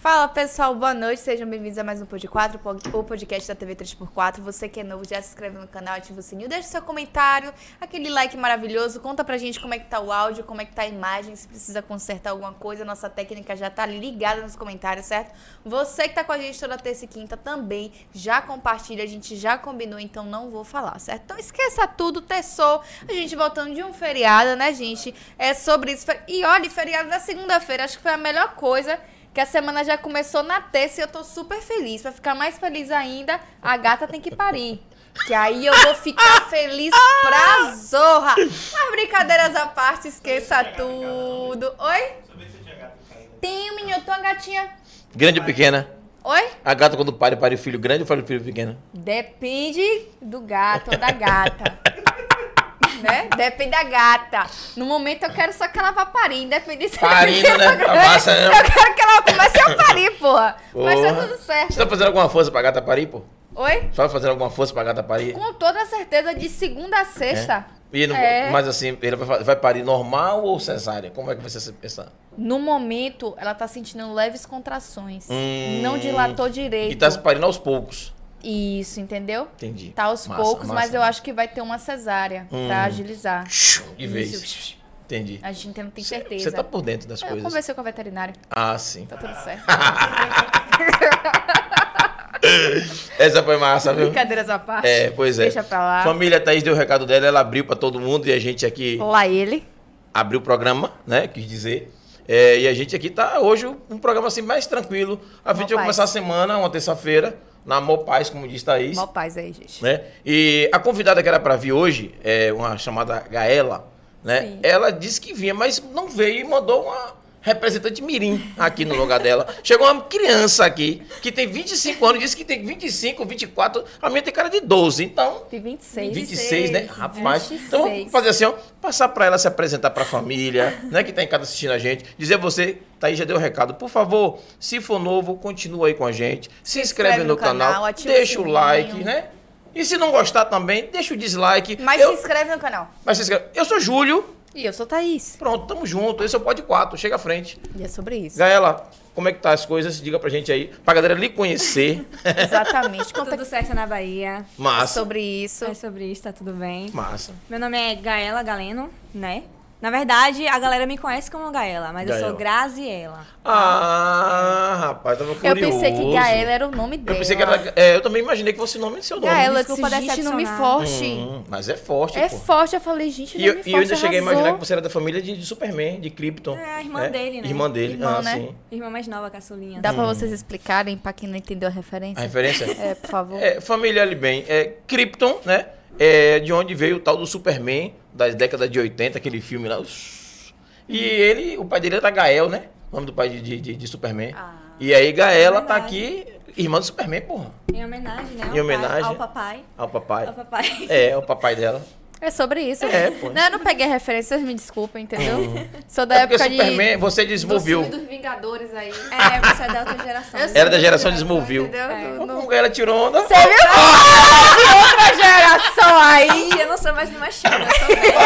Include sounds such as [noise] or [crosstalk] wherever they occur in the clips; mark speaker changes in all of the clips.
Speaker 1: Fala pessoal, boa noite, sejam bem-vindos a mais um Pod 4, o podcast da TV 3x4. Você que é novo, já se inscreve no canal, ativa o sininho, deixa seu comentário, aquele like maravilhoso, conta pra gente como é que tá o áudio, como é que tá a imagem, se precisa consertar alguma coisa, nossa técnica já tá ligada nos comentários, certo? Você que tá com a gente toda terça e quinta também, já compartilha, a gente já combinou, então não vou falar, certo? Então esqueça tudo, tessou, a gente voltando de um feriado, né gente? É sobre isso, e olha, feriado da segunda-feira, acho que foi a melhor coisa que a semana já começou na terça e eu tô super feliz. Pra ficar mais feliz ainda, a gata tem que parir. Que aí eu vou ficar feliz pra zorra. Mas brincadeiras à parte, esqueça tudo. Oi? Tenho, menino, eu tô uma gatinha.
Speaker 2: Grande ou pequena?
Speaker 1: Oi?
Speaker 2: A gata quando pare, pare o filho grande ou pare o filho
Speaker 1: [laughs]
Speaker 2: é pequeno?
Speaker 1: Depende do gato ou da
Speaker 2: [laughs]
Speaker 1: gata. né? Depende da gata. No momento eu quero só que ela vá parir, independente se
Speaker 2: Parindo,
Speaker 1: ela é
Speaker 2: né?
Speaker 1: grande.
Speaker 2: Abaixa, né?
Speaker 1: Eu quero que ela comece a parir, porra. Mas tá
Speaker 2: Porra.
Speaker 1: tudo certo.
Speaker 2: Você tá fazendo alguma força pra gata parir, pô?
Speaker 1: Oi?
Speaker 2: Só fazendo alguma força pra gata parir?
Speaker 1: Com toda certeza, de segunda a sexta.
Speaker 2: E não-
Speaker 1: É.
Speaker 2: Mas assim, ele vai, fa- vai parir normal ou cesárea? Como é que você se pensa?
Speaker 1: No momento, ela tá sentindo leves contrações.
Speaker 2: Hum.
Speaker 1: Não dilatou direito.
Speaker 2: E tá se parindo aos poucos.
Speaker 1: Isso, entendeu?
Speaker 2: Entendi.
Speaker 1: Tá aos
Speaker 2: Massa, Hum.
Speaker 1: poucos,
Speaker 2: massa.
Speaker 1: mas eu acho que vai ter uma cesárea pra agilizar.
Speaker 2: De vez. Entendi.
Speaker 1: A gente não É, tem
Speaker 2: Você
Speaker 1: certeza. É,
Speaker 2: tá por dentro das
Speaker 1: Eu
Speaker 2: coisas.
Speaker 1: conversei com a veterinária,
Speaker 2: Ah, sim.
Speaker 1: tá
Speaker 2: [laughs]
Speaker 1: tudo certo.
Speaker 2: Essa foi massa, viu?
Speaker 1: Brincadeiras à parte.
Speaker 2: É, pois é.
Speaker 1: Deixa pra lá.
Speaker 2: Família Thaís deu o recado dela, ela abriu pra todo mundo e a gente aqui
Speaker 1: Lá ele.
Speaker 2: abriu o programa, né? Quis dizer. É, e a gente aqui tá hoje um programa assim mais tranquilo. A gente
Speaker 1: Mó
Speaker 2: vai começar a
Speaker 1: paz.
Speaker 2: semana, uma terça-feira, na Mó Paz, como diz Thaís.
Speaker 1: Mó paz aí, gente.
Speaker 2: Né? E a convidada que era pra vir hoje, é uma chamada Gaela, né?
Speaker 1: Sim.
Speaker 2: Ela disse que vinha, mas não veio e mandou uma representante Mirim aqui no lugar dela. [laughs] Chegou uma criança aqui que tem 25 anos, disse que tem 25, 24, a minha tem cara de 12, então
Speaker 1: Tem 26.
Speaker 2: 26, né? Rapaz.
Speaker 1: 26.
Speaker 2: Então vamos fazer assim, ó. Passar pra ela se apresentar pra família, né? Que tá em casa assistindo a gente. Dizer a você, Thaís já deu o recado. Por favor, se for novo, continua aí com a gente. Se, inscreve, no, canal,
Speaker 1: ativa o
Speaker 2: deixa o,
Speaker 1: sininho.
Speaker 2: like, né? E se não gostar também, deixa o dislike.
Speaker 1: Mas
Speaker 2: eu,
Speaker 1: se inscreve no canal.
Speaker 2: mas se inscreve. Eu sou Júlio.
Speaker 1: E eu sou Thaís.
Speaker 2: Pronto, tamo junto. Esse é o Pod 4. Chega à frente.
Speaker 1: E é sobre isso.
Speaker 2: Gaela, como é que tá as coisas? Diga pra gente aí. Pra galera
Speaker 1: [laughs]
Speaker 2: lhe conhecer. [laughs]
Speaker 1: Exatamente.
Speaker 3: Tá
Speaker 1: Conta
Speaker 3: tudo certo na Bahia.
Speaker 2: Massa.
Speaker 1: sobre isso.
Speaker 3: É sobre isso, tá tudo bem.
Speaker 2: Massa.
Speaker 3: Meu nome é Gaela Galeno, né? Na verdade, a galera me conhece como Gaela, mas eu
Speaker 2: Gaela.
Speaker 3: sou Graziela.
Speaker 2: Ah, rapaz, tava curioso.
Speaker 1: Eu pensei que Gaela era o nome dela.
Speaker 2: Eu pensei que era. É, eu também imaginei que fosse nome e seu nome.
Speaker 1: Gaela,
Speaker 3: Desculpa
Speaker 1: disse, gente, não me
Speaker 3: decepcionar.
Speaker 1: forte.
Speaker 2: Hum, mas é forte,
Speaker 1: é
Speaker 2: pô.
Speaker 1: forte. Eu falei, gente,
Speaker 2: E
Speaker 1: não
Speaker 2: eu,
Speaker 1: me
Speaker 2: e
Speaker 1: forte.
Speaker 2: eu ainda cheguei a imaginar que
Speaker 1: arrasou.
Speaker 2: você era da família de, de Superman, de Krypton.
Speaker 3: É, a irmã dele, né?
Speaker 2: Irmã dele,
Speaker 1: Irmão,
Speaker 2: ah,
Speaker 1: né?
Speaker 2: sim.
Speaker 3: Irmã mais nova, caçulinha.
Speaker 1: Dá pra
Speaker 2: Hum.
Speaker 1: vocês explicarem pra quem não entendeu a
Speaker 2: A
Speaker 1: referência?
Speaker 2: referência?
Speaker 1: [laughs] É, por favor.
Speaker 2: é, família ali bem. É Krypton, né? É de onde veio o tal do Superman, das décadas de 80, aquele filme lá. Ush.
Speaker 1: Uhum.
Speaker 2: E ele, o pai dele era Gael, né? O nome do pai de, de, de- de Superman.
Speaker 1: Ah.
Speaker 2: e aí Gaela tá
Speaker 3: Verdade.
Speaker 2: aqui, irmã do Superman, porra.
Speaker 3: Em homenagem, né? ao
Speaker 2: Em
Speaker 3: pai-
Speaker 2: homenagem.
Speaker 3: Ao papai.
Speaker 2: Ao papai.
Speaker 3: Ao papai. [laughs]
Speaker 2: É, o papai dela.
Speaker 1: É sobre isso.
Speaker 2: É, pô.
Speaker 1: Não, eu não peguei a referência, vocês me desculpem, entendeu? Sou da
Speaker 2: É porque
Speaker 1: época de...
Speaker 2: Superman, você
Speaker 1: do
Speaker 2: desenvolveu.
Speaker 1: filme dos Vingadores aí.
Speaker 3: É, você é da outra geração.
Speaker 1: Eu sei.
Speaker 2: Era da geração Desmovil.
Speaker 1: Entendeu?
Speaker 2: Como
Speaker 1: Não-
Speaker 2: que ela tirou onda?
Speaker 1: Você viu?
Speaker 2: Ah!
Speaker 1: Ah, Outra geração aí!
Speaker 3: Ih, eu não sou mais uma chama, eu
Speaker 2: [laughs]
Speaker 3: sou velha.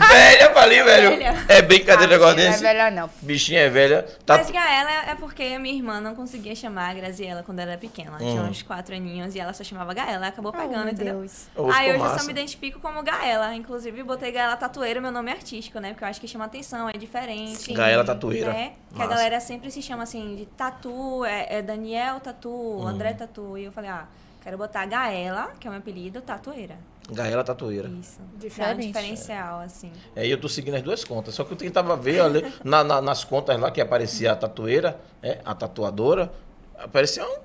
Speaker 2: Ai, velha, eu falei, velho.
Speaker 3: Velha.
Speaker 2: É brincadeira agora
Speaker 1: Não é
Speaker 2: desse.
Speaker 1: melhor não.
Speaker 2: Bichinha é velha. Tá...
Speaker 3: Mas Gaela é porque a minha irmã não conseguia chamar a Graziela quando ela era pequena. Ela
Speaker 2: Hum.
Speaker 3: tinha uns quatro aninhos e ela só chamava Gaela. Acabou pegando,
Speaker 1: meu
Speaker 3: entendeu?
Speaker 1: Deus.
Speaker 2: Oh,
Speaker 3: Aí
Speaker 2: ficou
Speaker 3: hoje eu
Speaker 2: massa.
Speaker 3: só me identifico como Gaela. Inclusive, botei Gaela Tatueira, meu nome é artístico, né? Porque eu acho que chama atenção, é diferente.
Speaker 1: Sim.
Speaker 2: Gaela Tatueira.
Speaker 3: Né? Que a
Speaker 2: Massa.
Speaker 3: galera sempre se chama assim de Tatu, é, é Daniel Tatu,
Speaker 2: Hum.
Speaker 3: André Tatu. E eu falei, ah, quero botar Gaela, que é o meu apelido, Tatueira.
Speaker 2: Gaela tatueira.
Speaker 3: Isso. Dá um
Speaker 1: Diferente.
Speaker 3: diferencial, assim.
Speaker 2: É, e eu tô seguindo as duas contas. Só que eu tentava ver olha, na- na- nas contas lá que aparecia a tatueira, é, a tatuadora, aparecia uma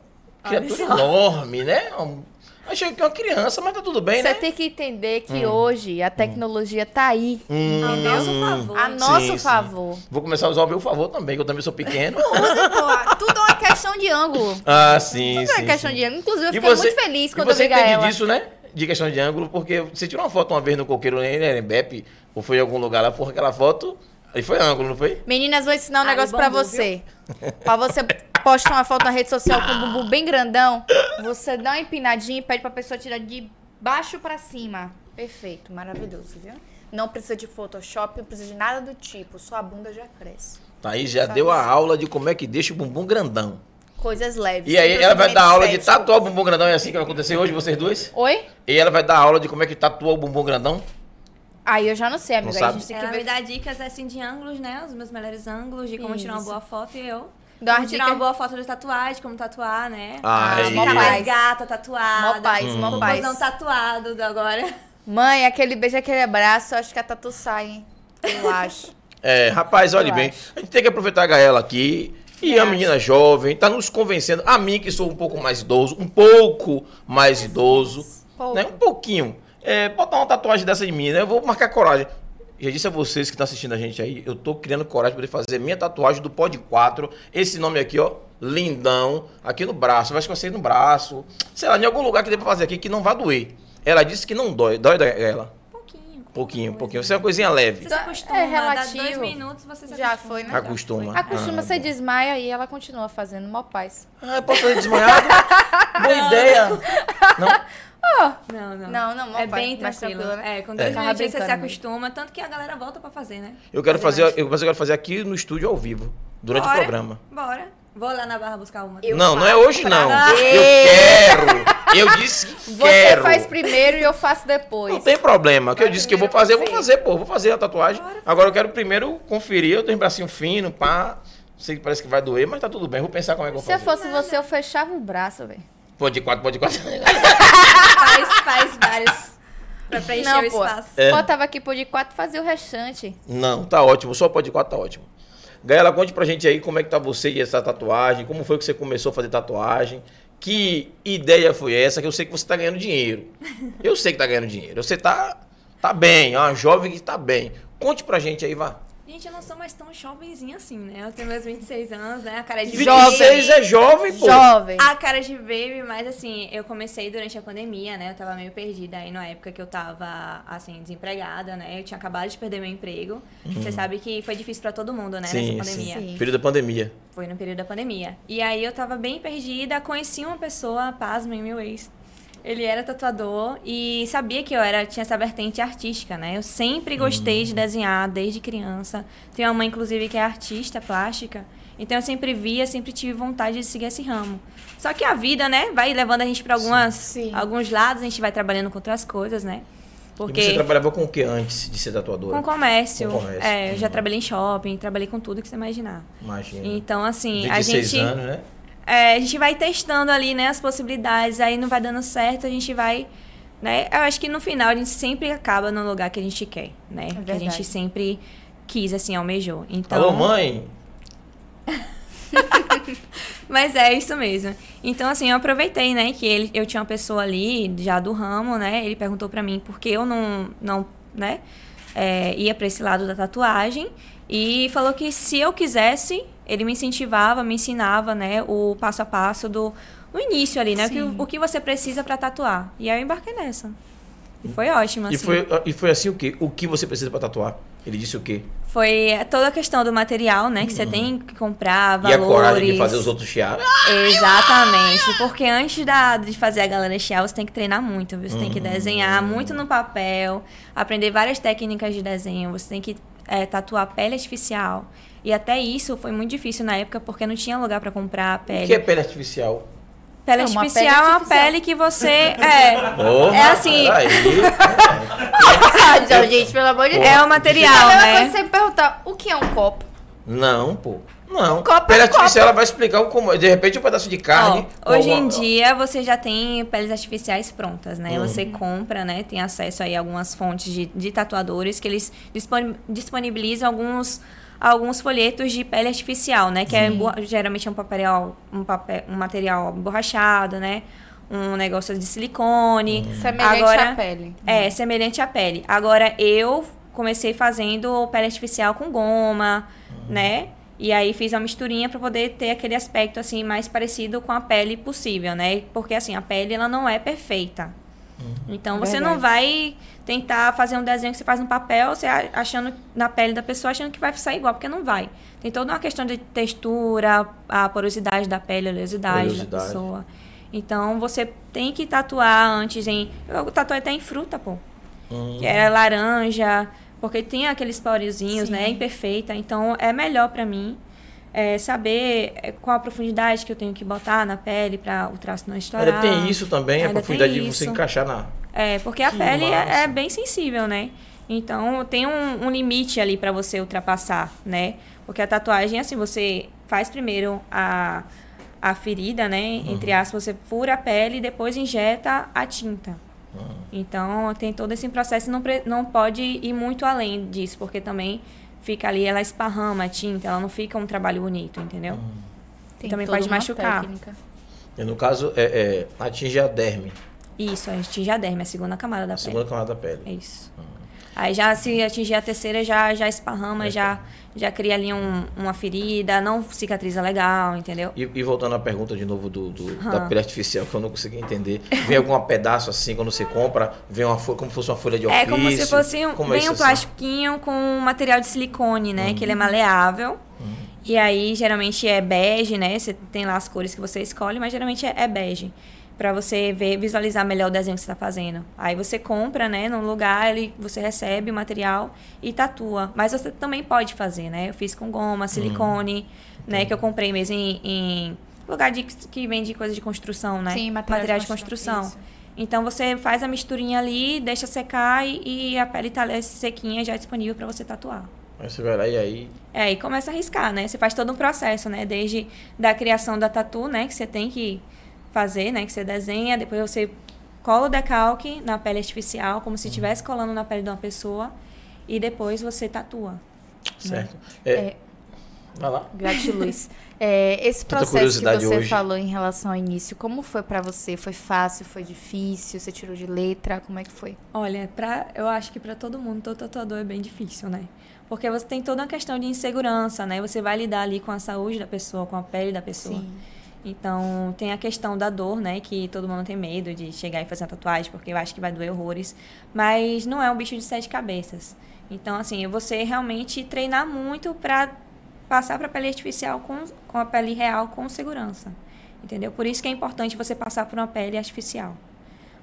Speaker 2: criatura enorme, né? Um- Achei que é uma criança, mas tá tudo bem,
Speaker 1: Você
Speaker 2: né?
Speaker 1: tem que entender que hoje a tecnologia tá aí.
Speaker 2: Hum,
Speaker 3: Ao nosso favor.
Speaker 1: A nosso
Speaker 2: sim.
Speaker 1: favor.
Speaker 2: Vou começar a usar o meu favor também, que eu também sou
Speaker 3: [laughs]
Speaker 2: pequeno.
Speaker 1: Pô, tudo é uma questão de ângulo.
Speaker 2: Ah, sim,
Speaker 1: Tudo é
Speaker 2: sim,
Speaker 1: questão
Speaker 2: sim.
Speaker 1: de ângulo. Inclusive, eu
Speaker 2: E
Speaker 1: fiquei
Speaker 2: você-
Speaker 1: muito feliz
Speaker 2: E
Speaker 1: quando eu
Speaker 2: você
Speaker 1: vi
Speaker 2: entende
Speaker 1: ela.
Speaker 2: disso, né? De questão de ângulo, porque você tirou uma foto uma vez no coqueiro né, em Erembep, ou foi em algum lugar lá, porra, aquela foto, aí foi ângulo, não foi?
Speaker 1: Meninas, vou ensinar um
Speaker 3: Ali,
Speaker 1: negócio pra
Speaker 3: bambu,
Speaker 1: você. Pra você postar uma foto na rede social com o bumbum bem grandão, você dá uma empinadinha e pede pra pessoa tirar de baixo pra cima. Perfeito, maravilhoso, viu? Não precisa de Photoshop, não precisa de nada do tipo. Sua bunda já cresce.
Speaker 2: Thaís Tá, já
Speaker 4: Só
Speaker 2: deu a
Speaker 4: isso.
Speaker 2: aula de como é que deixa o bumbum grandão.
Speaker 4: Coisas leves.
Speaker 2: E aí ela vai dar aula de
Speaker 4: procedimentos
Speaker 2: tatuar o bumbum grandão, é assim que vai acontecer hoje, vocês dois?
Speaker 4: estéticos. Oi?
Speaker 2: E ela vai dar aula de como é que tatua o bumbum grandão?
Speaker 4: Aí eu já não sei, amiga.
Speaker 2: Não
Speaker 4: Aí a
Speaker 2: sabe?
Speaker 4: gente tem que
Speaker 3: Ela me
Speaker 4: ver.
Speaker 3: dá dicas assim de ângulos, né? Os meus melhores ângulos, de como tirar uma
Speaker 4: Isso.
Speaker 3: boa foto e eu.
Speaker 4: Dá
Speaker 3: como
Speaker 4: umas
Speaker 3: tirar
Speaker 4: dicas.
Speaker 3: uma boa foto de tatuagem, como tatuar, né?
Speaker 2: Ah, é
Speaker 4: Aí.
Speaker 3: Ficar mais
Speaker 4: Paz.
Speaker 3: gata, tatuada.
Speaker 4: Mó paz,
Speaker 2: Hum.
Speaker 4: mó paz.
Speaker 3: Não tá tatuado do
Speaker 4: [laughs]
Speaker 3: agora.
Speaker 4: Mãe, aquele beijo, aquele abraço, eu acho que a tatu sai, hein?
Speaker 3: [laughs]
Speaker 4: Eu acho.
Speaker 2: É, rapaz, olhe
Speaker 4: Eu
Speaker 2: bem.
Speaker 4: acho.
Speaker 2: A gente tem que aproveitar a Gaela aqui. E a menina jovem tá nos convencendo. A mim, que sou um pouco mais idoso, um pouco mais idoso,
Speaker 4: Pouco.
Speaker 2: né? Um pouquinho. É, botar uma tatuagem dessa em mim, né? Eu vou marcar coragem. Já disse a vocês que estão assistindo a gente aí, eu tô criando coragem para fazer minha tatuagem do Pod 4. Esse nome aqui, ó, lindão, aqui no braço. Vai esquecer no braço. Sei lá, em algum lugar que dê pra fazer aqui que não vai doer. Ela disse que não dói. Dói, ela?
Speaker 3: Pouquinho.
Speaker 2: Pouquinho, pouquinho. Isso
Speaker 3: Você,
Speaker 2: é uma coisinha leve.
Speaker 3: você se acostuma,
Speaker 4: É
Speaker 3: dá
Speaker 4: relativo.
Speaker 3: dois minutos, você se
Speaker 4: Já
Speaker 3: acostuma.
Speaker 4: foi, né?
Speaker 2: Acostuma.
Speaker 4: Acostuma,
Speaker 2: Ah,
Speaker 4: você
Speaker 2: bom.
Speaker 4: desmaia e ela continua fazendo mó paz.
Speaker 2: Ah, posso fazer
Speaker 3: [laughs]
Speaker 2: desmaiado? Boa ideia.
Speaker 3: Não, não.
Speaker 4: Não, não, mó
Speaker 3: É
Speaker 4: pai,
Speaker 3: bem
Speaker 4: mais
Speaker 3: tranquilo.
Speaker 4: tranquilo, né?
Speaker 3: É, com dois
Speaker 4: É. Tava
Speaker 3: minutos você se
Speaker 4: brincando, né?
Speaker 3: acostuma, tanto que a galera volta pra fazer, né?
Speaker 2: Eu quero
Speaker 3: Fazer
Speaker 2: fazer,
Speaker 3: mais.
Speaker 2: eu, mas eu quero fazer aqui no estúdio ao vivo, durante
Speaker 3: Bora.
Speaker 2: o programa.
Speaker 3: Bora. Vou lá na barra buscar uma.
Speaker 4: Eu
Speaker 2: não, não é
Speaker 4: faço
Speaker 2: hoje
Speaker 4: pra-
Speaker 2: não.
Speaker 4: Ah.
Speaker 2: Eu quero. Eu disse que
Speaker 4: Você
Speaker 2: quero.
Speaker 4: faz primeiro e eu faço depois.
Speaker 2: Não tem problema. O que eu
Speaker 4: Vai
Speaker 2: disse que eu vou
Speaker 4: primeiro
Speaker 2: fazer, eu vou
Speaker 4: você.
Speaker 2: fazer, pô. Vou fazer a tatuagem.
Speaker 3: Bora.
Speaker 2: Agora eu quero primeiro conferir. Eu tenho um bracinho fino, pá. Sei que parece que vai doer, mas tá tudo bem. Vou pensar como é que eu vou
Speaker 4: Se eu
Speaker 2: fazer.
Speaker 4: fosse você, eu fechava o braço, velho.
Speaker 2: Pode quatro, pode quatro.
Speaker 3: Faz, faz vários. Pra preencher
Speaker 4: Não,
Speaker 3: o
Speaker 4: pô.
Speaker 3: espaço.
Speaker 2: É.
Speaker 4: Botava aqui por de quatro fazia o restante.
Speaker 2: Não, tá ótimo. Só pode quatro tá ótimo. Gaela, conte pra gente aí como é que tá você e essa tatuagem. Como foi que você começou a fazer tatuagem? Que ideia foi essa? Que eu sei que você tá ganhando dinheiro. Eu sei que tá ganhando dinheiro. Você tá, tá bem, é uma jovem que tá bem. Conte pra gente aí, vá.
Speaker 3: Gente, eu não sou mais tão jovenzinha assim, né? Eu tenho meus 26 anos, né? A cara de
Speaker 4: Jovem.
Speaker 2: 26 é jovem, pô.
Speaker 4: Jovem.
Speaker 3: A cara de baby, mas assim, eu comecei durante a pandemia, né? Eu tava meio perdida aí na época que eu tava, assim, desempregada, né? Eu tinha acabado de perder meu emprego. Você sabe que foi difícil pra todo mundo, né?
Speaker 2: Uhum. Sim,
Speaker 3: nessa pandemia.
Speaker 4: sim.
Speaker 2: Período da pandemia.
Speaker 3: Foi no período da pandemia. E aí eu tava bem perdida, conheci uma pessoa, pasmem, meu ex. Ele era tatuador e sabia que eu era, tinha essa vertente artística, né? Eu sempre gostei
Speaker 2: Hum.
Speaker 3: de desenhar desde criança. Tenho uma mãe, inclusive, que é artista plástica. Então eu sempre via, sempre tive vontade de seguir esse ramo. Só que a vida, né, vai levando a gente para algumas
Speaker 4: Sim.
Speaker 3: alguns lados, a gente vai trabalhando com outras coisas, né? Porque
Speaker 2: E você trabalhava com o que antes de ser tatuadora?
Speaker 3: com comércio,
Speaker 2: Com comércio.
Speaker 3: é, eu já
Speaker 2: Hum.
Speaker 3: trabalhei em shopping, trabalhei com tudo que você imaginar.
Speaker 2: Imagina.
Speaker 3: Então, assim, a
Speaker 2: 26
Speaker 3: gente
Speaker 2: anos, né?
Speaker 3: é, a gente vai testando ali, né, as possibilidades, aí não vai dando certo, a gente vai, né? Eu acho que no final a gente sempre acaba no lugar que a gente quer, né? que a
Speaker 4: verdade.
Speaker 3: gente sempre quis, assim, almejou. Então,
Speaker 2: Alô, mãe?
Speaker 3: Mas é isso mesmo. Então, assim, eu aproveitei, né, que ele, eu tinha uma pessoa ali, já do ramo, né? Ele perguntou pra mim por que eu não, não né, é, ia pra esse lado da tatuagem. E falou que se eu quisesse, ele me incentivava, me ensinava, né, o passo a passo do o início ali, né? O que,
Speaker 4: Sim.
Speaker 3: o que você precisa pra tatuar. E aí eu embarquei nessa. E foi ótimo, assim.
Speaker 2: E foi, e foi assim o quê? O que você precisa pra tatuar? Ele disse o quê?
Speaker 3: Foi toda a questão do material, né? Que
Speaker 2: Uhum.
Speaker 3: você tem que comprar, valores.
Speaker 2: E a coragem de fazer os outros chiar. Ah,
Speaker 3: Exatamente, porque antes da, de fazer a galera chiar, você tem que treinar muito, viu? Você tem que desenhar muito no papel, aprender várias técnicas de desenho, você tem que é, tatuar pele artificial. E até isso foi muito difícil na época, porque não tinha lugar pra comprar a
Speaker 2: O
Speaker 3: pele.
Speaker 2: que é pele artificial?
Speaker 3: Pele
Speaker 4: É, uma pele
Speaker 3: artificial é uma
Speaker 4: artificial.
Speaker 3: pele que você...
Speaker 2: [laughs]
Speaker 3: É,
Speaker 2: Oh,
Speaker 3: é assim,
Speaker 2: peraí.
Speaker 4: [laughs] Ah, então, gente, pelo amor de Deus.
Speaker 3: é o
Speaker 4: A
Speaker 3: material,
Speaker 4: mesma coisa
Speaker 3: né?
Speaker 4: que você me perguntar o que é um copo.
Speaker 2: Não, pô. Não.
Speaker 3: é
Speaker 4: Copa,
Speaker 2: pele
Speaker 4: Copa.
Speaker 2: artificial ela vai explicar o como. De repente um pedaço de carne.
Speaker 3: Ó, hoje
Speaker 2: com
Speaker 3: em
Speaker 2: alguma-
Speaker 3: dia você já tem peles artificiais prontas, né?
Speaker 2: Uhum.
Speaker 3: Você compra, né? Tem acesso aí a algumas fontes de, de tatuadores que eles dispon- disponibilizam alguns alguns folhetos de pele artificial, né? Que é embo- geralmente é um papel, um papel, um material borrachado, né? Um negócio de silicone.
Speaker 4: Semelhante
Speaker 3: Agora-
Speaker 4: à pele.
Speaker 3: É, semelhante à pele. Agora, eu comecei fazendo pele artificial com goma, né? E aí fiz uma misturinha pra poder ter aquele aspecto, assim, mais parecido com a pele possível, né? Porque, assim, a pele, ela não é perfeita. Então, você não
Speaker 4: Verdade.
Speaker 3: vai tentar fazer um desenho que você faz no papel, você a- achando na pele da pessoa, achando que vai sair igual, porque não vai. Tem toda uma questão de textura, a porosidade da pele, a oleosidade, da
Speaker 2: Oleosidade.
Speaker 3: pessoa. Então, você tem que tatuar antes em... Eu tatuei até em fruta, pô
Speaker 2: Hum.
Speaker 3: que era laranja, Porque tem aqueles pauriozinhos,
Speaker 4: Sim.
Speaker 3: né? Imperfeita. Então é melhor pra mim é, saber é, qual a profundidade que eu tenho que botar na pele pra o traço não estourar.
Speaker 2: Ainda tem isso também, a
Speaker 3: Ainda tem
Speaker 2: profundidade de você
Speaker 3: isso.
Speaker 2: encaixar na.
Speaker 3: É, porque a
Speaker 2: Que
Speaker 3: pele é,
Speaker 2: massa.
Speaker 3: é bem sensível, né? Então tem um, um limite ali pra você ultrapassar, né? Porque a tatuagem, assim, você faz primeiro a, a ferida, né?
Speaker 2: Uhum.
Speaker 3: Entre aspas, você fura a pele e depois injeta a tinta.
Speaker 2: Hum.
Speaker 3: Então tem todo esse processo e não, pre- não pode ir muito além disso, porque também fica ali, ela esparrama a tinta, ela não fica um trabalho bonito, entendeu?
Speaker 2: Uhum.
Speaker 4: Tem
Speaker 3: Também
Speaker 4: toda
Speaker 3: pode
Speaker 4: uma
Speaker 3: machucar.
Speaker 4: técnica.
Speaker 2: E no caso, é, é, atinge a derme,
Speaker 3: Isso, a gente tinge a derme, a segunda camada da
Speaker 2: a
Speaker 3: pele.
Speaker 2: segunda camada da pele.
Speaker 3: É isso. Aí já se atingir a terceira, já, já esparrama, já, já cria ali um- uma ferida, não cicatriza legal, entendeu?
Speaker 2: E, e voltando à pergunta de novo do, do- da
Speaker 3: Hã.
Speaker 2: pele artificial, que eu não consegui entender. Vem algum pedaço assim, quando você compra, vem uma folha, como se fosse uma folha de ofício?
Speaker 3: É como se fosse um,
Speaker 2: Como é
Speaker 3: bem
Speaker 2: isso, Uhum.
Speaker 3: um
Speaker 2: assim?
Speaker 3: plastiquinho com um material de silicone, né? Que ele é maleável.
Speaker 2: Uhum.
Speaker 3: E aí, geralmente é bege, né? Você tem lá as cores que você escolhe, mas geralmente é, é bege. Pra você ver, visualizar melhor o desenho que você tá fazendo. Aí você compra, né? Num lugar, ele, você recebe o material e tatua. Mas você também pode fazer, né? Eu fiz com
Speaker 2: Uhum.
Speaker 3: goma, silicone, né? Que eu comprei mesmo em, em lugar de, que vende coisa de construção, né?
Speaker 4: Sim, material de
Speaker 3: material de
Speaker 4: construção,
Speaker 3: construção.
Speaker 4: [laughs]
Speaker 3: Então você faz a misturinha ali, deixa secar e, e a pele tá ali sequinha já disponível para você tatuar.
Speaker 2: Aí você vai lá e aí.
Speaker 3: É, e começa a riscar, né? Você faz todo um processo, né? Desde da criação da tatu, né? Que você tem que fazer, né? Que você desenha, depois você cola o decalque na pele artificial, como se estivesse colando na pele de uma pessoa, e depois você tatua.
Speaker 2: Certo?
Speaker 3: Né?
Speaker 2: É,
Speaker 4: É.
Speaker 2: Vai lá.
Speaker 4: Gratiluz. É, esse
Speaker 2: Tanta
Speaker 4: processo que
Speaker 2: curiosidade
Speaker 4: você
Speaker 2: hoje.
Speaker 4: falou em relação ao início, como foi pra você? Foi fácil? Foi difícil? Você tirou de letra? Como é que foi?
Speaker 3: Olha, pra, eu acho que para todo mundo, todo tatuador é bem difícil, né? Porque você tem toda uma questão de insegurança, né? Você vai lidar ali com a saúde da pessoa, com a pele da pessoa. Então, tem a questão da dor, né? Que todo mundo tem medo de chegar e fazer uma tatuagem, porque eu acho que vai doer horrores. Mas não é um bicho de sete cabeças. Então, assim, você realmente treinar muito pra passar pra pele artificial com, com a pele real com segurança. Entendeu? Por isso que é importante você passar por uma pele artificial.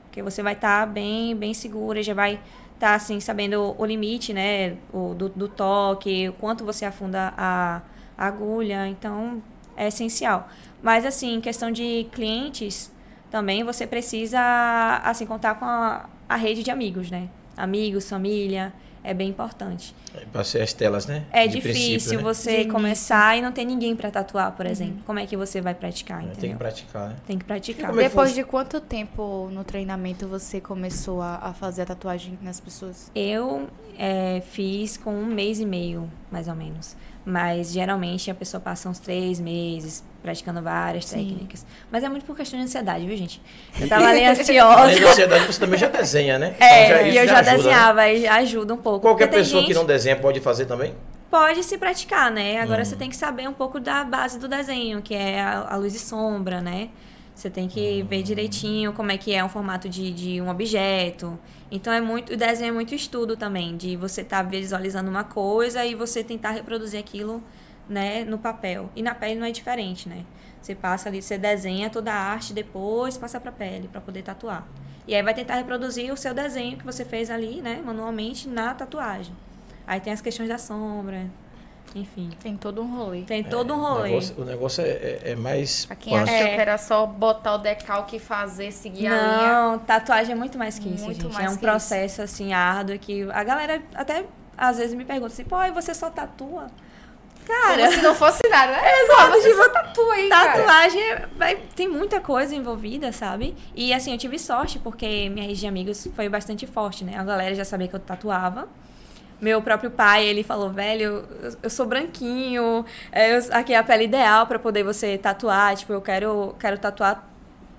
Speaker 3: Porque você vai estar bem, bem segura, já vai estar, assim, sabendo o limite, né? O, do, do toque, o quanto você afunda a, a agulha. Então, é essencial. Mas, assim, em questão de clientes, também você precisa, assim, contar com a, a rede de amigos, né? Amigos, família, é bem importante.
Speaker 2: É, Passei as telas, né?
Speaker 3: É
Speaker 2: De
Speaker 3: difícil
Speaker 2: princípio, né?
Speaker 3: você
Speaker 4: De início. Uhum.
Speaker 3: começar e não ter ninguém pra tatuar, por exemplo. Como é que você vai praticar,
Speaker 2: É,
Speaker 3: entendeu?
Speaker 2: Tem que praticar, né?
Speaker 3: Tem que praticar.
Speaker 2: Como é que
Speaker 4: Depois
Speaker 2: foi?
Speaker 4: de quanto tempo no treinamento você começou a, a fazer a tatuagem nas pessoas?
Speaker 3: Eu é, fiz com um mês e meio, mais ou menos. Mas geralmente a pessoa passa uns três meses praticando várias
Speaker 4: Sim.
Speaker 3: técnicas. Mas é muito por questão de ansiedade, viu, gente?
Speaker 2: [laughs]
Speaker 3: Eu tava ali ansiosa.
Speaker 2: Além da ansiedade, você também já desenha, né?
Speaker 3: É,
Speaker 2: Então
Speaker 3: e
Speaker 2: isso
Speaker 3: eu já,
Speaker 2: ajuda, né?
Speaker 3: desenhava, aí já ajuda um pouco.
Speaker 2: Qualquer
Speaker 3: Porque tem
Speaker 2: pessoa que
Speaker 3: gente-
Speaker 2: não desenha pode fazer também?
Speaker 3: Pode se praticar, né? Agora
Speaker 2: Hum.
Speaker 3: você tem que saber um pouco da base do desenho, que é a, a luz e sombra, né? Você tem que ver direitinho como é que é um formato de, de um objeto. Então é muito. O desenho é muito estudo também, de você estar visualizando uma coisa e você tentar reproduzir aquilo, né, no papel. E na pele não é diferente, né? Você passa ali, você desenha toda a arte, depois passa pra pele, pra poder tatuar. E aí vai tentar reproduzir o seu desenho que você fez ali, né, manualmente, na tatuagem. Aí tem as questões da sombra, enfim.
Speaker 4: Tem todo um rolê.
Speaker 3: Tem todo um
Speaker 2: O
Speaker 3: rolê.
Speaker 2: negócio, o negócio é, é- é mais.
Speaker 4: Pra quem
Speaker 2: quântico.
Speaker 4: achou que era só botar o decalque e fazer, seguir a linha.
Speaker 3: Não, tatuagem é muito mais que isso,
Speaker 4: Muito
Speaker 3: gente.
Speaker 4: mais
Speaker 3: É um
Speaker 4: que
Speaker 3: processo, assim, árduo que a galera até às vezes me pergunta assim, pô, e você só tatua? Cara,
Speaker 4: Como se não fosse nada, né?
Speaker 3: Exato,
Speaker 4: Você
Speaker 3: tipo,
Speaker 4: só tatua aí, cara.
Speaker 3: tatuagem é- vai- tem muita coisa envolvida, sabe? E assim, eu tive sorte porque minha rede de amigos foi bastante forte, né? A galera já sabia que eu tatuava. Meu próprio pai, ele falou, velho, eu- eu sou branquinho, é, eu- aqui é a pele ideal pra poder você tatuar, tipo, eu quero, quero tatuar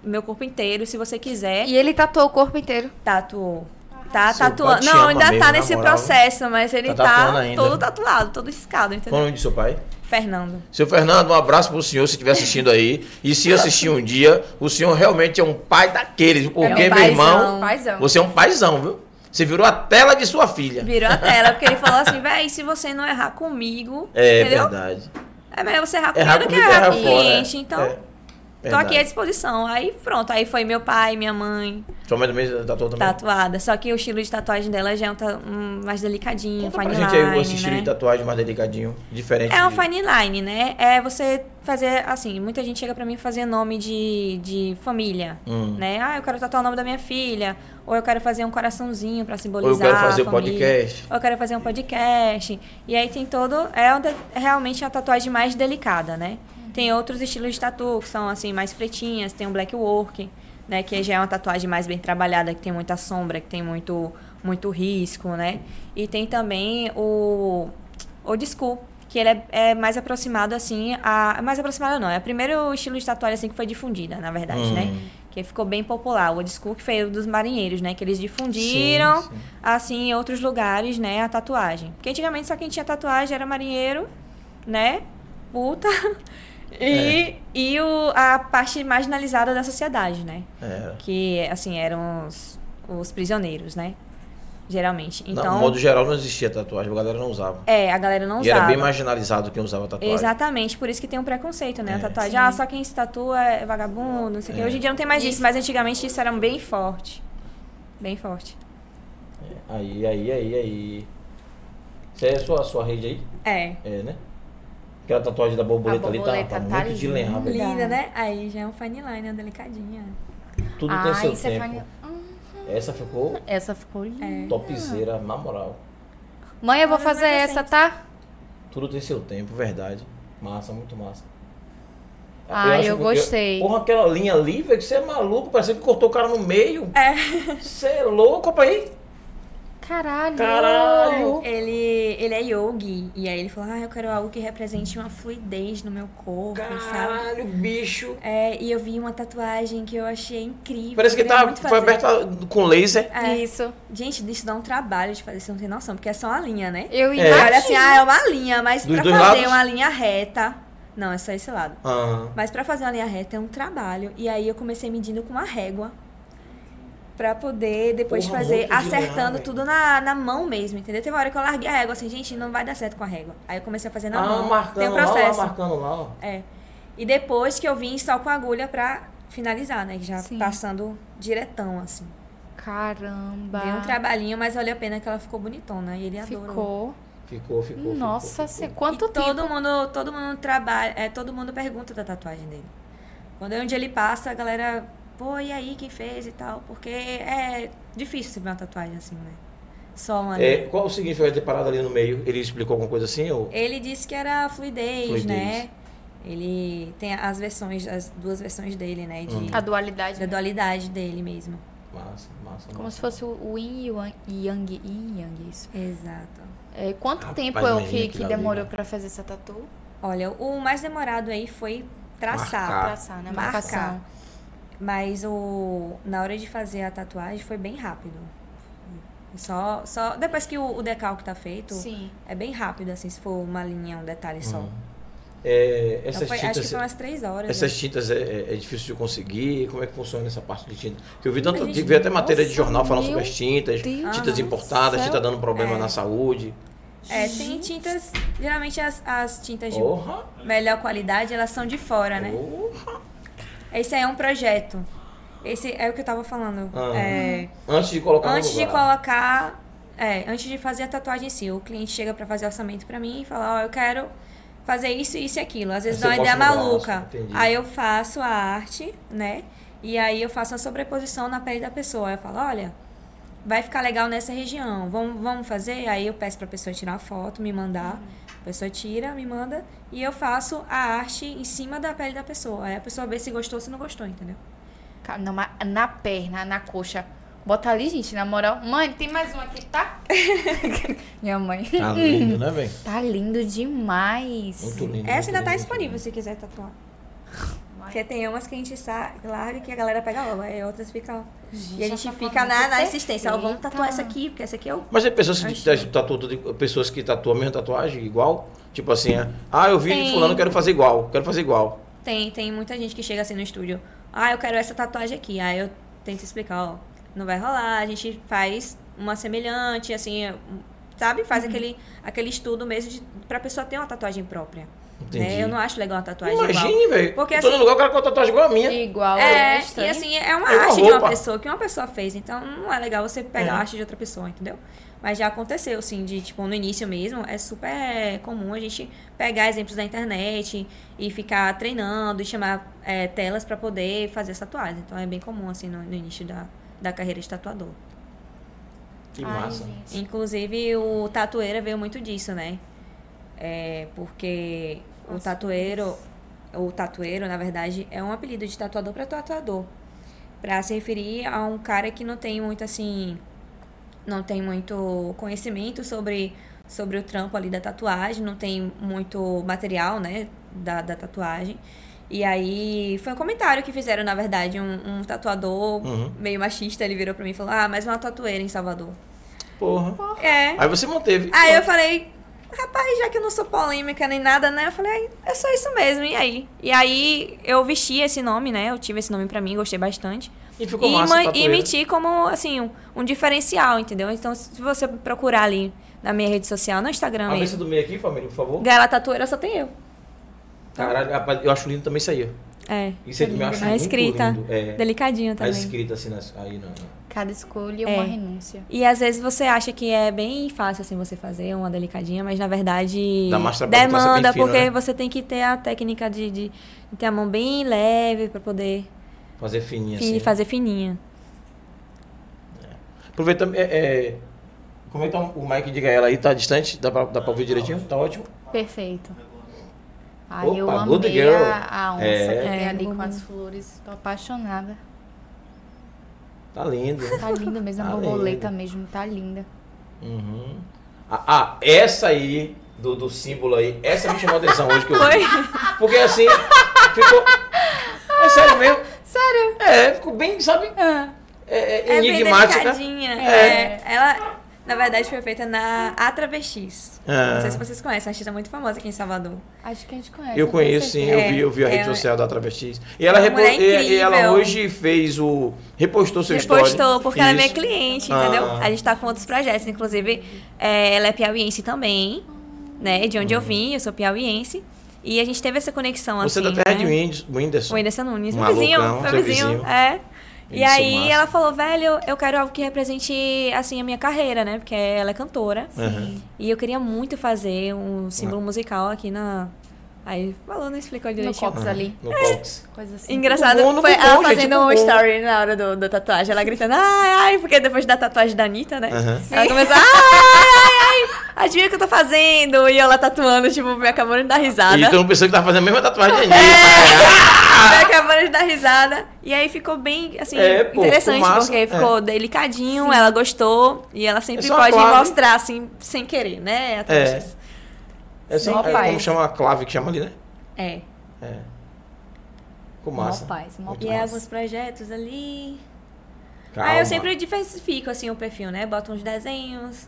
Speaker 3: meu corpo inteiro, se você quiser.
Speaker 4: E ele tatuou o corpo inteiro.
Speaker 3: Tatuou. Tá
Speaker 2: Seu pai
Speaker 3: tatuando.
Speaker 2: te
Speaker 3: Não,
Speaker 2: Ah, ama
Speaker 3: ainda
Speaker 2: mesmo,
Speaker 3: tá
Speaker 2: na
Speaker 3: nesse
Speaker 2: moral.
Speaker 3: processo, mas ele
Speaker 2: Tá
Speaker 3: tá,
Speaker 2: tatuando ainda.
Speaker 3: todo tatuado, todo riscado,
Speaker 2: Qual o
Speaker 3: entendeu?
Speaker 2: nome do seu pai?
Speaker 3: Fernando.
Speaker 2: Seu Fernando, um abraço pro senhor se estiver assistindo aí. E se assistir um dia, o senhor realmente é um pai daqueles. Porque,
Speaker 3: É um
Speaker 2: meu
Speaker 3: paizão.
Speaker 2: irmão,
Speaker 4: Paizão.
Speaker 2: você é um paizão, viu? Você virou a tela de sua filha.
Speaker 3: Virou a tela, porque ele falou assim, véi, se você não errar comigo,
Speaker 2: É
Speaker 3: entendeu?
Speaker 2: verdade.
Speaker 3: É melhor você errar comigo
Speaker 2: Errar
Speaker 3: do que
Speaker 2: comigo é
Speaker 3: errar com o
Speaker 2: errar fora.
Speaker 3: cliente. Então,
Speaker 2: É,
Speaker 3: Tô
Speaker 2: Verdade. Tá
Speaker 3: aqui à disposição. Aí pronto, aí foi meu pai, minha mãe,
Speaker 2: Sua mãe também tatuou também?
Speaker 3: tatuada. Só que o estilo de tatuagem dela já é um, ta- um mais delicadinho,
Speaker 2: Conta pra
Speaker 3: fine
Speaker 2: gente aí esse
Speaker 3: line,
Speaker 2: estilo
Speaker 3: né?
Speaker 2: de tatuagem mais delicadinho, diferente.
Speaker 3: É uma
Speaker 2: de-
Speaker 3: fine line, né? É você fazer, assim, muita gente chega pra mim fazer nome de, de família,
Speaker 2: Hum.
Speaker 3: né? Ah, eu quero tatuar o nome da minha filha, ou eu quero fazer um coraçãozinho pra
Speaker 2: Ou
Speaker 3: simbolizar
Speaker 2: eu quero fazer
Speaker 3: a
Speaker 2: o
Speaker 3: família,
Speaker 2: podcast.
Speaker 3: Ou eu quero fazer um podcast. E aí tem todo... É um de- é realmente uma tatuagem mais delicada, né? Tem outros estilos de tatu, que são, assim, mais pretinhas. Tem um black work, né? Que já é uma tatuagem mais bem trabalhada, que tem muita sombra, que tem muito, muito risco, né? E tem também o old school, que ele é, é mais aproximado assim a mais aproximado não, é o primeiro estilo de tatuagem assim que foi difundida, na verdade,
Speaker 2: Hum.
Speaker 3: né? Que ficou bem popular, o old school que foi o dos marinheiros, né, que eles difundiram
Speaker 2: Sim, sim.
Speaker 3: assim em outros lugares, né, a tatuagem. Porque antigamente só quem tinha tatuagem era marinheiro, né? Puta. [laughs] E,
Speaker 2: É.
Speaker 3: e o, a parte marginalizada da sociedade, né?
Speaker 2: É.
Speaker 3: Que, assim, eram os, os prisioneiros, né? Geralmente. Então,
Speaker 2: Não, no modo geral não existia tatuagem, a galera não usava.
Speaker 3: é, a galera não
Speaker 2: e
Speaker 3: usava.
Speaker 2: era bem marginalizado quem usava tatuagem.
Speaker 3: Exatamente, por isso que tem um preconceito, né?
Speaker 2: É.
Speaker 3: A tatuagem, ah, só quem se tatua é vagabundo, não sei o quê. Hoje em dia não tem mais isso, mas antigamente isso era bem forte. Bem forte.
Speaker 2: Aí, aí, aí, aí. Isso aí é a sua, sua rede aí?
Speaker 3: É.
Speaker 2: É, né? Aquela tatuagem da borboleta,
Speaker 4: A borboleta
Speaker 2: ali tá, tá,
Speaker 4: tá
Speaker 2: muito de lenhar, velho.
Speaker 3: Linda, né? Aí já é um fine line, é delicadinha.
Speaker 2: Tudo
Speaker 4: Ah,
Speaker 2: tem seu
Speaker 4: isso é
Speaker 2: tempo.
Speaker 4: fine-
Speaker 2: Essa ficou
Speaker 4: Essa ficou linda.
Speaker 2: topzera, na moral.
Speaker 4: Mãe, eu vou
Speaker 3: Olha, mas
Speaker 4: fazer
Speaker 3: é
Speaker 4: essa, tá?
Speaker 2: Tudo tem seu tempo, verdade. Massa, muito massa.
Speaker 4: Ah, eu
Speaker 2: que-
Speaker 4: gostei.
Speaker 2: Porra, aquela linha ali, velho, que você é maluco, parece que cortou o cara no meio. É. Você é louco, pai?
Speaker 4: Caralho.
Speaker 2: Caralho.
Speaker 3: Ele, ele é yogi, e aí ele falou, ah, eu quero algo que represente uma fluidez no meu corpo, sabe?
Speaker 2: Caralho, bicho.
Speaker 3: É, e eu vi uma tatuagem que eu achei incrível.
Speaker 2: Parece que
Speaker 3: eu queria
Speaker 2: tá,
Speaker 3: muito
Speaker 2: foi
Speaker 3: fazer.
Speaker 2: aberta com laser.
Speaker 3: É.
Speaker 4: Isso.
Speaker 3: Gente, isso dá um trabalho de fazer, você não tem noção, porque é só uma linha, né?
Speaker 4: Eu
Speaker 2: É.
Speaker 4: imagino.
Speaker 3: Olha assim, ah, é uma linha, mas
Speaker 2: Dos
Speaker 3: pra
Speaker 2: dois
Speaker 3: fazer
Speaker 2: lados?
Speaker 3: uma linha reta. Não, é só esse lado.
Speaker 2: Ah,
Speaker 3: Mas pra fazer uma linha reta é um trabalho. E aí eu comecei medindo com uma régua. Pra poder depois
Speaker 2: Porra,
Speaker 3: fazer,
Speaker 2: muito né, de olhar,
Speaker 3: acertando
Speaker 2: velho.
Speaker 3: tudo na, na mão mesmo, entendeu? Teve uma hora que eu larguei a régua assim, gente, não vai dar certo com a régua. Aí eu comecei a fazer na
Speaker 2: ah
Speaker 3: mão.
Speaker 2: marcando
Speaker 3: Tem um
Speaker 2: lá,
Speaker 3: processo.
Speaker 2: lá, marcando lá, ó.
Speaker 3: É. E depois que eu vim só com a agulha pra finalizar, né? Já
Speaker 4: Sim.
Speaker 3: passando diretão, assim.
Speaker 4: Caramba.
Speaker 3: Deu um trabalhinho, mas valeu a pena que ela ficou bonitona. E ele adorou.
Speaker 4: Ficou.
Speaker 2: Ficou, ficou.
Speaker 4: Nossa,
Speaker 2: ficou,
Speaker 4: você
Speaker 2: ficou.
Speaker 4: quanto
Speaker 3: E
Speaker 4: tempo?
Speaker 3: todo mundo, todo mundo trabalha, é, todo mundo pergunta da tatuagem dele. Quando é onde ele passa, a galera, pô, e aí, quem fez e tal? Porque é difícil você ver uma tatuagem assim, né? Só uma. né?
Speaker 2: É, qual o significado de ter parado ali no meio? Ele explicou alguma coisa assim? Ou...
Speaker 3: Ele disse que era fluidez,
Speaker 2: Fluidez.
Speaker 3: né? Ele tem as versões, as duas versões dele, né? De,
Speaker 2: Hum.
Speaker 4: A dualidade.
Speaker 3: Da
Speaker 4: né?
Speaker 3: dualidade dele mesmo.
Speaker 2: Massa, massa.
Speaker 4: Como
Speaker 2: massa.
Speaker 4: se fosse o Yin e o Yang. Yang, Yin e Yang, isso.
Speaker 3: Exato.
Speaker 4: É, quanto
Speaker 2: Rapaz,
Speaker 4: tempo é o
Speaker 2: imagina
Speaker 4: que,
Speaker 2: aquilo
Speaker 4: que
Speaker 2: ali,
Speaker 4: demorou
Speaker 2: né?
Speaker 4: pra fazer essa tatu?
Speaker 3: Olha, o mais demorado aí foi traçar.
Speaker 2: Marcar. Ah,
Speaker 4: Traçar, né? Marcação.
Speaker 3: Mas o, na hora de fazer a tatuagem foi bem rápido. Só, só depois que o, o decalque tá feito,
Speaker 4: Sim.
Speaker 3: é bem rápido, assim, se for uma linha, um detalhe só.
Speaker 2: Hum. É,
Speaker 3: Então
Speaker 2: essas
Speaker 3: foi- acho que
Speaker 2: tintas,
Speaker 3: foi umas três horas.
Speaker 2: essas
Speaker 3: né?
Speaker 2: tintas é, é- é difícil de conseguir? Como é que funciona essa parte de tinta? Porque eu vi tanto,
Speaker 3: Gente,
Speaker 2: vi até matéria de
Speaker 4: nossa,
Speaker 2: jornal falando
Speaker 4: meu
Speaker 2: sobre as tintas,
Speaker 4: Deus
Speaker 2: tintas
Speaker 4: do
Speaker 2: importadas,
Speaker 4: céu.
Speaker 2: tinta dando problema na saúde.
Speaker 3: É, tem tintas. Geralmente as, as tintas de
Speaker 2: Porra!
Speaker 3: melhor qualidade, elas são de fora,
Speaker 2: Oh.
Speaker 3: né?
Speaker 2: porra.
Speaker 3: Esse aí é um projeto. Esse é o que eu tava falando.
Speaker 2: Ah.
Speaker 3: É,
Speaker 2: Antes de colocar
Speaker 3: antes
Speaker 2: no
Speaker 3: de
Speaker 2: lugar.
Speaker 3: colocar, é, antes de fazer a tatuagem em si, o cliente chega pra fazer orçamento pra mim e fala, ó, eu quero fazer isso, isso e aquilo. Às vezes
Speaker 2: Aí
Speaker 3: dá
Speaker 2: você
Speaker 3: uma ideia
Speaker 2: mostra no
Speaker 3: maluca.
Speaker 2: braço, entendi.
Speaker 3: aí eu faço a arte, né? E aí eu faço a sobreposição na pele da pessoa. Aí eu falo, olha, vai ficar legal nessa região. Vamos, vamos fazer? Aí eu peço pra pessoa tirar uma foto, me mandar. A pessoa tira, me manda e eu faço a arte em cima da pele da pessoa. Aí a pessoa vê se gostou ou se não gostou, entendeu?
Speaker 4: Ca- Não, mas na perna, na coxa. Bota ali, gente, na moral. Mãe, tem mais um aqui,
Speaker 3: [laughs]
Speaker 4: tá? Minha mãe.
Speaker 2: Tá lindo, né, velho?
Speaker 4: Tá lindo demais.
Speaker 2: Muito lindo.
Speaker 3: Essa
Speaker 2: muito
Speaker 3: ainda tá
Speaker 2: lindo.
Speaker 3: disponível se quiser tatuar. Porque tem umas que a gente sa- larga que a galera pega logo, aí outras ficam. e a gente
Speaker 4: essa
Speaker 3: fica
Speaker 4: forma
Speaker 3: na,
Speaker 4: tá
Speaker 3: na insistência. Ó, vamos
Speaker 4: perfeita.
Speaker 3: tatuar essa aqui, porque essa aqui é o.
Speaker 2: Mas tem pessoas que, tá, tatuam, tudo- pessoas que tatuam a mesma tatuagem igual? Tipo assim, é, ah, eu vi de
Speaker 3: Tem.
Speaker 2: fulano, quero fazer igual, quero fazer igual.
Speaker 3: Tem, tem muita gente que chega assim no estúdio. Ah, eu quero essa tatuagem aqui. Aí eu tento explicar, ó, não vai rolar, a gente faz uma é,
Speaker 4: Uhum.
Speaker 3: semelhante, assim, um- sabe? Faz aquele, aquele estudo mesmo de, pra pessoa ter uma tatuagem própria.
Speaker 2: Entendi.
Speaker 3: né? Eu não acho legal uma tatuagem igual.
Speaker 2: Imagine, velho.
Speaker 3: Porque,
Speaker 2: Em todo
Speaker 3: assim-
Speaker 2: lugar o cara com a tatuagem igual a minha.
Speaker 4: Igual.
Speaker 3: É, e
Speaker 4: estranho.
Speaker 3: assim, é uma
Speaker 2: É uma
Speaker 3: arte de uma
Speaker 2: roupa.
Speaker 3: pessoa, que uma pessoa fez. Então, não é legal você pegar a
Speaker 2: É.
Speaker 3: arte de outra pessoa, entendeu? Mas já aconteceu, assim, de, tipo, no início mesmo, é super comum a gente pegar exemplos da internet e ficar treinando e chamar é, telas pra poder fazer as tatuagens. Então, é bem comum, assim, no, no início da, da carreira de tatuador.
Speaker 2: Que
Speaker 4: Ai,
Speaker 2: massa.
Speaker 4: gente.
Speaker 3: Inclusive, o tatueira veio muito disso, né? É, porque o
Speaker 4: Nossa,
Speaker 3: tatueiro, o tatueiro, na verdade, é um apelido de tatuador para tatuador. Pra se referir a um cara que não tem muito assim, não tem muito conhecimento sobre sobre o trampo ali da tatuagem, não tem muito material, né, da, da tatuagem. E aí foi um comentário que fizeram, na verdade, um, um tatuador
Speaker 2: Uhum.
Speaker 3: meio machista, ele virou pra mim e falou: "Ah, mas uma tatueira em Salvador".
Speaker 2: Porra.
Speaker 3: É.
Speaker 2: Aí você manteve.
Speaker 3: Aí eu falei, rapaz, já que eu não sou polêmica nem nada, né? Eu falei, "Ai, é só isso mesmo, e aí? E aí eu vesti esse nome, né? Eu tive esse nome pra mim, gostei bastante.
Speaker 2: E ficou
Speaker 3: e
Speaker 2: massa
Speaker 3: ma-
Speaker 2: a tatueira.
Speaker 3: e meti como, assim, um, um diferencial, entendeu? Então, se você procurar ali na minha rede social, no Instagram
Speaker 2: Abre essa
Speaker 3: mesmo,
Speaker 2: do meio aqui, família, por favor.
Speaker 3: Gala Tatueira só tem eu.
Speaker 2: Caralho, rapaz, eu acho lindo também isso aí. ó.
Speaker 3: É.
Speaker 2: Isso aí eu acho
Speaker 3: A
Speaker 2: muito
Speaker 3: escrita,
Speaker 2: lindo. É,
Speaker 3: delicadinho
Speaker 2: a
Speaker 3: também.
Speaker 2: escrita assim, nas- aí não. não.
Speaker 4: Cada escolha é
Speaker 3: É.
Speaker 4: uma renúncia.
Speaker 3: E às vezes você acha que é bem fácil assim você fazer uma delicadinha, mas na verdade
Speaker 2: Dá mais trabalho, então, você é
Speaker 3: demanda,
Speaker 2: bem fino,
Speaker 3: porque
Speaker 2: né?
Speaker 3: você tem que ter a técnica de, de ter a mão bem leve pra poder
Speaker 2: Fazer fininha
Speaker 3: fi-
Speaker 2: assim.
Speaker 3: fazer fininha.
Speaker 2: Aproveita. É, é, comenta o Mike, diga a ela aí, tá distante? Dá pra, dá pra ouvir direitinho? Tá ótimo.
Speaker 4: Perfeito. Ai,
Speaker 2: Opa,
Speaker 4: eu
Speaker 2: good
Speaker 4: amei
Speaker 2: girl.
Speaker 4: a, a onça
Speaker 2: É.
Speaker 4: que tem
Speaker 3: É,
Speaker 4: ali
Speaker 3: eu
Speaker 4: com
Speaker 3: amo.
Speaker 4: as flores. Tô apaixonada.
Speaker 2: Tá lindo.
Speaker 4: Tá linda mesmo, a
Speaker 2: Tá
Speaker 4: borboleta
Speaker 2: linda.
Speaker 4: mesmo, tá linda.
Speaker 2: Uhum. Ah, ah, essa aí, do, do símbolo aí, essa me chamou a atenção hoje que eu vi.
Speaker 3: Foi?
Speaker 2: Porque assim, ficou. É sério mesmo? Sério? É, ficou bem, sabe? É, é
Speaker 3: Ah. É bem
Speaker 2: enigmática.
Speaker 3: delicadinha.
Speaker 4: É.
Speaker 3: é. Ela, na verdade, foi feita na Atravestis.
Speaker 2: Ah.
Speaker 3: Não sei se vocês conhecem, uma artista muito famosa aqui em Salvador.
Speaker 4: Acho que a gente conhece.
Speaker 2: eu
Speaker 4: tenho
Speaker 2: conheço, sim, eu
Speaker 3: É,
Speaker 2: vi, eu vi a rede
Speaker 3: ela- é
Speaker 2: social da Travestis. E ela,
Speaker 3: Uma
Speaker 2: repo-
Speaker 3: mulher
Speaker 2: e- e ela
Speaker 3: incrível.
Speaker 2: hoje fez o. repostou seu story.
Speaker 3: Repostou, porque ela é minha
Speaker 2: Isso.
Speaker 3: cliente,
Speaker 2: Ah.
Speaker 3: entendeu? A gente tá com outros projetos, inclusive, é, ela é piauiense também, né? De onde eu vim, eu sou piauiense. E a gente teve essa conexão,
Speaker 2: Uhum. Você é
Speaker 3: assim,
Speaker 2: da terra
Speaker 3: né?
Speaker 2: de Whindersson. Whindersson.
Speaker 3: O Whindersson Nunes, meu
Speaker 2: Malucão,
Speaker 3: um vizinho, meu
Speaker 2: seu
Speaker 3: vizinho,
Speaker 2: vizinho.
Speaker 3: é. E
Speaker 2: Whindersson
Speaker 3: aí
Speaker 2: massa.
Speaker 3: ela falou, velho, eu quero algo que represente, assim, a minha carreira, né? Porque ela é cantora.
Speaker 2: Aham.
Speaker 3: E eu queria muito fazer um
Speaker 2: Ah.
Speaker 3: símbolo musical aqui na... Aí falou, não explicou
Speaker 4: No
Speaker 3: direitinho.
Speaker 4: Cox ali.
Speaker 2: No
Speaker 3: É.
Speaker 2: Cox.
Speaker 4: Coisa assim.
Speaker 3: Engraçado
Speaker 2: Bom, não
Speaker 3: foi
Speaker 2: bom,
Speaker 3: ela
Speaker 2: gente,
Speaker 3: fazendo
Speaker 2: não
Speaker 3: um
Speaker 2: bom.
Speaker 3: story na hora do, da tatuagem, ela gritando, ai, ai, porque depois da tatuagem da Anitta, né?
Speaker 2: Aham.
Speaker 3: Ela começou, ai, ai, ai, adivinha o que eu tô fazendo? E eu lá tatuando, tipo, me acabando de dar risada.
Speaker 2: E todo mundo pensou que tava fazendo a mesma tatuagem
Speaker 3: [laughs]
Speaker 2: de
Speaker 3: É.
Speaker 2: Anitta.
Speaker 3: Me acabando de dar risada. E aí ficou bem, assim,
Speaker 2: É, pô,
Speaker 3: interessante,
Speaker 2: ficou massa,
Speaker 3: porque ficou delicadinho, ela gostou, e ela sempre
Speaker 2: É só a
Speaker 3: pode
Speaker 2: clave.
Speaker 3: mostrar, assim, sem querer, né? atletas?
Speaker 2: É, é só
Speaker 4: Mó
Speaker 2: é, como
Speaker 4: paz.
Speaker 2: chama a clave que chama ali, né?
Speaker 3: É.
Speaker 2: É. Ficou
Speaker 4: Mó
Speaker 3: Ah,
Speaker 2: massa.
Speaker 4: paz, mó
Speaker 2: Muito
Speaker 3: E é
Speaker 4: paz.
Speaker 2: massa.
Speaker 3: alguns projetos ali...
Speaker 2: Calma.
Speaker 3: Aí eu sempre diversifico, assim, o perfil, né? Boto uns desenhos,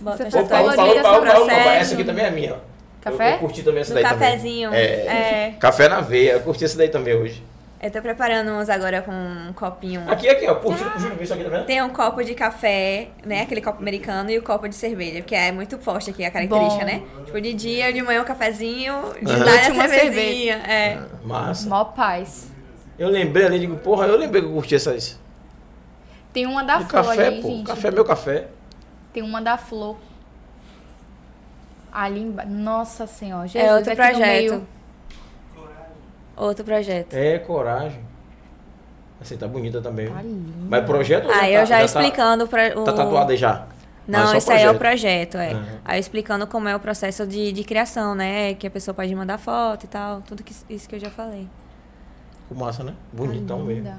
Speaker 3: boto
Speaker 4: Você
Speaker 3: as
Speaker 4: faz
Speaker 2: Opa,
Speaker 4: Colorida,
Speaker 2: opa,
Speaker 3: tatuagens,
Speaker 2: opa,
Speaker 4: seu
Speaker 2: opa, opa,
Speaker 3: processo.
Speaker 2: essa aqui também é a minha. ó.
Speaker 4: Café?
Speaker 2: Eu, eu curti também essa
Speaker 3: Do
Speaker 2: daí
Speaker 3: cafezinho.
Speaker 2: também. É,
Speaker 3: É.
Speaker 2: Café na veia, eu curti essa daí também hoje.
Speaker 3: Eu tô preparando uns agora com um copinho.
Speaker 2: Aqui, aqui, ó, curti, juro, isso aqui, tá vendo?
Speaker 3: Tem um copo de café, né? Aquele copo americano e o copo de cerveja, porque é muito forte aqui a característica,
Speaker 4: Bom. Uhum.
Speaker 3: né? Tipo, de dia, de manhã um cafezinho, de
Speaker 2: Aham.
Speaker 3: tarde
Speaker 4: Uma
Speaker 3: uma cervejinha. É.
Speaker 2: Massa.
Speaker 4: Mó paz.
Speaker 2: Eu lembrei ali, digo, porra, eu lembrei que eu curti essas.
Speaker 4: Tem uma da
Speaker 2: Do
Speaker 4: flor
Speaker 2: café,
Speaker 4: ali,
Speaker 2: pô.
Speaker 4: gente.
Speaker 2: Café é meu café.
Speaker 4: Tem uma da flor. Ali embaixo. Nossa Senhora. Jesus,
Speaker 3: É outro
Speaker 4: aqui no
Speaker 3: projeto.
Speaker 4: meio.
Speaker 3: Outro projeto.
Speaker 2: É coragem. Essa aí tá bonita também.
Speaker 4: Tá
Speaker 2: viu?
Speaker 4: lindo.
Speaker 2: Mas projeto já
Speaker 3: Aí
Speaker 2: tá-
Speaker 3: Ah, eu já,
Speaker 2: tá-
Speaker 3: explicando pra- o.
Speaker 2: Tá tatuada aí já.
Speaker 3: Não,
Speaker 2: isso
Speaker 3: esse aí é o projeto, é.
Speaker 2: Aham.
Speaker 3: Aí eu explicando como é o processo de, de criação, né? Que a pessoa pode mandar foto e tal. Tudo que, isso que eu já falei.
Speaker 2: Ficou massa, né?
Speaker 4: Tá
Speaker 2: Bonitão mesmo.
Speaker 4: linda.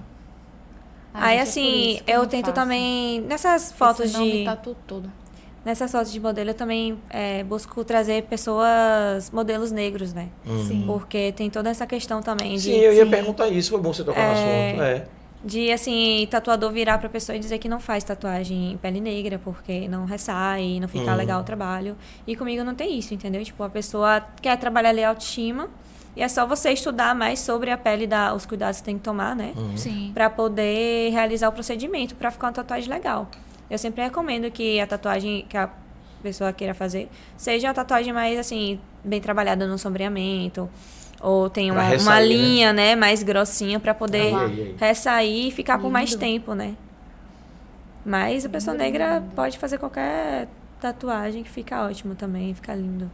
Speaker 4: Ai,
Speaker 3: Aí,
Speaker 4: gente, é por
Speaker 3: assim,
Speaker 4: isso que
Speaker 3: eu
Speaker 4: não
Speaker 3: tento
Speaker 4: faço.
Speaker 3: também. Nessas
Speaker 4: Porque
Speaker 3: fotos
Speaker 4: senão
Speaker 3: de.
Speaker 4: me tatu tá tudo.
Speaker 3: Nessas fotos de modelo, eu também é, busco trazer pessoas, modelos negros, né?
Speaker 2: Hum.
Speaker 4: Sim.
Speaker 3: Porque tem toda essa questão também de.
Speaker 2: Sim, eu ia
Speaker 4: sim.
Speaker 2: perguntar isso. Foi bom você tocar no
Speaker 3: É.
Speaker 2: assunto. É.
Speaker 3: De, assim, tatuador virar pra pessoa e dizer que não faz tatuagem em pele negra, porque não ressai, não fica
Speaker 2: Hum.
Speaker 3: legal o trabalho. E comigo não tem isso, entendeu? Tipo, a pessoa quer trabalhar ali a autoestima e é só você estudar mais sobre a pele, da, os cuidados que tem que tomar, né?
Speaker 1: Uhum.
Speaker 2: Uhum.
Speaker 4: Sim.
Speaker 3: Pra poder realizar o procedimento, pra ficar uma tatuagem legal. Eu sempre recomendo que a tatuagem que a pessoa queira fazer seja uma tatuagem mais assim bem trabalhada no sombreamento. Ou tem
Speaker 2: Pra
Speaker 3: uma,
Speaker 2: ressair,
Speaker 3: uma
Speaker 2: né? Ah,
Speaker 3: linha, né? mais grossinha pra poder
Speaker 2: Ai, ai, ai.
Speaker 3: ressair e ficar por mais
Speaker 4: Lindo.
Speaker 3: tempo, né? Mas a pessoa negra pode fazer qualquer tatuagem que fica ótimo também, fica lindo.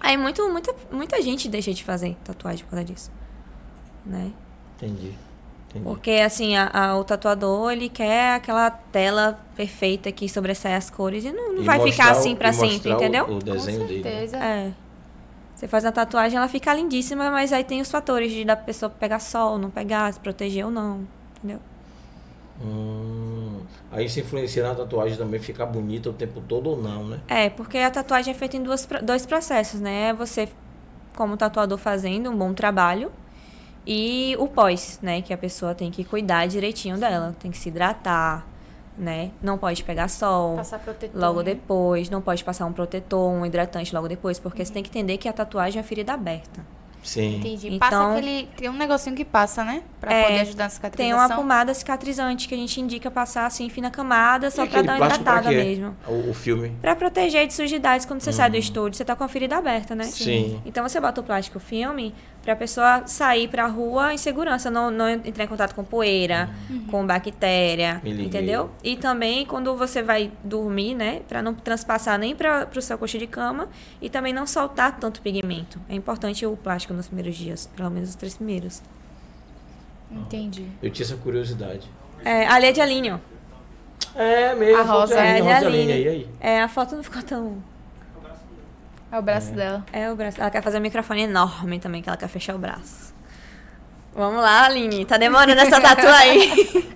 Speaker 3: Aí muito, muita, muita gente deixa de fazer tatuagem por causa disso, né?
Speaker 2: Entendi. Entendi.
Speaker 3: Porque, assim, a- a- o tatuador, ele quer aquela tela perfeita que sobressai as cores e não, não
Speaker 2: E
Speaker 3: vai ficar
Speaker 2: mostrar
Speaker 3: assim
Speaker 2: o-
Speaker 3: pra
Speaker 2: e
Speaker 3: sempre,
Speaker 2: mostrar o-
Speaker 3: entendeu?
Speaker 2: O desenho
Speaker 1: Com
Speaker 2: dele. né?
Speaker 1: certeza.
Speaker 3: É. Você faz a tatuagem, ela fica lindíssima, mas aí tem os fatores de da pessoa pegar sol, não pegar, se proteger ou não, entendeu?
Speaker 2: Hum, aí se influencia na tatuagem também ficar bonita o tempo todo ou não, né?
Speaker 3: É, porque a tatuagem é feita em duas, pro- dois processos, né? Você, como tatuador, fazendo um bom trabalho e o pós, né? Que a pessoa tem que cuidar direitinho dela, tem que se hidratar, né? Não pode pegar sol.
Speaker 4: Passar protetor.
Speaker 3: logo
Speaker 4: né?
Speaker 3: depois, não pode passar um protetor, um hidratante logo depois, porque você tem que entender que a tatuagem é uma ferida aberta.
Speaker 2: Sim.
Speaker 4: Entendi.
Speaker 3: Então-
Speaker 4: Passa aquele. Tem um negocinho que passa, né? Pra
Speaker 3: É,
Speaker 4: poder ajudar na
Speaker 3: Tem uma
Speaker 4: cicatrização.
Speaker 3: pomada cicatrizante que a gente indica passar assim fina camada,
Speaker 2: E
Speaker 3: só pra
Speaker 2: aquele
Speaker 3: dar uma
Speaker 2: plástico pra
Speaker 3: hidratada
Speaker 2: quê?
Speaker 3: mesmo.
Speaker 2: O, o filme.
Speaker 3: Pra proteger de sujidades quando você sai do estúdio, você tá com a ferida aberta, né?
Speaker 2: Uhum. Sim.
Speaker 3: Então você bota o plástico filme pra pessoa sair pra rua em segurança, não, não entrar em contato com poeira, com bactéria,
Speaker 2: Me liguei.
Speaker 3: entendeu? E também quando você vai dormir, né, Pra não transpassar nem para pro seu coxo de cama e também não soltar tanto pigmento. É importante o plástico nos primeiros dias, pelo menos os três primeiros.
Speaker 4: Entendi.
Speaker 2: Eu tinha essa curiosidade.
Speaker 3: É, a Lei de Alinho.
Speaker 2: É mesmo.
Speaker 4: A Rosa,
Speaker 2: Rosalina,
Speaker 3: é, de
Speaker 2: Rosalina,
Speaker 3: Aline.
Speaker 2: e aí?
Speaker 3: É, a foto não ficou tão.
Speaker 4: É o braço dela.
Speaker 3: É o braço. Ela quer fazer um microfone enorme também, que ela quer fechar o braço. Vamos lá, Aline. Tá demorando
Speaker 4: [laughs]
Speaker 3: essa tatu aí.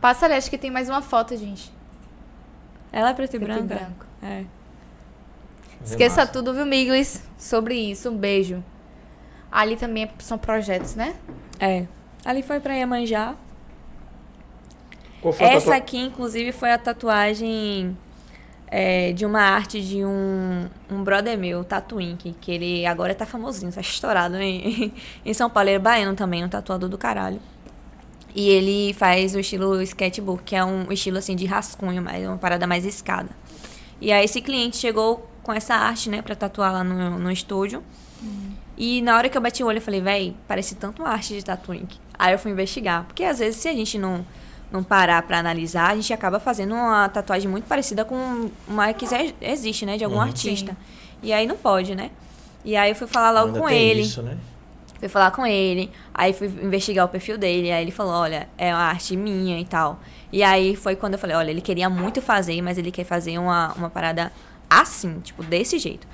Speaker 4: Passa ali, acho que tem mais uma foto, gente.
Speaker 3: Ela é preta e
Speaker 4: Preto e
Speaker 3: branca?
Speaker 4: branco.
Speaker 3: É.
Speaker 4: Esqueça
Speaker 2: massa.
Speaker 4: tudo, viu, Miglis? Sobre isso. Um beijo. Ali também é- são projetos, né?
Speaker 3: É. Ali foi pra Iemanjá.
Speaker 2: Qual foi a
Speaker 3: Essa
Speaker 2: tatua-
Speaker 3: aqui, inclusive, foi a tatuagem é, de uma arte de um, um brother meu, o Tatu Ink, que ele agora tá famosinho, tá estourado em, [laughs] em São Paulo. Ele é baiano também, um tatuador do caralho. E ele faz o estilo sketchbook, que é um estilo assim de rascunho, mas é uma parada mais escada. E aí esse cliente chegou com essa arte, né, pra tatuar lá no, no estúdio. E na hora que eu bati o olho, eu falei, véi, parece tanto uma arte de Tatu Ink. Aí eu fui investigar, porque às vezes se a gente não, não parar pra analisar, a gente acaba fazendo uma tatuagem muito parecida com uma que já existe, né, de
Speaker 2: Uhum.
Speaker 3: algum artista. E aí não pode, né? E aí eu fui falar logo
Speaker 2: Ainda
Speaker 3: com
Speaker 2: tem
Speaker 3: ele.
Speaker 2: Isso, né?
Speaker 3: Fui falar com ele, aí fui investigar o perfil dele, aí ele falou, olha, é uma arte minha e tal. E aí foi quando eu falei, olha, ele queria muito fazer, mas ele quer fazer uma, uma parada assim, tipo, desse jeito.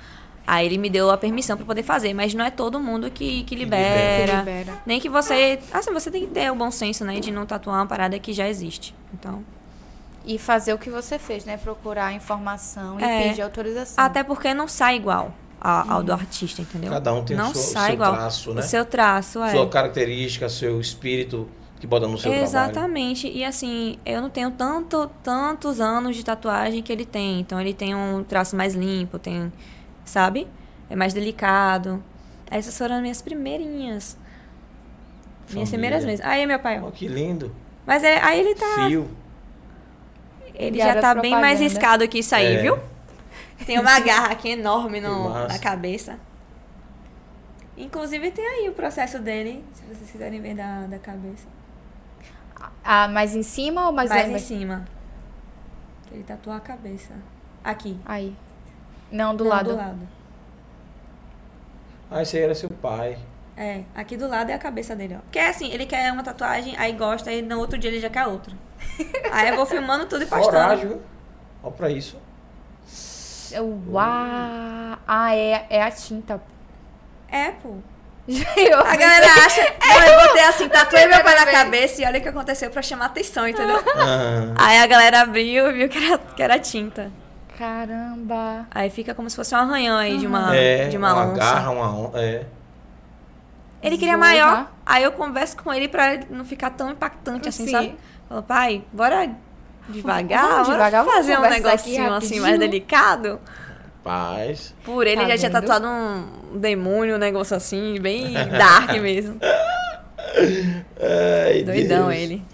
Speaker 3: Aí ele me deu a permissão pra poder fazer, mas não é todo mundo que, que libera.
Speaker 4: Que libera.
Speaker 3: Nem que você. Assim, você tem que ter o bom senso, né? De não tatuar uma parada que já existe. Então.
Speaker 4: E fazer o que você fez, né? Procurar informação e
Speaker 3: É.
Speaker 4: pedir autorização.
Speaker 3: Até porque não sai igual a- ao do artista, entendeu?
Speaker 2: Cada um tem o
Speaker 3: não
Speaker 2: seu- o
Speaker 3: sai
Speaker 2: seu
Speaker 3: igual.
Speaker 2: traço, né?
Speaker 3: O seu traço, é.
Speaker 2: Sua característica, seu espírito que bota no seu trabalho.
Speaker 3: Exatamente. E assim, eu não tenho tanto, tantos anos de tatuagem que ele tem. Então ele tem um traço mais limpo, tem, sabe? É mais delicado. Essas foram as minhas primeirinhas.
Speaker 2: Família.
Speaker 3: Minhas primeiras mesmo. Aí meu pai, ó.
Speaker 2: Ó, que lindo.
Speaker 3: Mas é, aí ele tá.
Speaker 2: Fio.
Speaker 3: Ele
Speaker 4: Garota
Speaker 3: já tá bem mais
Speaker 4: propaganda.
Speaker 3: riscado que isso aí,
Speaker 2: É.
Speaker 3: viu? Tem uma garra aqui
Speaker 2: [laughs]
Speaker 3: enorme
Speaker 2: Que
Speaker 3: no,
Speaker 2: massa.
Speaker 3: na cabeça. Inclusive tem aí o processo dele, se vocês quiserem ver da, da cabeça.
Speaker 4: Ah, mais em cima ou mais, lá
Speaker 1: é,
Speaker 3: mais em
Speaker 4: embaixo?
Speaker 3: cima. Que ele tatuou a cabeça. Aqui.
Speaker 4: Aí. Não, do
Speaker 3: Não,
Speaker 4: lado.
Speaker 3: Do lado.
Speaker 2: Ah, esse aí era seu pai.
Speaker 3: É, aqui do lado é a cabeça dele, ó. Porque é assim, ele quer uma tatuagem, aí gosta, aí no outro dia ele já
Speaker 4: [laughs]
Speaker 3: quer outra. aí eu vou filmando tudo e postando.
Speaker 2: Coragem, viu? Ó pra
Speaker 3: [laughs]
Speaker 2: isso.
Speaker 4: Uau! Ah, é, é a tinta.
Speaker 3: É, pô.
Speaker 4: [laughs] Eu
Speaker 3: A galera acha. Não,
Speaker 4: [laughs]
Speaker 3: eu botei assim, tatuei meu pai na
Speaker 4: Primeira vez.
Speaker 3: cabeça e olha o que aconteceu pra chamar atenção, entendeu?
Speaker 2: Ah,
Speaker 3: Aí a galera abriu e viu que era, que era tinta.
Speaker 4: Caramba!
Speaker 3: Aí fica como se fosse um arranhão aí de uma,
Speaker 2: é,
Speaker 3: de uma,
Speaker 2: uma
Speaker 3: onça.
Speaker 2: garra, uma onça. É.
Speaker 3: Ele queria
Speaker 4: Zorra.
Speaker 3: maior. Aí eu converso com ele pra ele não ficar tão impactante assim,
Speaker 4: Sim.
Speaker 3: sabe? Falo, pai, bora devagar,
Speaker 4: Vamos
Speaker 3: bora
Speaker 4: devagar, vamos
Speaker 3: fazer um
Speaker 4: conversar aqui
Speaker 3: negocinho assim
Speaker 4: rapidinho."
Speaker 3: mais delicado.
Speaker 2: Paz.
Speaker 3: Por ele,
Speaker 4: Tá
Speaker 3: ele já tinha
Speaker 4: vendo?
Speaker 3: tatuado um demônio, um negócio assim, bem dark mesmo.
Speaker 2: Ai,
Speaker 3: Doidão
Speaker 2: Deus.
Speaker 3: ele.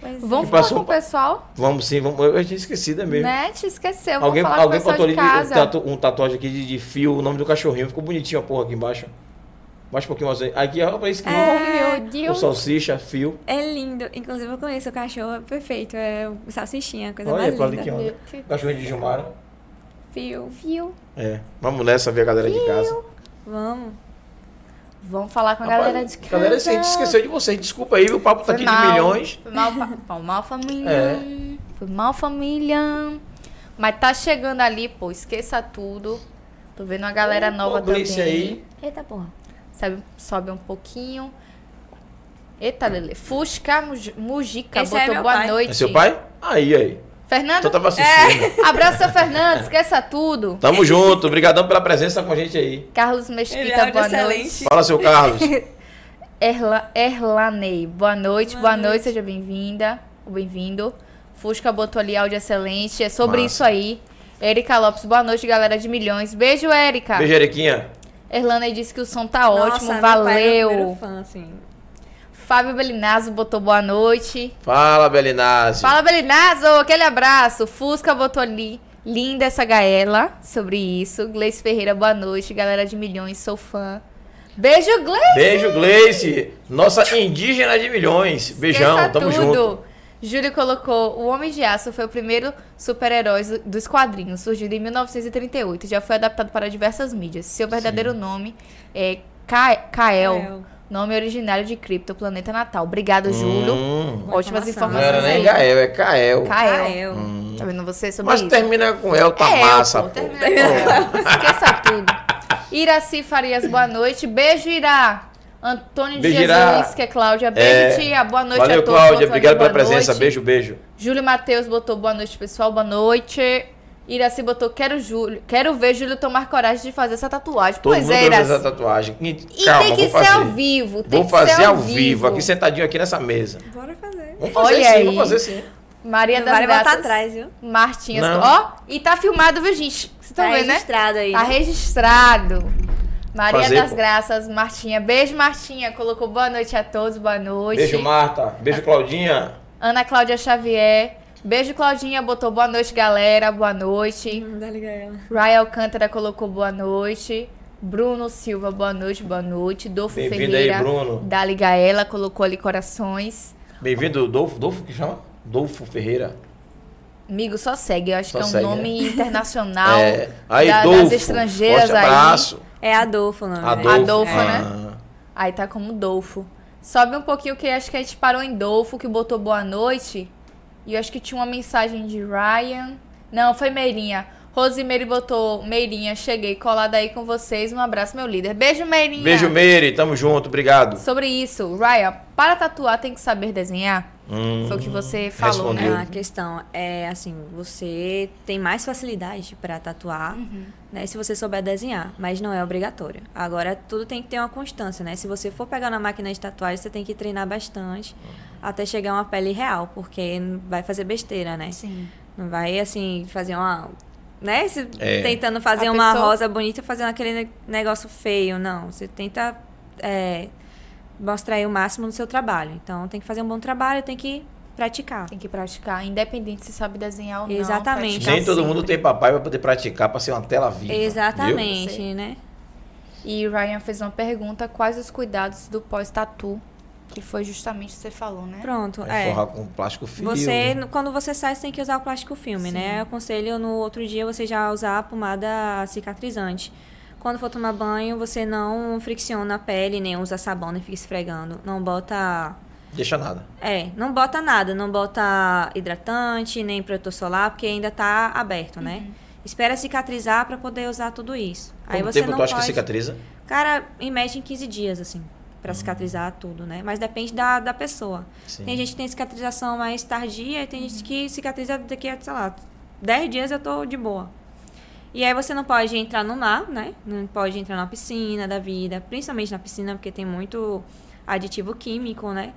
Speaker 1: Pois é. Vamos
Speaker 2: E
Speaker 1: falar
Speaker 2: passou
Speaker 1: com o
Speaker 2: pa-
Speaker 1: pessoal,
Speaker 2: Vamos sim, vamos. Eu tinha esquecido é mesmo.
Speaker 1: né? Te esqueceu. Vamos
Speaker 2: Alguém,
Speaker 1: falar
Speaker 2: alguém
Speaker 1: com o
Speaker 2: botou
Speaker 1: pessoal de
Speaker 2: ali de-
Speaker 1: casa.
Speaker 2: tatu- um tatuagem aqui de, de fio, o nome do cachorrinho. Ficou bonitinho a porra aqui embaixo. Mais um pouquinho mais aí. Aqui, ó, pra isso que
Speaker 1: Oh, meu
Speaker 2: O
Speaker 1: Deus.
Speaker 2: salsicha, fio.
Speaker 3: É lindo. Inclusive, eu conheço o cachorro, é perfeito. É o salsichinha, a coisa
Speaker 2: Olha,
Speaker 3: mais
Speaker 2: pra ali
Speaker 3: linda.
Speaker 2: que
Speaker 1: Meu
Speaker 2: onda.
Speaker 1: Deus.
Speaker 2: Cachorrinho de Jumara.
Speaker 3: Fio.
Speaker 1: Fio.
Speaker 2: É. Vamos nessa, ver a galera de casa.
Speaker 3: Vamos.
Speaker 1: Vamos falar com a galera de casa.
Speaker 2: Rapaz, Galera, é a gente esqueceu de vocês. Desculpa aí, o papo tá
Speaker 1: Foi
Speaker 2: aqui de
Speaker 1: mal.
Speaker 2: milhões.
Speaker 1: Foi mal, fa- foi mal família.
Speaker 2: É.
Speaker 1: Foi mal família. Mas tá chegando ali, pô, esqueça tudo. Tô vendo uma galera nova
Speaker 2: Ô, Gleice
Speaker 1: também.
Speaker 2: aí.
Speaker 3: Eita porra.
Speaker 1: Sabe, sobe um pouquinho. Eita, Lele. Fusca Muj- Mujica
Speaker 3: Esse é
Speaker 1: botou
Speaker 3: meu
Speaker 1: boa
Speaker 3: pai.
Speaker 1: noite.
Speaker 2: É seu pai? Aí, aí.
Speaker 1: Fernando?
Speaker 2: Só
Speaker 1: É.
Speaker 2: tava assistindo.
Speaker 1: Abraço, seu Fernando. Esqueça tudo.
Speaker 2: Tamo junto. Obrigadão pela presença tá com a
Speaker 1: [laughs]
Speaker 2: gente aí.
Speaker 1: Carlos
Speaker 3: Ele
Speaker 1: Mesquita,
Speaker 3: é
Speaker 1: boa noite.
Speaker 3: excelente.
Speaker 2: Fala, seu Carlos.
Speaker 1: Erla, Erlanei, boa noite, boa,
Speaker 3: Boa
Speaker 1: noite.
Speaker 3: noite.
Speaker 1: seja bem-vinda, ou bem-vindo. Fusca botou ali áudio excelente, é sobre
Speaker 2: Massa.
Speaker 1: isso aí. Erika Lopes, boa noite, galera de milhões. Beijo, Erika.
Speaker 2: Beijo, Eriquinha.
Speaker 1: Erlanei disse que o som tá ótimo,
Speaker 3: Nossa, Meu pai era o
Speaker 1: valeu.
Speaker 3: primeiro fã, assim.
Speaker 1: Fábio Belinazzo botou boa noite.
Speaker 2: Fala, Belinazzi.
Speaker 1: Fala, Belinazzo, aquele abraço. Fusca botou ali, linda essa gaela, sobre isso. Gleice Ferreira, boa noite, galera de milhões, sou fã. Beijo, Gleice.
Speaker 2: Beijo, Gleice. Nossa indígena de milhões. Beijão,
Speaker 1: Esqueça
Speaker 2: tamo
Speaker 1: tudo.
Speaker 2: junto.
Speaker 1: Júlio colocou: O Homem de Aço foi o primeiro super-herói do- dos quadrinhos, surgido em 1938. Já foi adaptado para diversas mídias. Seu verdadeiro nome é Ka Kael,
Speaker 3: Kael.
Speaker 1: nome originário de Cripto, planeta natal. Obrigado, Júlio.
Speaker 2: Hum,
Speaker 1: Ótimas
Speaker 3: informação.
Speaker 2: não
Speaker 1: informações.
Speaker 2: era nem
Speaker 1: aí.
Speaker 2: Gael, é Cael.
Speaker 1: Kael.
Speaker 3: Ah, eu.
Speaker 1: Tá vendo você sobre
Speaker 2: Mas
Speaker 1: isso?
Speaker 2: termina com El, tá
Speaker 1: É,
Speaker 2: massa,
Speaker 1: pô,
Speaker 2: pô.
Speaker 1: termina com El. [laughs] Esqueça tudo. Iraci Farias, boa noite. Beijo, Irá. Antônio de
Speaker 2: Beijo,
Speaker 1: Jesus,
Speaker 2: Irá.
Speaker 1: que é Cláudia.
Speaker 2: É.
Speaker 1: Beijo, tia. Boa noite a
Speaker 2: Valeu,
Speaker 1: todos. Boa
Speaker 2: Cláudia. Obrigado pela
Speaker 1: noite.
Speaker 2: presença. Beijo, beijo.
Speaker 1: Júlio Matheus botou boa noite, pessoal. Boa noite. Iraci botou quero Júlio. Quero ver Júlio tomar coragem de fazer essa tatuagem.
Speaker 2: Todo
Speaker 1: pois
Speaker 2: mundo
Speaker 1: é,
Speaker 2: deu
Speaker 1: Iraci.
Speaker 2: essa tatuagem. E,
Speaker 1: E
Speaker 2: calma,
Speaker 1: tem que
Speaker 2: vou
Speaker 1: ser
Speaker 2: fazer.
Speaker 1: ao vivo. Tem
Speaker 2: Vou
Speaker 1: que ser
Speaker 2: fazer ao vivo, aqui sentadinho aqui nessa mesa.
Speaker 3: Bora fazer.
Speaker 2: Vamos fazer
Speaker 1: Olha
Speaker 2: sim,
Speaker 1: aí.
Speaker 2: vamos fazer sim.
Speaker 1: Maria
Speaker 3: Não
Speaker 1: das
Speaker 3: vale
Speaker 1: Graças.
Speaker 3: voltar atrás, viu?
Speaker 1: Martinhas.
Speaker 2: Não.
Speaker 1: Ó, e tá filmado, viu, gente? Vocês estão
Speaker 3: tá
Speaker 1: vendo, né?
Speaker 3: registrado aí.
Speaker 1: Tá registrado. Maria
Speaker 2: Fazer,
Speaker 1: das
Speaker 2: pô.
Speaker 1: Graças, Martinha. Beijo, Martinha. Colocou boa noite a todos, boa noite.
Speaker 2: Beijo, Marta. Beijo, Claudinha.
Speaker 1: Ana Cláudia Xavier. Beijo, Claudinha. Botou boa noite, galera. Boa noite.
Speaker 3: Hum, Dá liga a ela.
Speaker 1: Ryan Alcântara colocou boa noite. Bruno Silva, boa noite, boa noite. Dolfo
Speaker 2: Bem-vindo aí,
Speaker 1: Ferreira.
Speaker 2: Bruno.
Speaker 1: Dali Gaela colocou ali corações.
Speaker 2: Bem-vindo, Dolfo. Dolfo que chama? Dolfo Ferreira.
Speaker 1: Amigo, só segue. Eu acho
Speaker 2: Só
Speaker 1: que é um
Speaker 2: segue, né?
Speaker 1: nome internacional
Speaker 2: [laughs] É. Aí,
Speaker 1: da-
Speaker 2: Dolfo.
Speaker 1: das estrangeiras
Speaker 2: forte
Speaker 1: aí.
Speaker 2: abraço.
Speaker 3: É Adolfo o nome. né?
Speaker 2: Adolfo. Ah.
Speaker 1: Adolfo,
Speaker 3: É.
Speaker 1: né? Aí tá como Dolfo. Sobe um pouquinho que acho que a gente parou em Dolfo, que botou boa noite. E eu acho que tinha uma mensagem de Ryan. Não, foi Meirinha. Rosimeire botou, Meirinha, cheguei colada aí com vocês. Um abraço, meu líder. Beijo, Meirinha.
Speaker 2: Beijo, Meire. Tamo junto. Obrigado.
Speaker 1: Sobre isso, Ryan, para tatuar tem que saber desenhar?
Speaker 2: Hum,
Speaker 1: Foi o que você falou,
Speaker 2: respondeu.
Speaker 1: né?
Speaker 3: A questão é assim, você tem mais facilidade pra tatuar,
Speaker 1: Uhum.
Speaker 3: né, se você souber desenhar, mas não é obrigatório. Agora tudo tem que ter uma constância, né? Se você for pegar na máquina de tatuagem, você tem que treinar bastante até chegar a uma pele real, porque não vai fazer besteira, né?
Speaker 1: Sim.
Speaker 3: Não vai assim fazer uma, né, se
Speaker 2: É.
Speaker 3: tentando fazer
Speaker 1: A
Speaker 3: uma
Speaker 1: pessoa-
Speaker 3: rosa bonita, fazendo aquele ne- negócio feio, não. Você tenta é, mostrar aí o máximo no seu trabalho. Então tem que fazer um bom trabalho, tem que praticar.
Speaker 1: Tem que praticar, independente se sabe desenhar ou não.
Speaker 3: Exatamente.
Speaker 1: praticar
Speaker 2: Nem todo
Speaker 1: sempre.
Speaker 2: mundo tem papai pra poder praticar, pra ser uma tela viva. viu?
Speaker 3: Exatamente, né?
Speaker 1: E Ryan fez uma pergunta: quais os cuidados do pós-tatu? Que foi justamente o que você falou, né?
Speaker 3: Pronto,
Speaker 2: Vai
Speaker 3: é.
Speaker 2: forrar com um plástico fio. né?
Speaker 3: Você, quando você sai, você tem que usar o plástico filme, né? Eu aconselho no outro dia você já usar a pomada cicatrizante. Quando for tomar banho, você não fricciona a pele, nem usa sabão, nem fica esfregando. Não bota
Speaker 2: Deixa nada.
Speaker 3: É, não bota nada, não bota hidratante, nem protetor solar, porque ainda tá aberto, né? Espera cicatrizar pra poder usar tudo isso. Aí
Speaker 2: Quanto
Speaker 3: você
Speaker 2: tempo
Speaker 3: não
Speaker 2: tu acha
Speaker 3: pode-
Speaker 2: que cicatriza? Hum.
Speaker 3: Cara, em média em 15 dias, assim, pra cicatrizar tudo, né? Mas depende da, da pessoa.
Speaker 2: Sim.
Speaker 3: Tem gente que tem cicatrização mais tardia e tem gente que cicatriza daqui a, sei lá, 10 dias eu tô de boa. E aí você não pode entrar no mar, né? Não pode entrar na piscina da vida, principalmente na piscina, porque tem muito aditivo químico, né?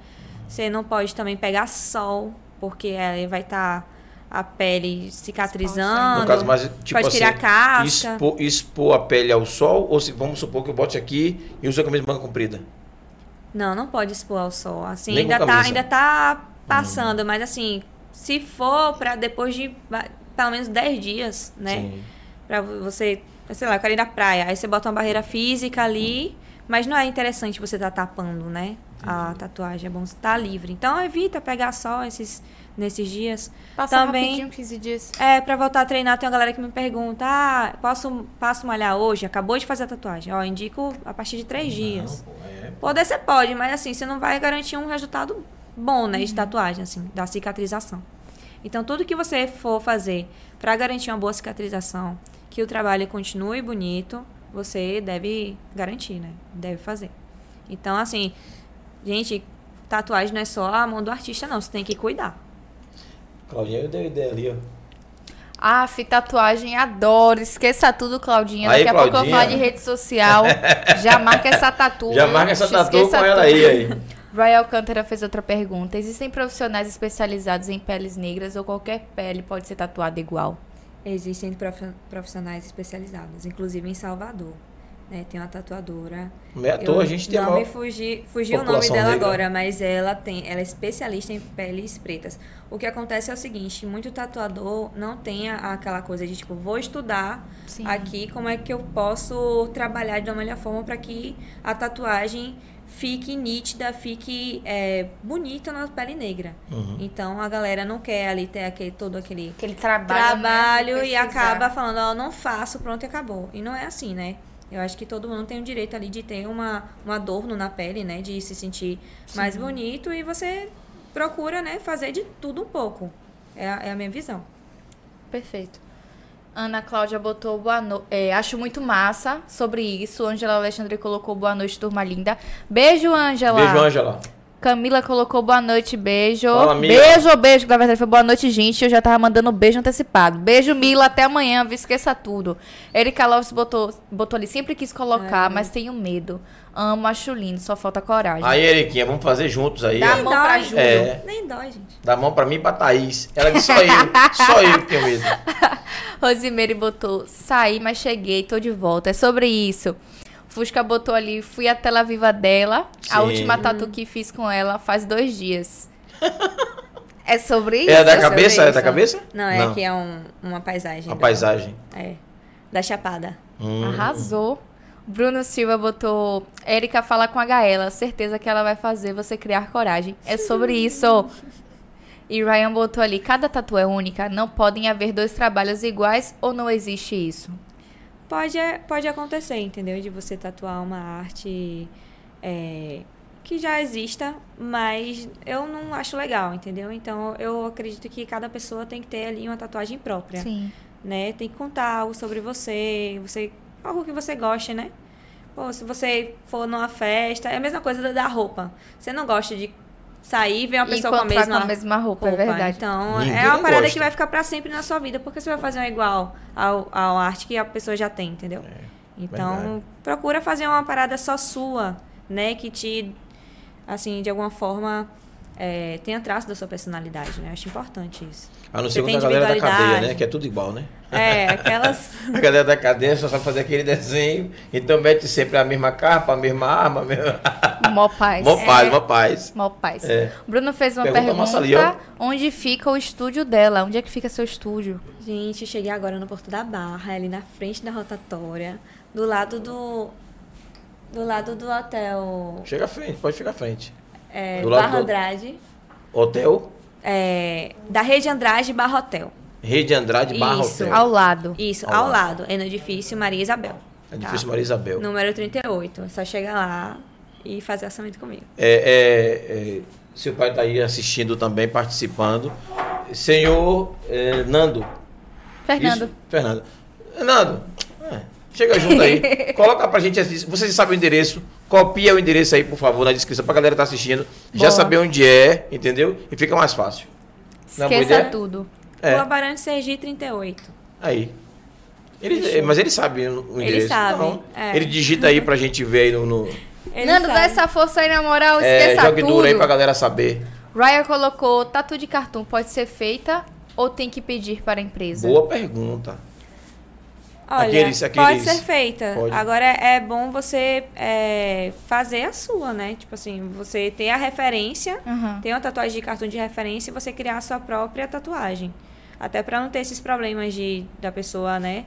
Speaker 3: Você não pode também pegar sol, porque aí vai estar a pele cicatrizando.
Speaker 2: No caso, mas tipo
Speaker 3: pode tirar
Speaker 2: assim,
Speaker 3: casca.
Speaker 2: Expor, expor a pele ao sol, ou se vamos supor que eu bote aqui e uso a camisa de manga comprida.
Speaker 3: Não, não pode expor ao sol. Assim,
Speaker 2: Nem com
Speaker 3: ainda tá,
Speaker 2: camisa. Hum.
Speaker 3: ainda tá passando, mas assim, se for pra depois de va- pelo menos 10 dias, né?
Speaker 2: Sim.
Speaker 3: Pra vo- você, sei lá, eu quero ir na praia. Aí você bota uma barreira física ali, mas não é interessante você estar tapando, né?
Speaker 2: Uhum.
Speaker 3: A tatuagem é bom estar livre. Então evita pegar sol esses, nesses dias.
Speaker 1: Passar
Speaker 3: Também
Speaker 1: rapidinho 15 dias.
Speaker 3: é, pra voltar a treinar, tem uma galera que me pergunta: ah, posso, posso malhar hoje? Acabou de fazer a tatuagem. Ó, indico a partir de três dias.
Speaker 2: Não, pô, é.
Speaker 3: Poder você pode, mas assim, você não vai garantir um resultado bom, né, de tatuagem, assim, da cicatrização. Então, tudo que você for fazer pra garantir uma boa cicatrização, que o trabalho continue bonito, você deve garantir, né? Deve fazer. Então, assim, gente, tatuagem não é só a mão do artista, não. Você tem que cuidar.
Speaker 2: Claudinha, eu dei ideia ali, ó.
Speaker 1: Aff, tatuagem, adoro. Esqueça tudo, Claudinha.
Speaker 2: Aí,
Speaker 1: Daqui a pouco eu
Speaker 2: Claudinha.
Speaker 1: falo de rede
Speaker 2: [laughs]
Speaker 1: social. Já marca essa tatu.
Speaker 2: Já marca essa
Speaker 1: gente.
Speaker 2: tatu com
Speaker 1: Esqueça
Speaker 2: ela
Speaker 1: tudo.
Speaker 2: aí, aí.
Speaker 1: Roy Alcântara fez outra pergunta. Existem profissionais especializados em peles negras ou qualquer pele pode ser tatuada igual?
Speaker 3: Existem prof- profissionais especializados, inclusive em Salvador. né? Tem uma tatuadora.
Speaker 2: Não é à toa, a gente tem
Speaker 3: não
Speaker 2: uma...
Speaker 3: me fugi, fugiu o nome
Speaker 2: população
Speaker 3: dela
Speaker 2: negra.
Speaker 3: agora, mas ela tem, ela é especialista em peles pretas. O que acontece é o seguinte, muito tatuador não tem a- aquela coisa de tipo, vou estudar
Speaker 1: Sim.
Speaker 3: aqui como é que eu posso trabalhar de uma melhor forma para que a tatuagem fique nítida, fique é, bonita na pele negra.
Speaker 2: Uhum.
Speaker 3: Então a galera não quer ali ter aquele, todo aquele
Speaker 1: Aquele trabalho. né,
Speaker 3: trabalho
Speaker 1: de
Speaker 3: e
Speaker 1: pesquisar.
Speaker 3: acaba falando, ó, não faço, pronto e acabou. E não é assim, né? Eu acho que todo mundo tem o direito ali de ter uma, um adorno na pele, né? De se sentir mais bonito e você procura, né, fazer de tudo um pouco. É a, é a minha visão.
Speaker 1: Perfeito. Ana Cláudia botou boa noite. acho muito massa sobre isso. Ângela Alexandre colocou boa noite, turma linda. Beijo, Ângela.
Speaker 2: Beijo, Ângela.
Speaker 1: Camila colocou boa noite, beijo.
Speaker 2: Fala, Mila.
Speaker 1: beijo, beijo, que na verdade foi boa noite, gente. Eu já tava mandando um beijo antecipado. Beijo, Mila, até amanhã, viu? Esqueça tudo. Erika Lopes botou, botou ali, sempre quis colocar, mas tenho medo. Amo, acho lindo, só falta coragem.
Speaker 2: Aí, Eriquinha, vamos fazer juntos aí.
Speaker 1: Dá
Speaker 2: ó.
Speaker 1: a mão pra Júlio.
Speaker 2: É.
Speaker 3: Nem dói, gente.
Speaker 2: Dá a mão pra mim e pra Thaís. Ela disse só eu. Só eu que tenho
Speaker 3: [laughs]
Speaker 2: medo.
Speaker 1: Rosimeire botou, saí, mas cheguei, tô de volta. É sobre isso. Fusca botou ali, fui à Tel Aviv dela. A
Speaker 2: Sim.
Speaker 1: última tatu que fiz com ela faz dois dias. [laughs] é sobre isso?
Speaker 2: É da
Speaker 1: sobre
Speaker 2: cabeça? É da
Speaker 1: isso.
Speaker 2: cabeça?
Speaker 3: Não, é que é um- uma paisagem.
Speaker 2: A
Speaker 3: da-
Speaker 2: paisagem.
Speaker 3: É. Da Chapada.
Speaker 2: Hum.
Speaker 1: Arrasou. Bruno Silva botou. Érica fala com a Gaela. Certeza que ela vai fazer você criar coragem. É sobre isso. E Ryan botou ali: cada tatu é única, não podem haver dois trabalhos iguais ou não existe isso.
Speaker 3: pode, pode acontecer, entendeu? De você tatuar uma arte é, que já exista, mas eu não acho legal, entendeu? Então eu acredito que cada pessoa tem que ter ali uma tatuagem própria,
Speaker 1: Sim.
Speaker 3: né? Tem que contar algo sobre você, você algo que você goste, né? Pô, se você for numa festa, é a mesma coisa da, da roupa. Você não gosta de sair e ver É uma
Speaker 1: E
Speaker 3: pessoa com a
Speaker 1: encontrar
Speaker 3: mesma
Speaker 1: com a mesma roupa,
Speaker 3: Opa,
Speaker 1: é verdade.
Speaker 3: Então,
Speaker 2: Ninguém
Speaker 3: é uma parada
Speaker 2: gosta.
Speaker 3: que vai ficar pra sempre na sua vida, porque você vai fazer uma igual ao, ao arte que a pessoa já tem, entendeu? então,
Speaker 2: É, verdade.
Speaker 3: procura fazer uma parada só sua, né? Que te, assim, de alguma forma, é, tenha traço da sua personalidade, né? Acho importante isso.
Speaker 2: A não
Speaker 3: Você
Speaker 2: ser quando
Speaker 3: tem
Speaker 2: a galera da cadeia, né?
Speaker 3: individualidade.
Speaker 2: Que é tudo igual, né? [laughs]
Speaker 3: É, aquelas...
Speaker 2: A galera da cadeia só sabe fazer aquele desenho. Então mete sempre a mesma capa, a mesma arma. a mesma-
Speaker 1: Mó paz.
Speaker 2: Mó paz,
Speaker 3: É.
Speaker 2: mó paz.
Speaker 1: Mó paz.
Speaker 2: É.
Speaker 1: Bruno fez uma
Speaker 2: Pergunta
Speaker 1: pergunta:
Speaker 2: massa ali, ó.
Speaker 1: onde fica o estúdio dela? Onde é que fica seu estúdio?
Speaker 3: Gente, cheguei agora no Porto da Barra, é ali na frente da rotatória, do lado do... Do lado do hotel
Speaker 2: Chega à frente, pode chegar à frente.
Speaker 3: é,
Speaker 2: Do lado
Speaker 3: Barra
Speaker 2: do-
Speaker 3: Andrade,
Speaker 2: Hotel,
Speaker 3: é, da Rede Andrade Barra Hotel.
Speaker 2: Rede Andrade, Barra
Speaker 3: Isso.
Speaker 2: Hotel.
Speaker 1: Ao lado.
Speaker 3: Isso,
Speaker 2: Ao
Speaker 3: ao, lado. é no edifício Maria Isabel. tá?
Speaker 2: É difícil Maria Isabel.
Speaker 3: Número 38. É só chegar lá e fazer orçamento comigo.
Speaker 2: É, é, é, seu pai está aí assistindo também, participando. Senhor é, Nando.
Speaker 1: Fernando.
Speaker 2: Isso? Fernando. Nando, é, chega
Speaker 1: [laughs]
Speaker 2: junto aí. coloca pra gente. esse- Vocês sabem o endereço. Copia o endereço aí, por favor, na descrição, pra galera que tá assistindo. Já
Speaker 1: Boa.
Speaker 2: saber onde é, entendeu? E fica mais fácil. Não é boa
Speaker 1: Esqueça
Speaker 2: ideia?
Speaker 1: tudo.
Speaker 2: É,
Speaker 3: Rua Barão de Sergi 38.
Speaker 2: aí. Ele- mas ele sabe o endereço.
Speaker 3: sabe,
Speaker 2: Não.
Speaker 3: é.
Speaker 2: Ele digita aí pra gente ver aí no. no
Speaker 3: Ele
Speaker 1: Nando,
Speaker 3: sabe.
Speaker 1: dá essa força aí na moral.
Speaker 2: é,
Speaker 1: Esqueça
Speaker 2: jogue
Speaker 1: tudo.
Speaker 2: duro aí pra galera saber.
Speaker 1: Raya colocou, tatu de cartoon pode ser feita ou tem que pedir para a empresa?
Speaker 2: Boa pergunta.
Speaker 3: Olha,
Speaker 2: Aqueles,
Speaker 3: pode
Speaker 2: aqueles.
Speaker 3: ser feita.
Speaker 2: Pode.
Speaker 3: Agora é bom você é, fazer a sua, né? Tipo assim, você ter a referência,
Speaker 4: Uhum.
Speaker 3: ter uma tatuagem de cartão de referência e você criar a sua própria tatuagem. Até pra não ter esses problemas de da pessoa, né?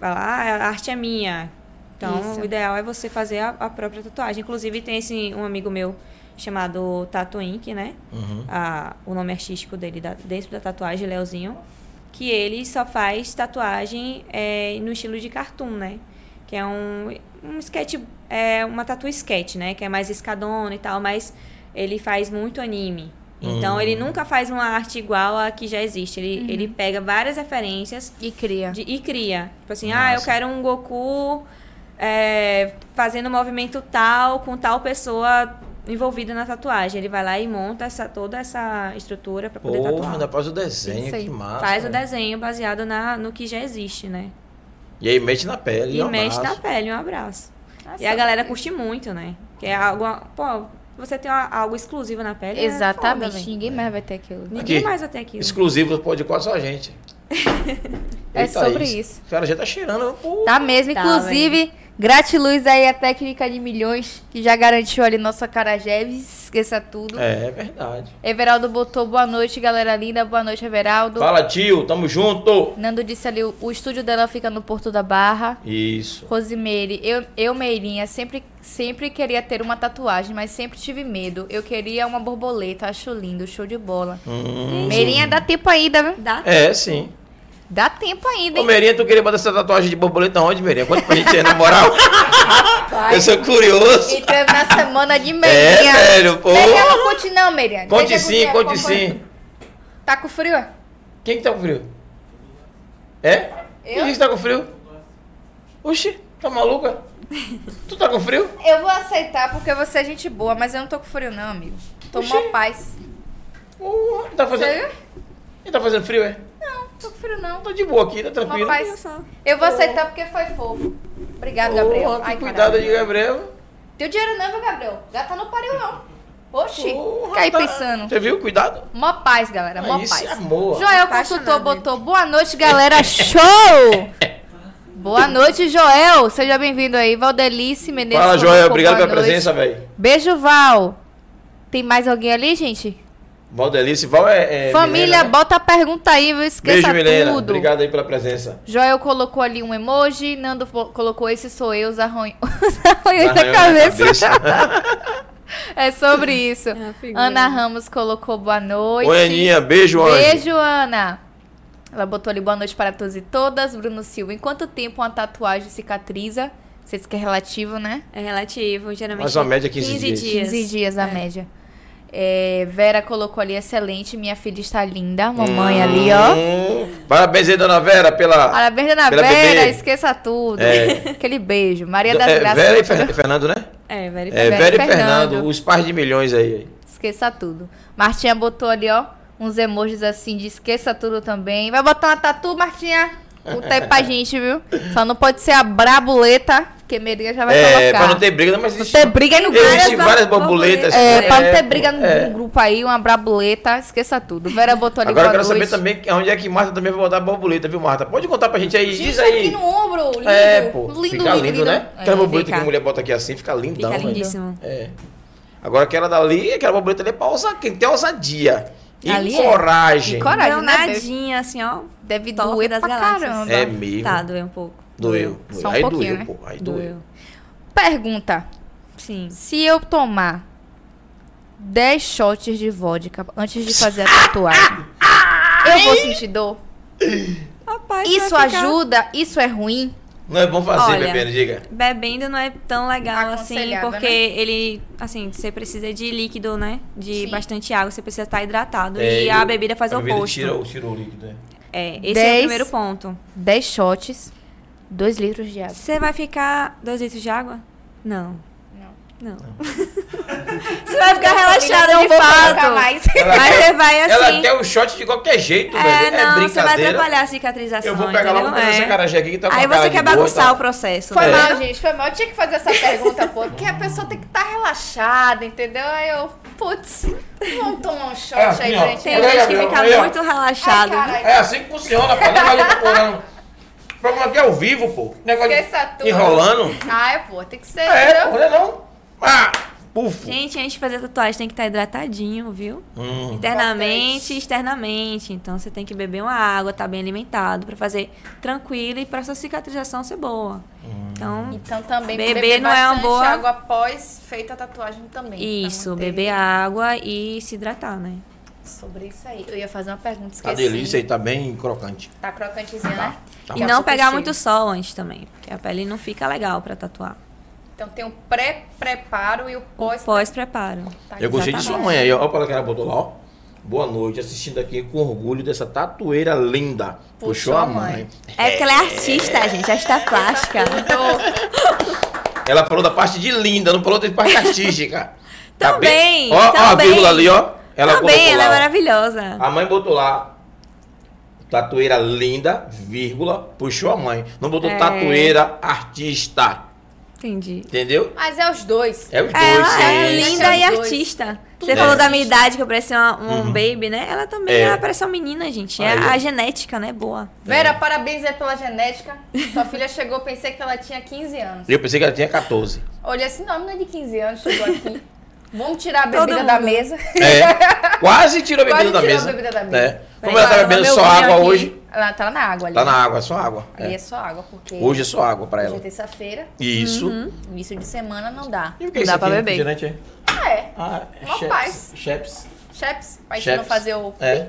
Speaker 3: Falar, ah, a arte é minha. Então,
Speaker 4: Isso.
Speaker 3: o ideal é você fazer a, a própria tatuagem. Inclusive, tem esse, um amigo meu chamado Tatu Ink, né?
Speaker 2: Uhum.
Speaker 3: a- o nome artístico dele da- dentro da tatuagem, Leozinho, que ele só faz tatuagem é, no estilo de cartoon, né? Que é um, um sketch, é uma tatu sketch, né? Que é mais escadona e tal, mas ele faz muito anime. Então
Speaker 2: Hum.
Speaker 3: ele nunca faz uma arte igual a que já existe. Ele, ele pega várias referências
Speaker 4: E cria.
Speaker 3: de- e cria. Tipo assim, ah,
Speaker 2: Massa.
Speaker 3: eu quero um Goku é, fazendo um movimento tal, com tal pessoa envolvida na tatuagem. Ele vai lá e monta essa, toda essa estrutura pra poder
Speaker 2: Pô,
Speaker 3: tatuar.
Speaker 2: ainda faz o
Speaker 4: Isso
Speaker 2: desenho,
Speaker 4: aí.
Speaker 2: que massa.
Speaker 3: Faz o
Speaker 2: né?
Speaker 3: desenho baseado na, no que já existe, né?
Speaker 2: E aí mete na pele.
Speaker 3: E
Speaker 2: um
Speaker 3: mexe na
Speaker 2: abraço.
Speaker 3: pele, um abraço.
Speaker 1: Nossa,
Speaker 3: e a galera curte muito, né? Que é algo. Pô, você tem uma- algo exclusivo na pele. é foda,
Speaker 4: Exatamente.
Speaker 3: velho.
Speaker 1: Ninguém mais vai ter aquilo.
Speaker 3: Ninguém
Speaker 2: Aqui.
Speaker 3: mais vai ter aquilo.
Speaker 2: Exclusivo do Pode Quatro, só a gente.
Speaker 1: É
Speaker 2: Eita,
Speaker 1: sobre isso.
Speaker 2: O cara já tá cheirando. Pô,
Speaker 1: Tá mesmo,
Speaker 3: Tá,
Speaker 1: inclusive, gratiluz aí a técnica de milhões que já garantiu ali nosso acarajé, esqueça tudo.
Speaker 2: É, é verdade.
Speaker 1: Everaldo botou boa noite, galera linda, boa noite, Everaldo.
Speaker 2: Fala, tio, tamo junto.
Speaker 1: Nando disse ali, o, o estúdio dela fica no Porto da Barra.
Speaker 2: Isso.
Speaker 1: Rosimeire, eu, eu Meirinha, sempre, sempre queria ter uma tatuagem, mas sempre tive medo. Eu queria uma borboleta, acho lindo, show de bola.
Speaker 2: Hum.
Speaker 1: Meirinha, dá tempo ainda, viu?
Speaker 3: Dá
Speaker 2: É, sim.
Speaker 1: Dá tempo ainda,
Speaker 2: Ô,
Speaker 1: hein?
Speaker 2: Merinha, tu queria botar essa tatuagem de borboleta onde, Merinha? Quanto pra gente ter, na moral? Eu sou curioso.
Speaker 1: Então é na semana de
Speaker 2: É,
Speaker 1: Meirinha.
Speaker 2: velho, pô.
Speaker 1: Meirinha, não conte não, Meirinha.
Speaker 2: Conte
Speaker 1: Deixa
Speaker 2: sim,
Speaker 1: comigo,
Speaker 2: conte
Speaker 1: acompanha.
Speaker 2: sim.
Speaker 1: Tá com frio?
Speaker 2: Quem que tá com frio? É?
Speaker 1: Eu?
Speaker 2: Quem que tá com frio? Oxi, tá maluca? tu tá com frio?
Speaker 1: Eu vou aceitar porque você é gente boa, mas eu não tô com frio não, amigo. Tô
Speaker 2: Oxi.
Speaker 1: mó paz.
Speaker 2: Porra, tá
Speaker 1: Você
Speaker 2: fazendo...
Speaker 1: viu?
Speaker 2: Ele tá fazendo frio, é?
Speaker 1: Não, tô com frio não.
Speaker 2: Tô de boa aqui, tá tranquilo.
Speaker 1: Mó paz. Eu vou aceitar porque foi fofo. Obrigado, Gabriel.
Speaker 2: Porra, que
Speaker 1: Ai,
Speaker 2: cuidado
Speaker 1: caralho.
Speaker 2: de Gabriel.
Speaker 1: Teu dinheiro não, viu, Gabriel? Gata não pariu, não. Oxi,
Speaker 2: Porra,
Speaker 1: cai
Speaker 2: tá-
Speaker 1: pensando.
Speaker 2: Você viu? Cuidado.
Speaker 1: Mó paz, galera, mó
Speaker 2: Aí se
Speaker 1: paz.
Speaker 2: amor.
Speaker 1: Joel
Speaker 3: Apaixonada.
Speaker 1: Consultor botou boa noite, galera,
Speaker 2: [laughs]
Speaker 1: show! boa noite, Joel, seja bem-vindo aí. Valdelice Menezes.
Speaker 2: Fala, Joel.
Speaker 1: colocou
Speaker 2: Obrigado
Speaker 1: boa
Speaker 2: pela
Speaker 1: noite.
Speaker 2: presença, velho.
Speaker 1: Beijo, Val. Tem mais alguém ali, gente?
Speaker 2: Valdelice, Val é. é
Speaker 1: Família,
Speaker 2: Milena, né?
Speaker 1: bota a pergunta aí, viu? Esqueça
Speaker 2: Beijo, Milena.
Speaker 1: tudo.
Speaker 2: Obrigado aí pela presença.
Speaker 1: Joel colocou ali um emoji, Nando fo- colocou esse sou eu, os [laughs] arranhões os arranhões da
Speaker 2: Arranhou
Speaker 1: cabeça.
Speaker 2: na cabeça.
Speaker 1: [laughs] É sobre
Speaker 3: [laughs]
Speaker 1: isso.
Speaker 3: uma figura. né?
Speaker 1: Ana Ramos colocou boa noite.
Speaker 2: Oi, Aninha. Beijo, anjo.
Speaker 1: Beijo, Ana. Ela botou ali boa noite para todos e todas. Bruno Silva, em quanto tempo uma tatuagem cicatriza? Vocês que é relativo, né?
Speaker 3: É relativo, geralmente.
Speaker 2: Mais uma média de 15 dias.
Speaker 3: dias.
Speaker 1: 15 dias a média. É, Vera colocou ali, excelente, minha filha está linda. Mamãe ali, ó.
Speaker 2: Hum. Parabéns aí, dona Vera, pela.
Speaker 1: Parabéns, Dona
Speaker 2: Vera
Speaker 1: Vera,
Speaker 2: bebê.
Speaker 1: esqueça tudo. [laughs]
Speaker 2: É.
Speaker 1: Aquele beijo. Maria das
Speaker 2: É,
Speaker 1: Graças.
Speaker 2: Vera e Fer- Fernando, né?
Speaker 3: É, verifica.
Speaker 2: É,
Speaker 1: Vera e
Speaker 2: Vera e Fernando,
Speaker 1: Fernando.
Speaker 2: os pais de milhões aí.
Speaker 1: Esqueça tudo. Martinha botou ali, ó, uns emojis assim de esqueça tudo também. Vai botar uma tatu, Martinha? Conta aí
Speaker 2: [laughs]
Speaker 1: pra gente, viu? Só não pode ser a brabuleta, que Merinha já vai
Speaker 2: É,
Speaker 1: colocar.
Speaker 2: pra não ter briga, mas
Speaker 1: Não
Speaker 2: existe.
Speaker 1: ter briga aí no grupo.
Speaker 2: Existe
Speaker 3: Várias
Speaker 2: várias
Speaker 3: borboletas.
Speaker 2: borboletas.
Speaker 1: É, pra não ter briga no
Speaker 2: é.
Speaker 1: grupo aí, uma brabuleta, esqueça tudo. Vera botou ali
Speaker 2: Agora eu
Speaker 1: boa
Speaker 2: quero saber
Speaker 1: noite.
Speaker 2: também que- onde é que Marta também vai botar a borboleta, viu, Marta? Pode contar pra gente aí, diz
Speaker 1: Gente, tá aqui
Speaker 2: aí.
Speaker 1: no ombro, lindo.
Speaker 2: É, pô.
Speaker 1: lindo,
Speaker 2: fica lindo, né?
Speaker 1: É,
Speaker 2: Aquela borboleta
Speaker 3: fica.
Speaker 2: que a mulher bota aqui assim, fica
Speaker 3: Fica
Speaker 2: lindão. velho.
Speaker 3: lindíssimo.
Speaker 2: É. Agora aquela dali, aquela borboleta ali é pra ousa- quem tem ousadia. E
Speaker 1: Ali é.
Speaker 2: coragem.
Speaker 1: E coragem, né, Bel?
Speaker 3: Granadinha, assim, ó.
Speaker 1: Deve
Speaker 3: Top
Speaker 1: doer
Speaker 3: das
Speaker 1: pra
Speaker 3: galáxias.
Speaker 1: caramba.
Speaker 2: É mesmo.
Speaker 3: Tá, doeu um pouco.
Speaker 2: Doeu.
Speaker 1: Só um
Speaker 2: aí
Speaker 1: pouquinho,
Speaker 2: doeu,
Speaker 1: né?
Speaker 2: pô. Aí doeu.
Speaker 1: Pergunta.
Speaker 3: Sim.
Speaker 1: Se eu tomar 10 shots de vodka antes de fazer a tatuagem, eu vou sentir dor?
Speaker 3: Rapaz,
Speaker 1: Isso
Speaker 3: vai ficar-
Speaker 1: ajuda? Isso é ruim?
Speaker 2: Não é bom fazer,
Speaker 3: Olha.
Speaker 2: bebendo, diga.
Speaker 3: Bebendo não é tão legal assim,
Speaker 1: Aconselhável,
Speaker 3: porque
Speaker 1: né?
Speaker 3: ele, assim, você precisa de líquido, né? De
Speaker 1: Sim.
Speaker 3: bastante água, você precisa estar hidratado.
Speaker 2: É,
Speaker 3: e
Speaker 2: eu-
Speaker 3: a bebida faz
Speaker 2: a
Speaker 3: o
Speaker 1: um
Speaker 2: bebida
Speaker 3: oposto.
Speaker 2: Tira, o- tira o líquido, né?
Speaker 3: É, esse é o
Speaker 1: Dez. Tá
Speaker 3: primeiro ponto.
Speaker 1: 10 shots, 2 litros de água.
Speaker 3: Você vai ficar dois litros de água? Não.
Speaker 1: Não.
Speaker 3: Não. [laughs] Você vai ficar relaxado de fato. Mas você vai
Speaker 1: É
Speaker 2: Ela
Speaker 3: assim.
Speaker 2: quer o shot de qualquer jeito,
Speaker 3: É,
Speaker 2: velho. é
Speaker 3: não, você vai
Speaker 2: brincadeira.
Speaker 3: atrapalhar a cicatrização.
Speaker 2: Eu vou pegar
Speaker 3: entendeu?
Speaker 2: logo pra essa
Speaker 3: É.
Speaker 2: carajé aqui que tá com
Speaker 3: Aí
Speaker 2: a cara
Speaker 3: você
Speaker 2: de
Speaker 3: quer
Speaker 2: boa e
Speaker 3: bagunçar
Speaker 2: tal.
Speaker 3: o processo. né?
Speaker 1: Foi
Speaker 2: É.
Speaker 1: mal, gente. Foi mal. Eu tinha que fazer essa pergunta, pô. Porque a pessoa tem que estar relaxada, entendeu? Aí eu, putz, vamos tomar um shot
Speaker 2: É assim,
Speaker 1: aí
Speaker 2: ó.
Speaker 1: durante
Speaker 3: Tem
Speaker 2: Olha aí,
Speaker 3: gente que
Speaker 2: Gabriel,
Speaker 3: fica
Speaker 2: olha aí, ó.
Speaker 3: muito relaxado.
Speaker 1: Ai, caralho.
Speaker 2: É assim que funciona, pô. Não vai lá pro porão. O programa aqui é ao vivo, pô. Negócio de
Speaker 1: Esqueça tudo.
Speaker 2: enrolando.
Speaker 1: Ai, pô, tem que ser.
Speaker 2: É,
Speaker 1: entendeu?
Speaker 2: pô, não é não? Ah, pufo.
Speaker 3: Gente, antes de fazer tatuagem tem que estar hidratadinho, viu?
Speaker 2: Hum,
Speaker 3: Internamente e externamente. Então você tem que beber uma água, estar bem alimentado, pra fazer tranquilo e pra sua cicatrização ser boa.
Speaker 2: Hum.
Speaker 3: Então,
Speaker 1: Então também
Speaker 3: Beber
Speaker 1: beber
Speaker 3: não é uma
Speaker 1: bastante
Speaker 3: boa-
Speaker 1: água após feita a tatuagem também. Então, pra
Speaker 3: isso,
Speaker 1: manter-
Speaker 3: beber água e se hidratar, né?
Speaker 1: Sobre isso aí. Eu ia fazer uma pergunta, esqueci.
Speaker 2: tá delícia aí, tá bem crocante.
Speaker 1: Tá crocantezinha, né?
Speaker 2: Tá
Speaker 3: E
Speaker 2: bom.
Speaker 3: não
Speaker 1: super
Speaker 3: pegar
Speaker 1: cheio.
Speaker 3: muito sol antes também, porque a pele não fica legal pra tatuar.
Speaker 1: Então tem o pré-preparo e o pós.
Speaker 3: Pós-preparo.
Speaker 2: Eu gostei de sua mãe aí, ó. Olha pra que ela botou lá, ó. Boa noite, assistindo aqui com orgulho dessa tatueira linda. Puxou, a mãe.
Speaker 3: É porque ela é artista, gente, artista plástica.
Speaker 2: Ela falou da parte de linda, não falou da parte
Speaker 3: [laughs]
Speaker 2: artística. Tá
Speaker 3: Também,
Speaker 2: bem- Ó, ó a
Speaker 3: também.
Speaker 2: vírgula ali, ó. Ela
Speaker 3: Também,
Speaker 2: colocou
Speaker 3: ela é
Speaker 2: lá, ó.
Speaker 3: maravilhosa.
Speaker 2: A mãe botou lá. Tatueira linda, vírgula, puxou a mãe. Não botou
Speaker 3: É.
Speaker 2: tatueira artista.
Speaker 3: Entendi.
Speaker 2: Entendeu?
Speaker 1: Mas é os dois.
Speaker 2: É os dois,
Speaker 3: Ela é
Speaker 2: gente.
Speaker 3: linda e
Speaker 1: Os dois.
Speaker 3: artista. Você
Speaker 2: É.
Speaker 3: falou da minha idade, que eu parecia uma- um baby, né? Ela também,
Speaker 2: Uhum. É.
Speaker 3: ela parece uma menina, gente. É
Speaker 2: Aí, ó.
Speaker 3: a genética, né? Boa.
Speaker 2: É.
Speaker 1: Vera, parabéns aí pela genética. Sua filha chegou, pensei que ela tinha 15 anos.
Speaker 2: Eu pensei que ela
Speaker 1: [laughs]
Speaker 2: tinha 14.
Speaker 1: Olha assim, não, a menina de 15 anos chegou aqui. Vamos tirar a
Speaker 3: Todo
Speaker 1: bebida da
Speaker 3: mundo.
Speaker 1: mesa.
Speaker 2: É. Quase tirou a
Speaker 1: Quase
Speaker 2: bebida da
Speaker 1: tirou a
Speaker 2: mesa.
Speaker 1: bebida da mesa.
Speaker 2: É. Como ela tá
Speaker 3: Agora,
Speaker 2: bebendo
Speaker 3: meu
Speaker 2: só
Speaker 3: vinho
Speaker 2: água
Speaker 3: aqui.
Speaker 2: hoje,
Speaker 1: Ela tá na água ali.
Speaker 2: tá na água, só água.
Speaker 1: Ali
Speaker 2: É.
Speaker 1: é só água, porque
Speaker 2: Hoje é só água pra
Speaker 1: hoje é
Speaker 2: ela.
Speaker 1: terça-feira,
Speaker 2: Isso.
Speaker 1: início de semana não dá.
Speaker 2: E o que é
Speaker 1: não
Speaker 2: isso
Speaker 1: Uhum. dá
Speaker 2: aqui?
Speaker 1: pra beber.
Speaker 2: refrigerante aí?
Speaker 1: Ah, é.
Speaker 2: Ah, é
Speaker 1: Uma
Speaker 2: Sheps.
Speaker 1: paz.
Speaker 2: Sheps.
Speaker 1: Cheps, pra gente não
Speaker 2: Sheps.
Speaker 1: fazer o.
Speaker 2: É.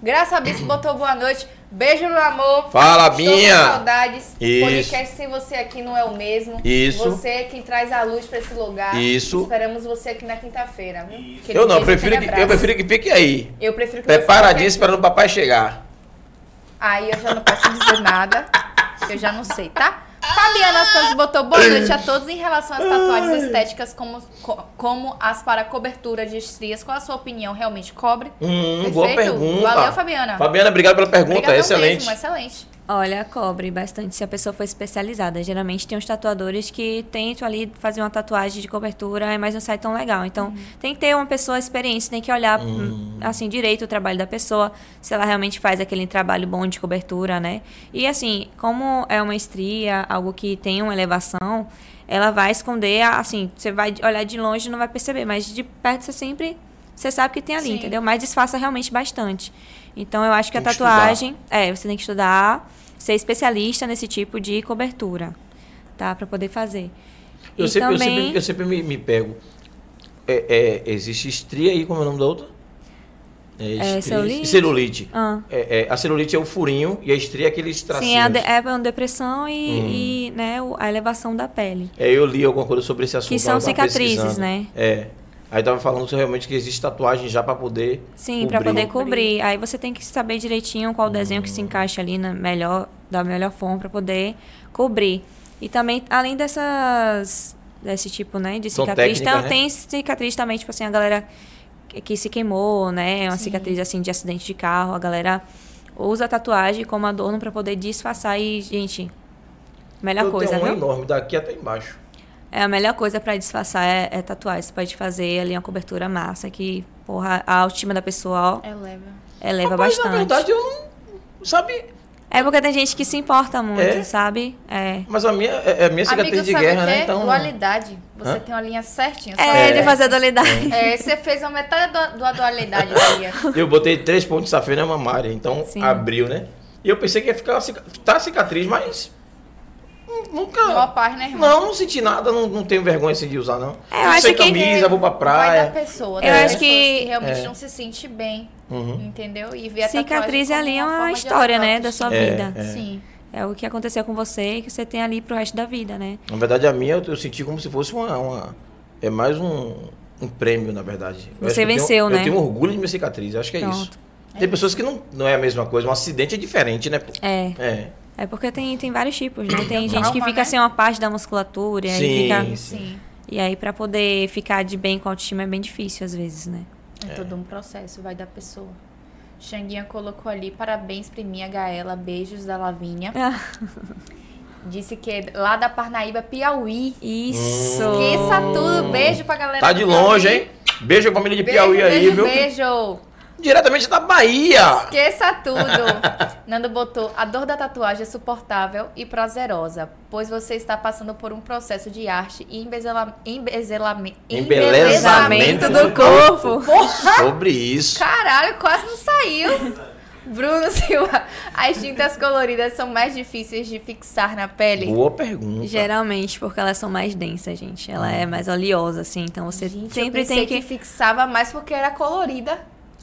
Speaker 1: Graça a Bispo botou boa noite. Beijo, meu amor.
Speaker 2: Fala,
Speaker 1: Estou com
Speaker 2: Binha.
Speaker 1: saudades.
Speaker 2: Isso.
Speaker 1: Podcast sem você aqui não é o mesmo.
Speaker 2: Isso.
Speaker 1: Você é quem traz a luz pra esse lugar.
Speaker 2: Isso.
Speaker 1: Esperamos você aqui na quinta-feira, viu? Aquele
Speaker 2: Eu não,
Speaker 1: beijo,
Speaker 2: prefiro
Speaker 1: aquele
Speaker 2: que,
Speaker 1: abraço.
Speaker 2: eu prefiro que fique aí.
Speaker 1: Eu prefiro que você
Speaker 2: Preparadinho
Speaker 1: fique-
Speaker 2: esperando o papai chegar.
Speaker 1: Aí eu já não posso dizer nada. Eu já não sei, tá? Fabiana Santos botou boa noite a todos em relação às tatuagens estéticas como, co- como as para cobertura de estrias. Qual a sua opinião? Realmente cobre?
Speaker 2: Hum, boa pergunta.
Speaker 1: Valeu, Fabiana.
Speaker 2: Fabiana, obrigado pela pergunta,
Speaker 1: Obrigadão
Speaker 2: excelente.
Speaker 1: mesmo, assim, excelente.
Speaker 3: Olha, cobre bastante se a pessoa for especializada. Geralmente tem uns tatuadores que tentam ali fazer uma tatuagem de cobertura, mas não sai tão legal. Então, tem que ter uma pessoa experiente, tem que olhar assim direito o trabalho da pessoa, se ela realmente faz aquele trabalho bom de cobertura, né? E assim, como é uma estria, algo que tem uma elevação, ela vai esconder, a- assim, você vai olhar de longe e não vai perceber, mas de perto você sempre você sabe que tem ali,
Speaker 1: Sim.
Speaker 3: entendeu? Mas disfarça realmente bastante. Então eu acho que
Speaker 2: Tem
Speaker 3: a
Speaker 2: que estudar.
Speaker 3: tatuagem é, você tem que estudar, ser especialista nesse tipo de cobertura, tá? Pra poder fazer.
Speaker 2: Eu,
Speaker 3: e
Speaker 2: sempre, eu
Speaker 3: também
Speaker 2: sempre- eu sempre me, me pego. É, é, existe estria aí, como é o nome da outra? É estria-
Speaker 3: É celulite.
Speaker 2: celulite.
Speaker 3: Ah.
Speaker 2: É, é, a celulite é o furinho e a estria é aquele tracinhos.
Speaker 3: sim, é, a de, é uma depressão
Speaker 2: Hum.
Speaker 3: e, e, né, o- a elevação da pele.
Speaker 2: É, eu li alguma coisa sobre esse assunto.
Speaker 3: Que são
Speaker 2: eu tava
Speaker 3: cicatrizes,
Speaker 2: pesquisando.
Speaker 3: né?
Speaker 2: É. Aí tava falando que realmente que existe tatuagem já pra poder
Speaker 3: Sim, pra
Speaker 2: cobrir.
Speaker 3: poder cobrir. Aí você tem que saber direitinho qual desenho que se encaixa ali na melhor, da melhor forma pra poder cobrir. E também, além dessas desse tipo, né, de
Speaker 2: São
Speaker 3: cicatriz,
Speaker 2: técnicas,
Speaker 3: tem,
Speaker 2: né?
Speaker 3: tem cicatriz também, tipo assim, a galera que- que se queimou, né, uma cicatriz assim de acidente de carro, a galera usa a tatuagem como adorno pra poder disfarçar e, gente, melhor
Speaker 2: eu
Speaker 3: coisa,
Speaker 2: tenho um uma
Speaker 3: viu?
Speaker 2: enorme daqui até embaixo.
Speaker 3: É a melhor coisa pra disfarçar é, é tatuagem. Você pode fazer ali uma cobertura massa que, porra, a autoestima da pessoa ó,
Speaker 1: É leve.
Speaker 3: eleva
Speaker 2: Mas
Speaker 3: bastante.
Speaker 2: na verdade eu não. Sabe?
Speaker 3: É porque tem gente que se importa muito,
Speaker 2: É?
Speaker 3: sabe? É.
Speaker 2: Mas a minha é é a minha cicatriz
Speaker 1: Amigo,
Speaker 2: de
Speaker 1: sabe
Speaker 2: guerra,
Speaker 1: o quê?
Speaker 2: né? Então.
Speaker 1: Dualidade. Você
Speaker 2: Hã?
Speaker 1: tem uma linha certinha. só
Speaker 3: É,
Speaker 1: que-
Speaker 3: de fazer a dualidade.
Speaker 1: É, você fez a metade da da dualidade,
Speaker 2: [laughs]
Speaker 1: Maria.
Speaker 2: Eu botei três pontos de safena e uma mamária, então
Speaker 3: Sim.
Speaker 2: abriu, né? E eu pensei que ia ficar cica- tá cicatriz, mas nu- nunca.
Speaker 1: Boa paz, né, irmão?
Speaker 2: Não, não senti nada, não, não tenho vergonha assim de usar, não.
Speaker 3: É, eu acho
Speaker 2: Usei
Speaker 3: que-
Speaker 2: camisa, vou pra
Speaker 1: Vai da
Speaker 2: praia.
Speaker 1: pessoa,
Speaker 3: Eu
Speaker 1: né?
Speaker 3: acho
Speaker 1: Pessoas
Speaker 3: que-
Speaker 1: realmente
Speaker 2: É.
Speaker 1: não se sente bem,
Speaker 2: Uhum.
Speaker 1: entendeu? E ver a tatuagem
Speaker 3: Cicatriz
Speaker 1: como
Speaker 3: ali é uma
Speaker 1: forma de
Speaker 3: história, né,
Speaker 1: elevar a
Speaker 3: da sua
Speaker 1: autoestima.
Speaker 2: É,
Speaker 3: vida.
Speaker 2: é.
Speaker 1: Sim.
Speaker 3: [laughs] É. o que aconteceu com você e que você tem ali pro resto da vida, né?
Speaker 2: Na verdade, a minha eu, eu senti como se fosse uma. uma- é mais um, um prêmio, na verdade. Eu
Speaker 3: Você
Speaker 2: acho que eu tenho-
Speaker 3: venceu, né?
Speaker 2: Eu tenho orgulho de minha cicatriz, eu acho que é isso.
Speaker 3: Pronto.
Speaker 2: Tem pessoas que não, não é a mesma coisa, um acidente é diferente, né? pô?
Speaker 3: É.
Speaker 2: É.
Speaker 3: É porque tem, tem vários tipos, né? Tem gente
Speaker 1: trauma,
Speaker 3: que fica
Speaker 1: né?
Speaker 3: sem uma parte da musculatura e aí
Speaker 2: Sim, sim.
Speaker 3: fica.
Speaker 1: Sim.
Speaker 3: E aí, pra poder ficar de bem com a autoestima é bem difícil às vezes, né?
Speaker 1: É todo um processo, vai da pessoa. Xanguinha colocou ali, parabéns priminha Gaela, beijos da Lavinha.
Speaker 3: Ah.
Speaker 1: Disse que é lá da Parnaíba, Piauí.
Speaker 3: Isso!
Speaker 1: Hum. Esqueça tudo, beijo pra galera.
Speaker 2: Tá
Speaker 1: do
Speaker 3: um
Speaker 2: de longe,
Speaker 1: Piauí.
Speaker 2: hein? Beijo, família de
Speaker 1: Beijo,
Speaker 2: Piauí aí,
Speaker 1: beijo,
Speaker 2: viu? Tá.
Speaker 1: Beijo.
Speaker 2: Diretamente da Bahia.
Speaker 1: Esqueça tudo. [laughs] Nando botou: a dor da tatuagem é suportável e prazerosa, pois você está passando por um processo de arte e embezela, embezelame-
Speaker 2: Embelezamento
Speaker 1: embelezamento do
Speaker 2: do
Speaker 1: corpo.
Speaker 2: Sobre isso.
Speaker 1: Caralho, quase não saiu. [laughs] Bruno Silva, as tintas coloridas são mais difíceis de fixar na pele.
Speaker 2: Boa pergunta.
Speaker 3: Geralmente, porque elas são mais densas, gente. Ela é mais oleosa, assim. Então você
Speaker 1: Gente,
Speaker 3: sempre
Speaker 1: eu pensei
Speaker 3: tem que.
Speaker 1: fixava mais porque era colorida.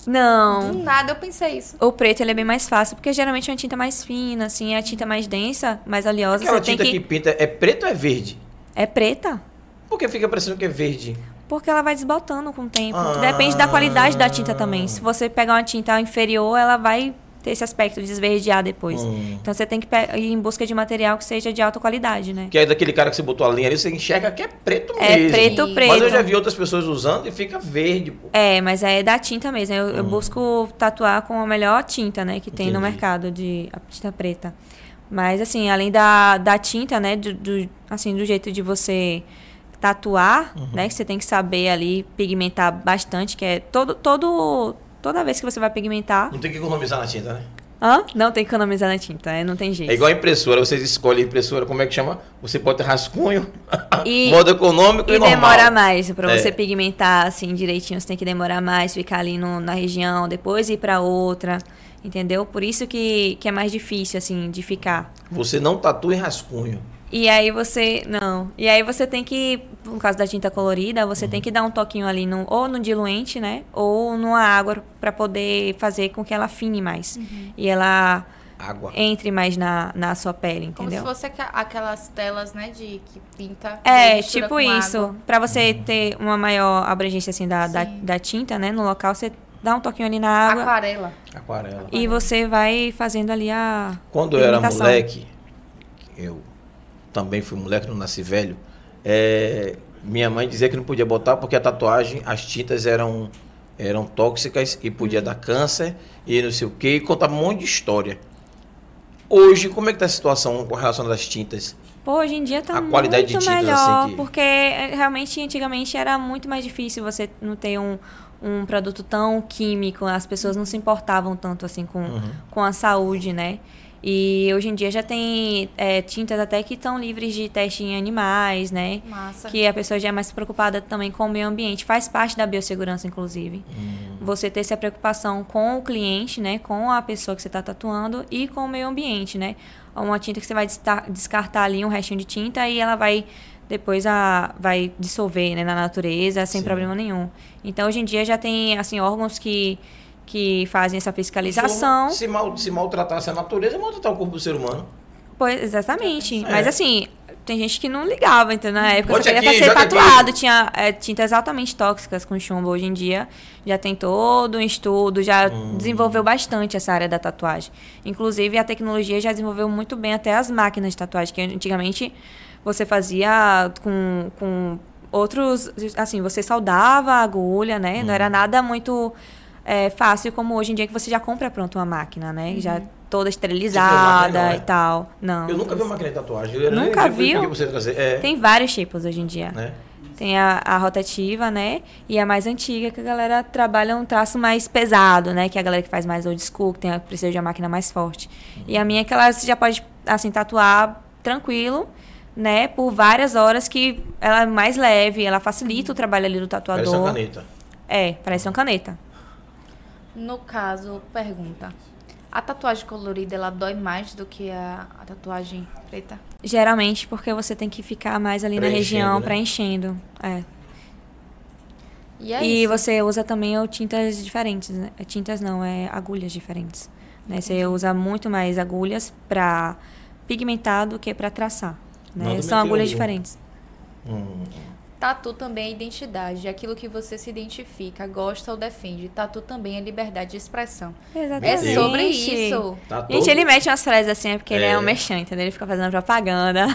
Speaker 1: Do
Speaker 3: Não.
Speaker 1: nada eu pensei isso.
Speaker 3: O preto ele é bem mais fácil, porque geralmente é uma tinta mais fina, assim, é a tinta mais densa, mais oleosa.
Speaker 2: Aquela
Speaker 3: você tem
Speaker 2: tinta que...
Speaker 3: que...
Speaker 2: pinta é preto ou é verde?
Speaker 3: É preta.
Speaker 2: Por que fica parecendo que é verde?
Speaker 3: Porque ela vai desbotando com o tempo.
Speaker 2: Ah.
Speaker 3: Depende da qualidade da tinta também. Se você pegar uma tinta inferior, ela vai ter esse aspecto de esverdear depois.
Speaker 2: Hum.
Speaker 3: Então você tem que pe- ir em busca de material que seja de alta qualidade, né?
Speaker 2: Que é daquele cara que você botou a linha ali, você enxerga que é preto
Speaker 3: É
Speaker 2: mesmo.
Speaker 3: preto,
Speaker 1: Mas
Speaker 3: preto.
Speaker 2: Mas eu já vi outras pessoas usando e fica verde, pô.
Speaker 3: É, mas é da tinta mesmo. Eu, eu busco tatuar com a melhor tinta, né, que tem no
Speaker 2: Hum. Entendi.
Speaker 3: mercado de a tinta preta. Mas assim, além da, da tinta, né, do, do- assim, do jeito de você tatuar,
Speaker 2: Uhum.
Speaker 3: né, que você tem que saber ali pigmentar bastante, que é todo todo toda vez que você vai pigmentar.
Speaker 2: Não tem que economizar na tinta, né?
Speaker 3: Hã? Não tem que economizar na tinta, é, não tem jeito.
Speaker 2: É igual a impressora, vocês escolhem a impressora, como é que chama? Você pode ter rascunho, [laughs]
Speaker 3: E-
Speaker 2: modo econômico e,
Speaker 3: E
Speaker 2: É normal.
Speaker 3: demora mais, pra
Speaker 2: É.
Speaker 3: você pigmentar assim direitinho, você tem que demorar mais, ficar ali no- na região, depois ir pra outra, entendeu? Por isso que, que é mais difícil, assim, de ficar.
Speaker 2: Você não tatua em rascunho.
Speaker 3: E aí você. Não. E aí você tem que. No caso da tinta colorida, você
Speaker 2: Uhum.
Speaker 3: tem que dar um toquinho ali no, ou no diluente, né? Ou numa água pra poder fazer com que ela afine mais.
Speaker 1: Uhum.
Speaker 3: E ela
Speaker 2: Água.
Speaker 3: entre mais na, na sua pele,
Speaker 1: Como
Speaker 3: entendeu?
Speaker 1: se fosse aqua- aquelas telas, né, de que pinta. e
Speaker 3: É,
Speaker 1: mistura
Speaker 3: tipo
Speaker 1: com
Speaker 3: isso.
Speaker 1: água.
Speaker 3: Pra você ter uma maior abrangência assim da, da,
Speaker 1: Sim.
Speaker 3: da tinta, né, no local, você dá um toquinho ali na água
Speaker 1: Aquarela.
Speaker 2: Aquarela.
Speaker 3: e você vai fazendo ali a
Speaker 2: Quando eu era
Speaker 3: pigmentação.
Speaker 2: moleque, eu também fui moleque, não nasci velho, é, minha mãe dizia que não podia botar porque a tatuagem, as tintas eram, eram tóxicas e podia
Speaker 3: Uhum.
Speaker 2: dar câncer e não sei o que, e contava um monte de história. Hoje, como é que tá a situação com relação às tintas?
Speaker 3: Pô, hoje em dia tá
Speaker 2: A qualidade de
Speaker 3: muito
Speaker 2: tinta,
Speaker 3: melhor,
Speaker 2: assim, que-
Speaker 3: porque é, realmente antigamente era muito mais difícil você não ter um, um produto tão químico, as pessoas não se importavam tanto assim com,
Speaker 2: Hum.
Speaker 3: com a saúde, né? E hoje em dia já tem é, tintas até que estão livres de teste em animais, né?
Speaker 1: Massa.
Speaker 3: Que a pessoa já é mais preocupada também com o meio ambiente. Faz parte da biossegurança, inclusive. Você ter essa preocupação com o cliente, né? Com a pessoa que você está tatuando e com o meio ambiente, né? Uma tinta que você vai desta- descartar ali um restinho de tinta e ela vai depois a, vai dissolver né, na natureza sem
Speaker 2: Sim.
Speaker 3: problema nenhum. Então hoje em dia já tem assim órgãos que, que fazem essa fiscalização.
Speaker 2: Se, mal, se maltratasse a natureza, maltratar o corpo do ser humano.
Speaker 3: Pois, exatamente.
Speaker 2: É.
Speaker 3: Mas assim, tem gente que não ligava, então na época
Speaker 2: Bote
Speaker 3: você podia
Speaker 2: aqui,
Speaker 3: até ser
Speaker 2: joga aqui.
Speaker 3: tatuado, tinha é, tintas altamente tóxicas com chumbo. Hoje em dia já tem todo um estudo, já
Speaker 2: Hum.
Speaker 3: desenvolveu bastante essa área da tatuagem. Inclusive a tecnologia já desenvolveu muito bem até as máquinas de tatuagem, que antigamente você fazia com, com outros, assim, você soldava a agulha, né? Não
Speaker 2: Hum.
Speaker 3: era nada muito... é, fácil como hoje em dia que você já compra pronto uma máquina, né? Já
Speaker 2: Uhum. máquina
Speaker 3: toda
Speaker 2: não,
Speaker 3: esterilizada
Speaker 2: né?
Speaker 3: e tal. Não.
Speaker 2: eu nunca vi uma máquina de tatuagem. Eu
Speaker 3: Nunca
Speaker 2: eu fui
Speaker 3: viu?
Speaker 2: pedir pra você trazer. É,
Speaker 3: Tem vários tipos hoje em dia.
Speaker 2: né?
Speaker 3: Tem a, a rotativa, né? E a mais antiga, que a galera trabalha um traço mais pesado, né? Que é a galera que faz mais old school, que tem, a- precisa de uma máquina mais forte. E a minha é que ela você já pode, assim, tatuar tranquilo, né? Por várias horas, que ela é mais leve, ela facilita o trabalho ali do
Speaker 2: Parece uma
Speaker 3: tatuador.
Speaker 2: caneta.
Speaker 3: é, parece uma caneta.
Speaker 1: No caso, pergunta. A tatuagem colorida, ela dói mais do que a, a tatuagem preta?
Speaker 3: Geralmente porque você tem que ficar mais ali na
Speaker 2: Preenchendo,
Speaker 3: região,
Speaker 2: né?
Speaker 3: preenchendo. É.
Speaker 1: E é
Speaker 3: e
Speaker 1: isso.
Speaker 3: você usa também o- tintas diferentes, né? Tintas não, é agulhas diferentes. Né?
Speaker 1: Uhum.
Speaker 3: Você usa muito mais agulhas pra pigmentar do que pra traçar. né?
Speaker 2: Nada
Speaker 3: São
Speaker 2: me
Speaker 3: agulhas
Speaker 2: pegou.
Speaker 3: diferentes.
Speaker 2: Hum.
Speaker 1: Tatu também é identidade, é aquilo que você se identifica, gosta ou defende. Tatu também é liberdade de expressão. É
Speaker 2: Deus.
Speaker 1: sobre isso.
Speaker 2: Tá
Speaker 3: Gente,
Speaker 2: todo-
Speaker 3: ele mete umas frases assim, é porque ele
Speaker 2: É.
Speaker 3: é um mexão, entendeu? Ele fica
Speaker 1: [laughs]
Speaker 3: fazendo propaganda.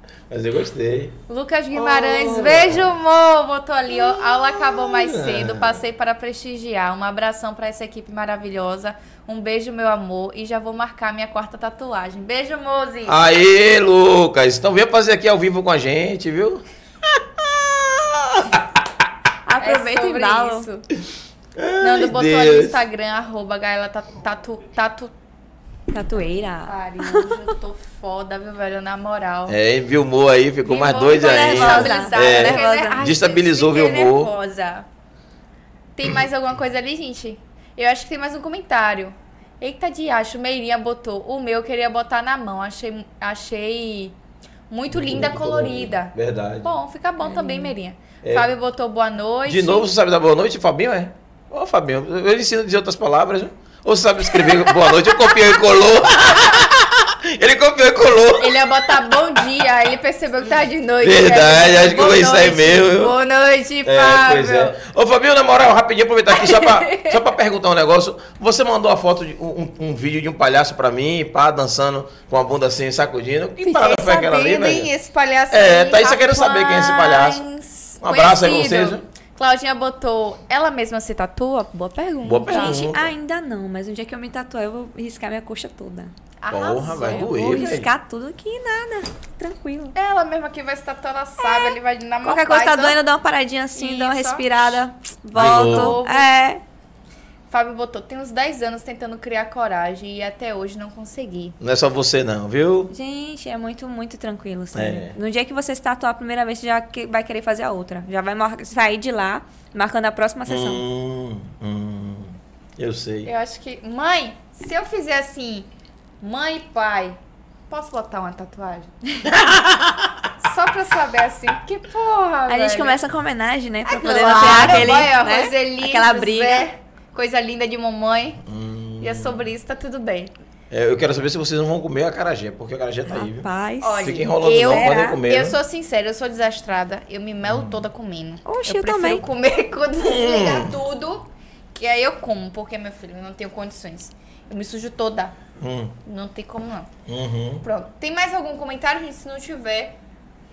Speaker 1: É
Speaker 2: [laughs] Mas eu gostei.
Speaker 1: Lucas Guimarães,
Speaker 2: Oh.
Speaker 1: beijo, amor! Botou ali, ó. Aula acabou mais cedo, passei para prestigiar. Um abração para essa equipe maravilhosa. Um beijo, meu amor. E já vou marcar minha quarta tatuagem. Beijo, Mozi!
Speaker 2: Ah, Aê, Lucas! Então vem fazer aqui ao vivo com a gente, viu?
Speaker 1: É
Speaker 3: Aproveita e é
Speaker 1: sobre
Speaker 3: embala.
Speaker 1: isso. Nando botou ali no
Speaker 2: Deus.
Speaker 1: Instagram, arroba Gaela tatu, tatu, tatu,
Speaker 3: Tatueira.
Speaker 1: Pari, hoje eu tô foda, viu, velho? Na moral.
Speaker 2: É, e Vilmor aí ficou mais doido ainda.
Speaker 3: nervosa.
Speaker 1: Estabilizada,
Speaker 2: É.
Speaker 1: né? Ai,
Speaker 3: Nervosa.
Speaker 1: gente,
Speaker 2: Destabilizou,
Speaker 1: fiquei
Speaker 2: viu, amor?
Speaker 1: nervosa. Tem mais alguma coisa ali, gente? Eu acho que tem mais um comentário. Eita de acho, Meirinha botou. O meu eu queria botar na mão. Achei, achei muito linda, colorida.
Speaker 2: Verdade.
Speaker 1: Bom, fica bom também, Meirinha. Fábio botou boa noite.
Speaker 2: É. De novo, você sabe dar boa noite, Fabinho, é? Ô, Fabinho, eu ensino a dizer outras palavras. né? Ou você sabe escrever [laughs] boa noite, eu copiou e colou. [laughs] ele copiou e colou.
Speaker 1: Ele ia botar bom dia, aí ele percebeu que tava de noite.
Speaker 2: Verdade,
Speaker 1: né?
Speaker 2: acho que
Speaker 1: Boa
Speaker 2: foi isso aí
Speaker 1: noite.
Speaker 2: mesmo.
Speaker 1: Boa noite,
Speaker 2: É,
Speaker 1: Fábio.
Speaker 2: pois é. Ô, Fabinho, na moral, rapidinho, aproveitar aqui só pra, só pra perguntar um negócio. Você mandou a foto, de, um, um- um vídeo de um palhaço pra mim, pá, dançando com a bunda assim, sacudindo. Que parada foi aquela ali,
Speaker 4: sabendo, hein,
Speaker 2: né?
Speaker 4: esse palhaço
Speaker 2: É,
Speaker 4: aí.
Speaker 2: tá aí, só querendo saber quem é esse palhaço.
Speaker 1: Mas,
Speaker 2: Um abraço aí pra
Speaker 1: conhecido.
Speaker 2: vocês, viu?
Speaker 1: Claudinha botou, ela mesma se tatua? Boa pergunta.
Speaker 2: Boa pergunta.
Speaker 3: Gente, ainda não, mas um dia que eu me tatuar, eu vou riscar minha coxa toda.
Speaker 2: Porra, vai
Speaker 1: Arrasou.
Speaker 3: vou
Speaker 2: doer, velho.
Speaker 3: riscar tudo que nada. Tranquilo.
Speaker 1: Ela mesma que vai se tatuar, ela
Speaker 2: É.
Speaker 1: sabe, ele vai então na
Speaker 3: Qualquer coisa tá doendo, dá uma paradinha assim, dá uma
Speaker 1: Isso.
Speaker 3: respirada,
Speaker 2: De
Speaker 3: volto.
Speaker 1: novo.
Speaker 3: É.
Speaker 1: Fábio botou, tem uns 10 anos tentando criar coragem e até hoje não consegui.
Speaker 2: Não é só você não, viu?
Speaker 3: Gente, é muito, muito tranquilo, sabe?
Speaker 2: É.
Speaker 3: No dia que você se tatuar a primeira vez, você já que- vai querer fazer a outra. Já vai mar- sair de lá, marcando a próxima sessão.
Speaker 2: Hum, hum, eu sei.
Speaker 1: Eu acho que, mãe, se eu fizer assim, mãe e pai, posso botar uma
Speaker 2: [laughs]
Speaker 1: tatuagem? Só pra saber assim, que porra,
Speaker 3: a gente
Speaker 1: velho.
Speaker 3: começa com homenagem, né? Pra
Speaker 1: Ah,
Speaker 3: poder
Speaker 1: claro,
Speaker 3: não ter aquele,
Speaker 1: boy, ó,
Speaker 3: né?
Speaker 1: coisa linda,
Speaker 3: aquela briga.
Speaker 1: Zé, coisa linda de mamãe.
Speaker 2: Hum.
Speaker 1: E é sobre isso, tá tudo bem.
Speaker 2: É, eu quero saber se vocês não vão comer a carajé, porque a carajé tá aí, viu?
Speaker 3: Rapaz.
Speaker 1: Olha,
Speaker 2: Fica enrolando
Speaker 1: eu-
Speaker 2: não, podem
Speaker 3: será?
Speaker 2: comer.
Speaker 1: Eu
Speaker 2: né? Hum.
Speaker 1: sou sincera, eu sou desastrada. Eu me melo toda comendo.
Speaker 3: Oxe,
Speaker 1: eu
Speaker 3: eu também.
Speaker 1: prefiro comer [laughs] quando desligar tudo. Que aí eu como, porque, meu filho, eu não tenho condições. Eu me sujo toda.
Speaker 2: Hum,
Speaker 1: Não tem como, não.
Speaker 2: uhum,
Speaker 1: Pronto. Tem mais algum comentário, gente? Se não tiver,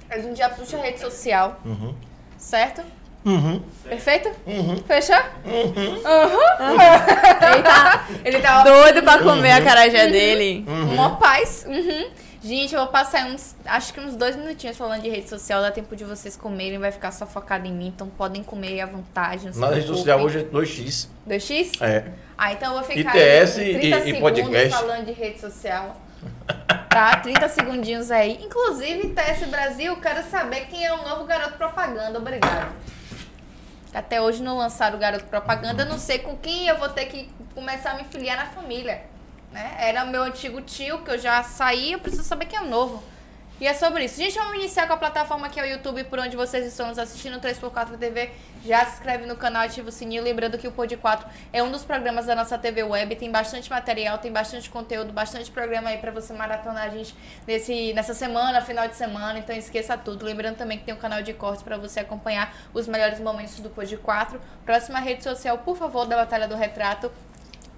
Speaker 1: a gente já puxa a rede social,
Speaker 2: uhum,
Speaker 1: certo?
Speaker 2: uhum,
Speaker 1: Perfeito?
Speaker 2: uhum.
Speaker 1: Fechou? Uhum. Ele tava
Speaker 3: Doido
Speaker 2: Uhum.
Speaker 3: pra comer a carajé dele.
Speaker 1: Mó paz. Uhum. Gente, eu vou passar uns, acho que uns dois minutinhos falando de rede social. Dá tempo de vocês comerem, vai ficar só focado em mim. Então podem comer à vontade. não se
Speaker 2: Na rede
Speaker 1: preocupem.
Speaker 2: social hoje é 2x.
Speaker 1: 2x?
Speaker 2: É.
Speaker 1: Ah, então eu vou ficar
Speaker 2: ITS
Speaker 1: aí com
Speaker 2: e-
Speaker 1: 30
Speaker 2: e
Speaker 1: segundos
Speaker 2: podcast.
Speaker 1: falando de rede social. Tá? 30 segundinhos aí. Inclusive, ITS Brasil, quero saber quem é o novo garoto propaganda. Obrigado. Até hoje não lançaram o garoto propaganda. Eu não sei com quem eu vou ter que começar a me filiar na família. Né? Era meu antigo tio, que eu já saí. Eu preciso saber quem é o novo. E é sobre isso. Gente, vamos iniciar com a plataforma que é o YouTube, por onde vocês estão nos assistindo, 3x4 TV. Já se inscreve no canal, ativa o sininho. Lembrando que o Pod 4 é um dos programas da nossa TV Web. Tem bastante material, tem bastante conteúdo, bastante programa aí pra você maratonar a gente nesse, nessa semana, final de semana. Então esqueça tudo. Lembrando também que tem um canal de cortes pra você acompanhar os melhores momentos do Pod 4. Próxima rede social, por favor, da Batalha do Retrato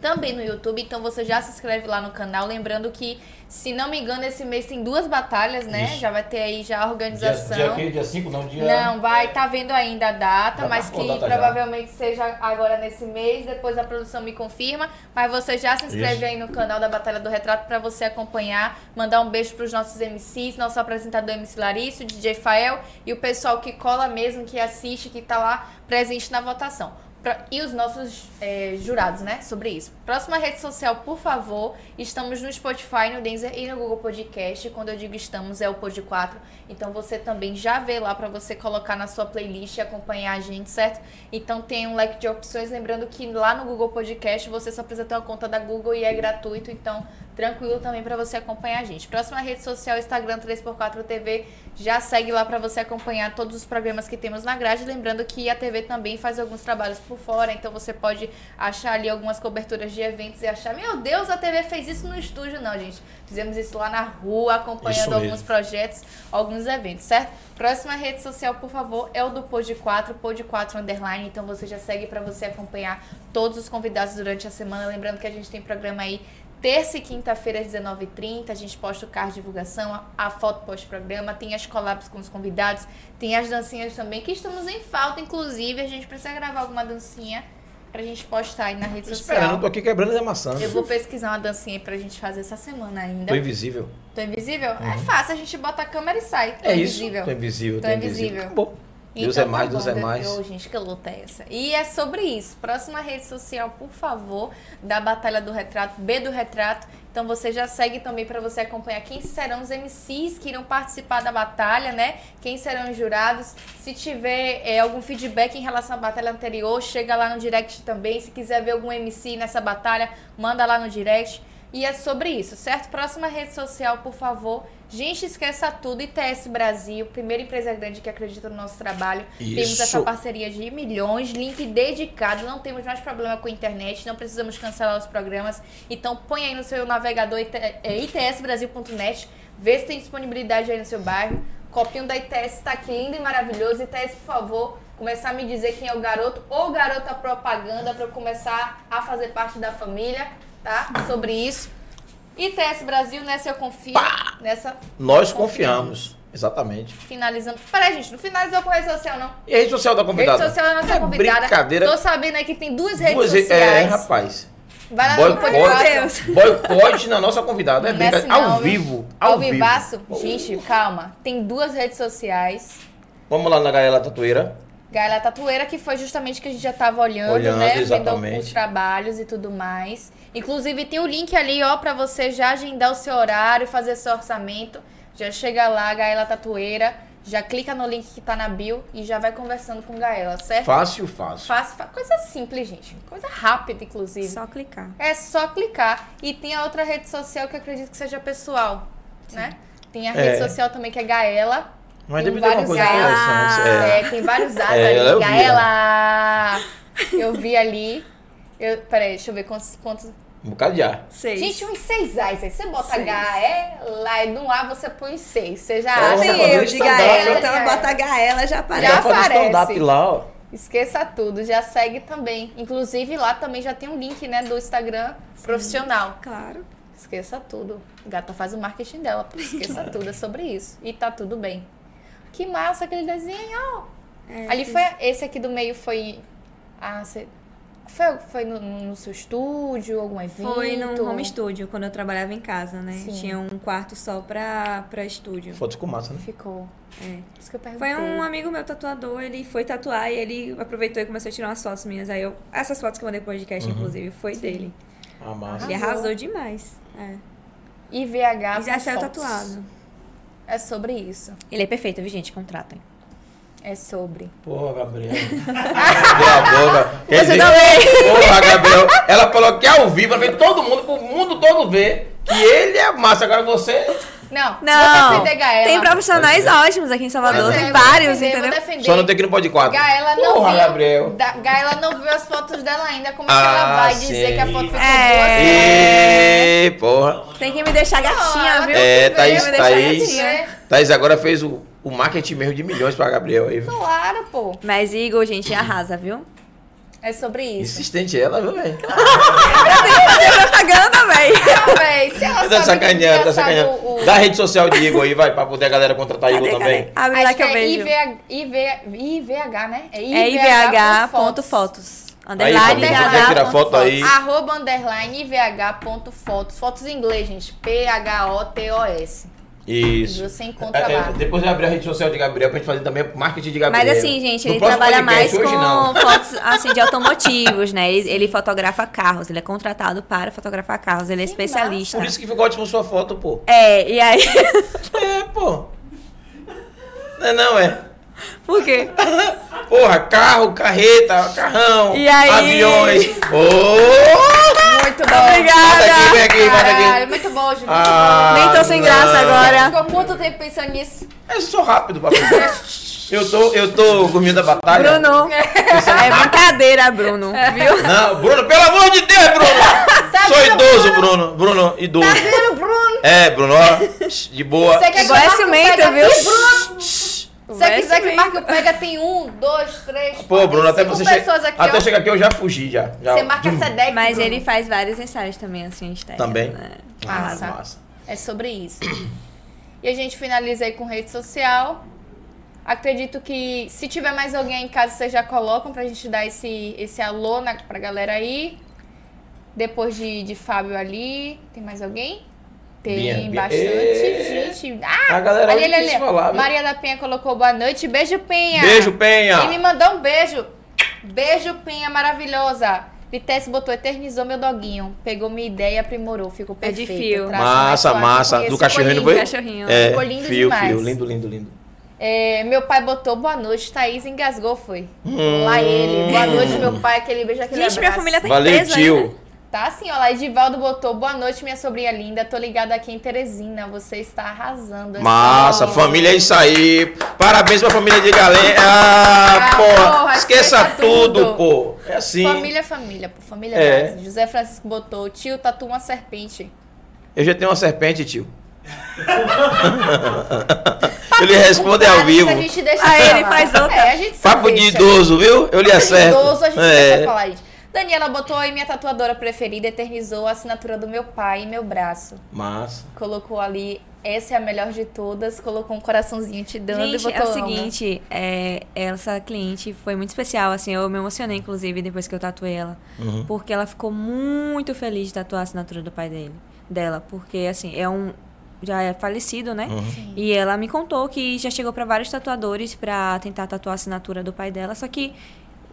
Speaker 1: também no YouTube, então você já se inscreve lá no canal. Lembrando que, se não me engano, esse mês tem duas batalhas, né?
Speaker 2: Isso.
Speaker 1: Já vai ter aí já a
Speaker 2: Dia,
Speaker 1: organização.
Speaker 2: dia 5, dia 5 não, dia...
Speaker 1: Não, vai, tá vendo ainda a data,
Speaker 2: Já
Speaker 1: mas
Speaker 2: marcou
Speaker 1: que
Speaker 2: a data já.
Speaker 1: provavelmente seja agora nesse mês, depois a produção me confirma, mas você já se inscreve
Speaker 2: Isso.
Speaker 1: aí no canal da Batalha do Retrato pra você acompanhar, mandar um beijo pros nossos MCs, nosso apresentador MC Larício, DJ Fael e o pessoal que cola mesmo, que assiste, que tá lá presente na votação. Pra- E os nossos eh, jurados, né? Sobre isso. Próxima rede social, por favor. Estamos no Spotify, no Deezer e no Google Podcast. Quando eu digo estamos, é o Pod 4. Então você também já vê lá pra você colocar na sua playlist e acompanhar a gente, certo? Então tem um leque de opções. Lembrando que lá no Google Podcast você só precisa ter uma conta da Google e é gratuito. Então tranquilo também pra você acompanhar a gente. Próxima rede social, Instagram 3x4 TV. Já segue lá pra você acompanhar todos os programas que temos na grade. Lembrando que a TV também faz alguns trabalhos por fora, então você pode achar ali algumas coberturas de eventos e achar, meu Deus, a TV fez isso no estúdio. Não, gente. Fizemos isso lá na rua,
Speaker 2: Isso
Speaker 1: acompanhando
Speaker 2: mesmo.
Speaker 1: alguns projetos, alguns eventos, certo? Próxima rede social, por favor, é o do Pod 4, Pod 4 Underline. Então você já segue pra você acompanhar todos os convidados durante a semana. Lembrando que a gente tem programa aí Terça e quinta-feira, às 19h30, a gente posta o card de divulgação, a, a foto pós-programa, tem as collabs com os convidados, tem as dancinhas também, que estamos em falta, inclusive. A gente precisa gravar alguma dancinha pra gente postar aí na rede
Speaker 2: Tô esperando,
Speaker 1: social.
Speaker 2: tô aqui quebrando e amassando.
Speaker 1: Eu vou pesquisar uma dancinha aí pra gente fazer essa semana ainda.
Speaker 2: Tô invisível.
Speaker 1: Tô invisível? É fácil, a gente bota a câmera e sai. Tô
Speaker 2: Uhum. É isso.
Speaker 1: invisível.
Speaker 2: Tô invisível,
Speaker 1: Tô
Speaker 2: tô,
Speaker 1: invisível.
Speaker 2: invisível. Acabou. Deus é
Speaker 1: tá
Speaker 2: mais,
Speaker 1: bom,
Speaker 2: Deus é
Speaker 1: Deus-
Speaker 2: mais.
Speaker 1: Ô, gente, que luta é essa? E é sobre isso. Próxima rede social, por favor, da Batalha do Retrato, B do Retrato. Então você já segue também para você acompanhar quem serão os MCs que irão participar da batalha, né? Quem serão os jurados. Se tiver é, algum feedback em relação à batalha anterior, chega lá no direct também. Se quiser ver algum MC nessa batalha, manda lá no direct. E é sobre isso, certo? Próxima rede social, por favor. Gente, esqueça tudo. ITS Brasil, primeira empresa grande que acredita no nosso trabalho. Temos essa
Speaker 2: Isso.
Speaker 1: parceria de milhões, link dedicado. Não temos mais problema com a internet, não precisamos cancelar os programas. Então põe aí no seu navegador IT é, itsbrasil.net, vê se tem disponibilidade aí no seu bairro. Copinho da ITS está tá aqui lindo e maravilhoso. ITS, por favor, começar a me dizer quem é o garoto ou garota propaganda para eu começar a fazer parte da família, tá? Sobre isso. ITS Brasil, nessa eu confio. Nessa
Speaker 2: Nós confiamos. Exatamente.
Speaker 1: finalizando. Peraí, gente, não finalizou com rede social, não.
Speaker 2: E a rede social da
Speaker 1: Rede
Speaker 2: convidada?
Speaker 1: social é nossa
Speaker 2: É
Speaker 1: convidada.
Speaker 2: brincadeira.
Speaker 1: Tô sabendo aí que tem duas redes
Speaker 2: Duas re-
Speaker 1: sociais.
Speaker 2: É, rapaz.
Speaker 1: Vai lá no
Speaker 2: Boicote.
Speaker 1: podcast.
Speaker 3: Meu Deus.
Speaker 2: Boicote na nossa convidada. É
Speaker 1: Não é assim
Speaker 2: brincadeira.
Speaker 1: não,
Speaker 2: Ao
Speaker 1: viu?
Speaker 2: vivo.
Speaker 1: Ao
Speaker 2: Ao
Speaker 1: vivaço.
Speaker 2: vivo.
Speaker 1: Gente, calma. Tem duas redes sociais.
Speaker 2: Vamos lá na Gaela Tatueira.
Speaker 1: Gaela Tatueira, que foi justamente que a gente já tava olhando,
Speaker 2: Olhando,
Speaker 1: né? Vendo
Speaker 2: exatamente.
Speaker 1: alguns trabalhos e tudo mais. Inclusive, tem o link ali, ó, pra você já agendar o seu horário, fazer seu orçamento. Já chega lá, Gaela Tatueira. Já clica no link que tá na bio e já vai conversando com Gaela, certo?
Speaker 2: Fácil, fácil.
Speaker 1: Fácil, fa- coisa simples, gente. Coisa rápida, inclusive.
Speaker 3: Só clicar.
Speaker 1: É só clicar. E tem a outra rede social que eu acredito que seja pessoal, né? Tem a
Speaker 2: É.
Speaker 1: rede social também que é Gaela.
Speaker 2: Mas
Speaker 1: Tem
Speaker 2: deve ter uma
Speaker 1: vários
Speaker 2: coisa
Speaker 1: Gaela.
Speaker 2: interessante. É.
Speaker 1: É, tem vários atos
Speaker 2: É,
Speaker 1: ali.
Speaker 2: eu vi, né?
Speaker 1: Gaela! Eu vi ali. Eu, peraí, deixa eu ver quantos. quantos...
Speaker 2: Um bocado de ar.
Speaker 3: Seis.
Speaker 1: Gente, uns seis A's aí. Você bota
Speaker 3: Seis.
Speaker 1: Gaela e no A você põe seis. Você já
Speaker 2: Nossa,
Speaker 1: acha.
Speaker 2: Tem
Speaker 3: Ontem
Speaker 2: fazer
Speaker 3: eu de
Speaker 2: stand-up,
Speaker 3: Gaela,
Speaker 1: hein?
Speaker 3: então bota a Gaela,
Speaker 2: Dá
Speaker 3: já
Speaker 1: Já
Speaker 2: pra
Speaker 3: aparece.
Speaker 2: fazer
Speaker 1: aparece.
Speaker 2: stand-up lá, ó.
Speaker 1: Esqueça tudo, já segue também. Inclusive lá também já tem um link, né, do Instagram profissional.
Speaker 3: Claro.
Speaker 1: Esqueça tudo. Gata faz o marketing dela. pô.
Speaker 3: [laughs]
Speaker 1: Esqueça tudo, é sobre isso. E tá tudo bem. Que massa aquele desenho.
Speaker 3: É,
Speaker 1: Ali foi. Esse aqui do meio foi. Ah, cê- foi, foi no, no- no seu estúdio, algum evento?
Speaker 3: Foi num home studio, quando eu trabalhava em casa, né?
Speaker 1: Sim.
Speaker 3: Tinha um quarto só pra, pra estúdio.
Speaker 2: Fotos com massa, né?
Speaker 1: Ficou.
Speaker 3: É.
Speaker 1: Isso que eu perguntei.
Speaker 3: Foi um amigo meu tatuador, ele foi tatuar e ele aproveitou e começou a tirar umas fotos minhas. Aí eu. Essas fotos que eu mandei pro podcast,
Speaker 2: Uhum.
Speaker 3: inclusive, foi dele.
Speaker 2: Ah, massa.
Speaker 3: Ele
Speaker 1: Arrasou.
Speaker 3: arrasou demais. É.
Speaker 1: IVH.
Speaker 3: E já saiu
Speaker 1: Fotos.
Speaker 3: tatuado.
Speaker 1: É sobre isso.
Speaker 3: Ele é perfeito, viu, gente? Contratem.
Speaker 1: É sobre.
Speaker 2: Porra, Gabriel. Cala a boca. Quer dizer-
Speaker 3: também!
Speaker 2: Porra, Gabriel. Ela falou que ao vivo, ela veio todo mundo, pro mundo todo ver que ele é massa. Agora você.
Speaker 1: Não, vou
Speaker 3: Não!
Speaker 1: defender Gaela.
Speaker 3: Tem profissionais
Speaker 2: Pois
Speaker 3: ótimos aqui em Salvador,
Speaker 1: Pois é,
Speaker 3: tem
Speaker 1: vou
Speaker 3: vários,
Speaker 1: defender, vou
Speaker 3: entendeu?
Speaker 1: defender.
Speaker 2: Só não tem que ir no pode quatro.
Speaker 1: Gaela não
Speaker 2: Porra,
Speaker 1: viu.
Speaker 2: Gabriel.
Speaker 1: Da- Gaela não viu as fotos dela ainda. Como é que
Speaker 2: Ah,
Speaker 1: ela vai
Speaker 2: sim.
Speaker 1: dizer que a foto ficou
Speaker 3: É.
Speaker 1: boa?
Speaker 2: Ê, porra.
Speaker 3: Tem que me deixar gatinha, viu?
Speaker 2: É,
Speaker 3: Tem que
Speaker 2: Thaís,
Speaker 3: me deixar
Speaker 2: Thaís.
Speaker 3: gatinha.
Speaker 2: Thaís agora fez o, o marketing mesmo de milhões pra Gabriel aí. viu?
Speaker 1: Claro, pô.
Speaker 3: Mas Igor, gente, arrasa, viu?
Speaker 1: É sobre isso.
Speaker 2: Insistente ela, viu, velho?
Speaker 3: Propaganda, véi! [laughs]
Speaker 1: Não, véi, se ela
Speaker 2: [laughs] Tá
Speaker 1: sabe que
Speaker 2: sacaneando, tá
Speaker 1: já sabe
Speaker 2: sacaneando.
Speaker 1: o- o-
Speaker 2: Da rede social de Igor aí, vai, pra poder a galera contratar Igor
Speaker 3: Cadê,
Speaker 2: também.
Speaker 3: cadê? Abre lá
Speaker 1: Acho
Speaker 3: que eu
Speaker 1: é
Speaker 3: vejo.
Speaker 1: IVH, IVH, né?
Speaker 3: É ivh.fotos. Underline
Speaker 2: Aí, família, quer tirar foto aí?
Speaker 3: ivh.fotos.
Speaker 1: Arroba underline ivh.fotos. Fotos em inglês, gente. P-H-O-T-O-S.
Speaker 2: Isso.
Speaker 1: Você encontra
Speaker 2: É, é,
Speaker 1: lá.
Speaker 2: depois eu abri a rede social de Gabriel pra gente fazer também marketing de Gabriel.
Speaker 3: Mas assim, gente,
Speaker 2: No
Speaker 3: ele
Speaker 2: próximo
Speaker 3: trabalha mais
Speaker 2: podcast,
Speaker 3: com
Speaker 2: hoje não.
Speaker 3: [laughs] fotos assim, de automotivos, né? Ele, ele fotografa carros, ele é contratado para fotografar carros, ele é especialista.
Speaker 1: Tá.
Speaker 2: Por isso que ficou ótimo sua foto, pô.
Speaker 3: É, e aí. [laughs]
Speaker 2: É, pô. Não é, não, é.
Speaker 3: Por quê?
Speaker 2: Porra, carro, carreta, carrão,
Speaker 3: E aí?
Speaker 2: aviões. Ô!
Speaker 1: Muito bom.
Speaker 2: Manda aqui,
Speaker 3: Obrigada!
Speaker 2: vem aqui, manda
Speaker 1: Caralho,
Speaker 2: aqui.
Speaker 1: muito bom, gente.
Speaker 2: Ah,
Speaker 3: Nem tô sem
Speaker 2: não.
Speaker 3: graça agora.
Speaker 1: Ficou quanto tempo pensando nisso?
Speaker 2: É só rápido, papai. Eu tô, eu tô gourmet da batalha.
Speaker 3: Bruno. É brincadeira, Bruno. Viu?
Speaker 2: Não, Bruno, pelo amor de Deus, Bruno!
Speaker 1: Tá
Speaker 2: Sou idoso, Bruno. Bruno, idoso.
Speaker 1: Bruno,
Speaker 2: É, Bruno, ó. De boa.
Speaker 1: você quer que
Speaker 3: Boa é
Speaker 1: marque o
Speaker 3: ciumenta,
Speaker 1: pega?
Speaker 3: viu?
Speaker 1: Tem Bruno, se você
Speaker 3: Vai
Speaker 1: quiser que
Speaker 3: ciumenta.
Speaker 1: marque o pega, tem um, dois, três,
Speaker 2: Pô,
Speaker 1: quatro,
Speaker 2: Bruno, até
Speaker 1: cinco
Speaker 2: você
Speaker 1: pessoas
Speaker 2: chega.
Speaker 1: aqui,
Speaker 2: Até
Speaker 1: ó.
Speaker 2: chegar aqui eu já fugi já. já. Hum.
Speaker 1: Você marca essa deck.
Speaker 3: Mas
Speaker 1: Bruno.
Speaker 3: ele faz vários ensaios também, assim, estética.
Speaker 2: Também.
Speaker 3: né?
Speaker 2: Ah,
Speaker 1: Massa. É sobre isso. E a gente finaliza aí com rede social. Acredito que se tiver mais alguém em casa, vocês já colocam pra gente dar esse, esse alô na, pra galera aí. Depois de, de Fábio ali. Tem mais alguém? Tem
Speaker 2: Bia-
Speaker 1: bastante
Speaker 2: Ê,
Speaker 1: gente. Ah,
Speaker 2: a galera
Speaker 1: ali,
Speaker 2: hoje
Speaker 1: ali,
Speaker 2: quis
Speaker 1: ali.
Speaker 2: falar, viu?
Speaker 1: Maria da Penha colocou boa noite. Beijo, Penha.
Speaker 2: Beijo, Penha!
Speaker 1: E me mandou um beijo. Beijo, Penha, maravilhosa. Vitesse botou, eternizou meu doguinho. Pegou minha ideia e aprimorou. Ficou
Speaker 3: É de
Speaker 1: perfeito.
Speaker 3: fio.
Speaker 1: Traço mais
Speaker 2: Massa,
Speaker 1: forte,
Speaker 2: massa.
Speaker 1: conheço.
Speaker 2: Do cachorrinho
Speaker 1: Ficou
Speaker 2: foi?
Speaker 1: lindo.
Speaker 3: Cachorrinho.
Speaker 2: É,
Speaker 1: Ficou lindo
Speaker 2: fio,
Speaker 1: demais.
Speaker 2: fio. Lindo, lindo, lindo.
Speaker 1: É, meu pai botou boa noite. Thaís engasgou, foi.
Speaker 2: Hum.
Speaker 1: Lá ele. Boa noite, meu pai. Aquele beijo, aquele
Speaker 3: Gente, minha
Speaker 1: abraço.
Speaker 3: família tá em
Speaker 1: né?
Speaker 2: Valeu,
Speaker 3: peso
Speaker 2: tio.
Speaker 3: ainda.
Speaker 1: Tá assim, ó lá. Edivaldo botou boa noite, minha sobrinha linda. Tô ligada aqui em Teresina. Você está arrasando.
Speaker 2: Massa,
Speaker 1: Esse-
Speaker 2: família é isso aí. Parabéns pra família de galera. Ah,
Speaker 1: Ah,
Speaker 2: porra,
Speaker 1: porra,
Speaker 2: esqueça
Speaker 1: esqueça
Speaker 2: tudo,
Speaker 1: tudo.
Speaker 2: pô. É assim.
Speaker 1: Família, é família, pô. Família
Speaker 2: É.
Speaker 1: é. base. José Francisco botou, tio, tatua uma serpente.
Speaker 2: Eu já tenho uma
Speaker 1: [laughs]
Speaker 2: serpente, tio. Ele responde ao
Speaker 1: Cara, isso
Speaker 2: vivo.
Speaker 1: A gente deixa
Speaker 3: Aí
Speaker 1: pra
Speaker 3: ele
Speaker 1: lá.
Speaker 3: faz outra.
Speaker 1: É, a gente só
Speaker 2: Papo de
Speaker 1: deixa.
Speaker 2: idoso, viu? Eu
Speaker 1: Papo
Speaker 2: lhe
Speaker 1: de
Speaker 2: acerto.
Speaker 1: idoso, a gente deixa
Speaker 2: é.
Speaker 1: pra lá, gente. Daniela botou, e minha tatuadora preferida eternizou a assinatura do meu pai em meu braço.
Speaker 2: Massa.
Speaker 1: Colocou ali, essa é a melhor de todas. Colocou um coraçãozinho te dando e
Speaker 3: Gente,
Speaker 1: botou
Speaker 3: é o
Speaker 1: amo.
Speaker 3: seguinte, é, essa cliente foi muito especial, assim, eu me emocionei, inclusive, depois que eu tatuei ela.
Speaker 2: Uhum.
Speaker 3: Porque ela ficou muito feliz de tatuar a assinatura do pai dele, dela. Porque, assim, é um. Já é falecido, né? E ela me contou que já chegou pra vários tatuadores pra tentar tatuar a assinatura do pai dela, só que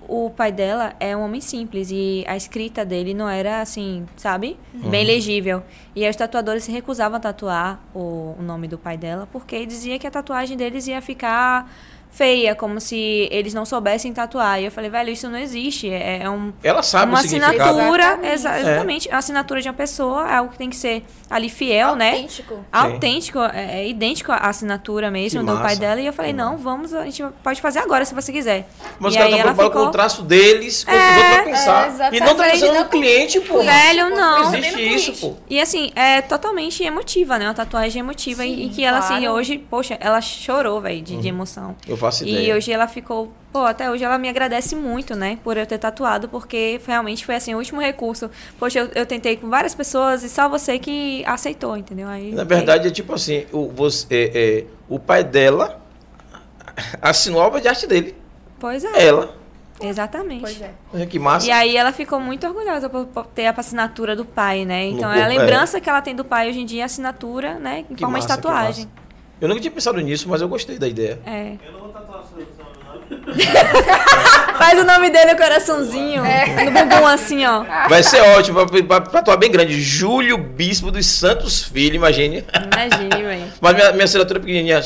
Speaker 3: o pai dela é um homem simples e a escrita dele não era assim, sabe?
Speaker 2: Uhum.
Speaker 3: Bem legível. E aí os tatuadores se recusavam a tatuar o, o nome do pai dela porque dizia que a tatuagem deles ia ficar feia, como se eles não soubessem tatuar. E eu falei, velho, isso não existe. É, é um,
Speaker 2: Ela sabe
Speaker 3: uma
Speaker 2: o significado.
Speaker 3: assinatura,
Speaker 1: Exatamente.
Speaker 3: exa-
Speaker 2: É.
Speaker 3: exatamente, a assinatura de uma pessoa é algo que tem que ser ali fiel, né?
Speaker 1: Autêntico.
Speaker 3: autêntico, é, é idêntico à assinatura mesmo
Speaker 2: Que
Speaker 3: do pai
Speaker 2: massa.
Speaker 3: dela. E eu falei, não, vamos, a gente pode fazer agora se você quiser.
Speaker 2: Mas os
Speaker 3: e
Speaker 2: caras
Speaker 3: aí
Speaker 2: estão
Speaker 3: ela
Speaker 2: preocupados com o
Speaker 3: ficou,
Speaker 2: traço deles, com o que os
Speaker 1: É,
Speaker 2: outros vão pensar. e
Speaker 1: exatamente.
Speaker 2: não tá pensando
Speaker 1: Não,
Speaker 2: no cliente, pô.
Speaker 3: velho, não.
Speaker 2: Não existe isso, pô.
Speaker 3: E assim, é totalmente emotiva, né? Uma tatuagem emotiva. em- em que ela, assim,
Speaker 1: claro.
Speaker 3: hoje, poxa, ela chorou, velho, de, de emoção.
Speaker 2: Eu faço Uhum. ideia.
Speaker 3: E hoje ela ficou, pô, até hoje ela me agradece muito, né, por eu ter tatuado, porque realmente foi assim, o último recurso. Poxa, eu, eu tentei com várias pessoas e só você que aceitou, entendeu? Aí,
Speaker 2: Na verdade, é tipo assim, o, você, é, é, o pai dela [laughs] assinou a obra de arte dele.
Speaker 3: Pois é,
Speaker 2: Ela.
Speaker 3: exatamente.
Speaker 1: Pois
Speaker 3: [laughs]
Speaker 1: é.
Speaker 2: Olha que massa.
Speaker 3: E aí ela ficou muito orgulhosa por, por ter a assinatura do pai, né? Então
Speaker 2: No
Speaker 3: é a
Speaker 2: corpo,
Speaker 3: lembrança que ela tem do pai hoje em dia é a assinatura, né? Em
Speaker 2: Que
Speaker 3: forma de
Speaker 2: massa, que
Speaker 3: tatuagem.
Speaker 2: massa. Eu nunca tinha pensado nisso, mas eu gostei da
Speaker 3: [laughs]
Speaker 2: ideia.
Speaker 3: É.
Speaker 5: Eu não vou tatuar o seu nome, não.
Speaker 3: [laughs] Faz o nome dele no coraçãozinho. No bumbum assim, ó.
Speaker 2: Vai ser ótimo, vai- vai vai atuar bem grande. Júlio Bispo dos Santos Filho, imagine.
Speaker 3: Imagine, velho.
Speaker 2: Mas minha, minha assinatura é pequenininha,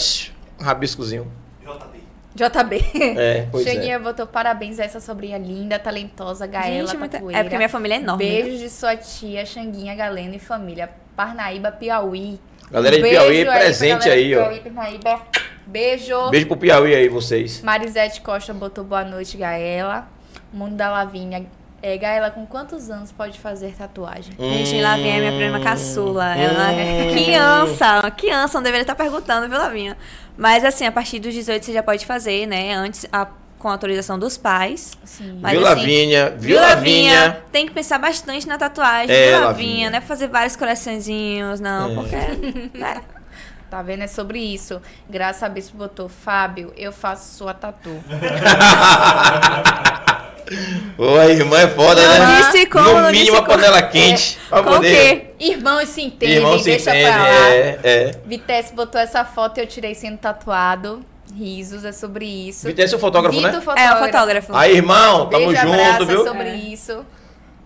Speaker 2: rabiscozinho.
Speaker 5: JB.
Speaker 1: JB.
Speaker 2: É, pois
Speaker 1: Cheguinha
Speaker 2: é.
Speaker 1: botou parabéns a essa sobrinha linda, talentosa, Gaela
Speaker 3: Gente, muita...
Speaker 1: tatueira.
Speaker 3: É porque minha família é enorme. né?
Speaker 1: Beijos de sua tia, Xanguinha, Galena e família. Parnaíba, Piauí. Um
Speaker 2: Galera de
Speaker 1: Beijo
Speaker 2: Piauí,
Speaker 1: aí pra
Speaker 2: presente
Speaker 1: galera de
Speaker 2: aí, ó.
Speaker 1: Piauí, Parnaíba. Beijo.
Speaker 2: Beijo pro Piauí aí, vocês.
Speaker 1: Marisete Costa botou boa noite, Gaela. Mundo da Lavinha. É, Gaela, com quantos anos pode fazer tatuagem?
Speaker 3: Gente, lá vem a minha prima caçula. Ela é
Speaker 2: Hum.
Speaker 3: criança, uma criança, não deveria estar perguntando, viu, Lavinha? Mas assim, a partir dos 18 você já pode fazer, né? Antes, a- com a autorização dos pais.
Speaker 1: Sim.
Speaker 3: Mas,
Speaker 2: viu,
Speaker 3: assim,
Speaker 2: Lavinha? Viu,
Speaker 3: Viu, Lavinha?
Speaker 2: Lavinha?
Speaker 3: Tem que pensar bastante na tatuagem,
Speaker 2: É, Lavinha?
Speaker 3: viu,
Speaker 2: É.
Speaker 3: Lavinha? Não é fazer vários coraçõezinhos, não, porque. né?
Speaker 1: Tá vendo? É sobre isso. Graça a Bispo botou, Fábio, eu faço sua
Speaker 2: [laughs]
Speaker 1: tatu.
Speaker 2: Ô, a irmã é foda,
Speaker 3: Não
Speaker 2: né?
Speaker 3: disse como,
Speaker 2: no
Speaker 3: não disse
Speaker 2: mínimo, a
Speaker 3: como. É.
Speaker 2: panela quente. pra
Speaker 3: Com o
Speaker 2: poder.
Speaker 3: quê?
Speaker 1: Irmãos se entendem,
Speaker 2: Irmão se
Speaker 1: deixa
Speaker 2: entende,
Speaker 1: pra lá.
Speaker 2: é, é.
Speaker 1: Vitesse botou essa foto e eu tirei sendo tatuado. Risos, é sobre isso.
Speaker 2: Vitesse é o fotógrafo, né?
Speaker 1: Vitor
Speaker 3: É, o
Speaker 1: fotógrafo.
Speaker 3: fotógrafo.
Speaker 2: Aí, irmão, tamo
Speaker 1: Beijo,
Speaker 2: junto,
Speaker 1: abraço,
Speaker 2: viu?
Speaker 1: é sobre isso.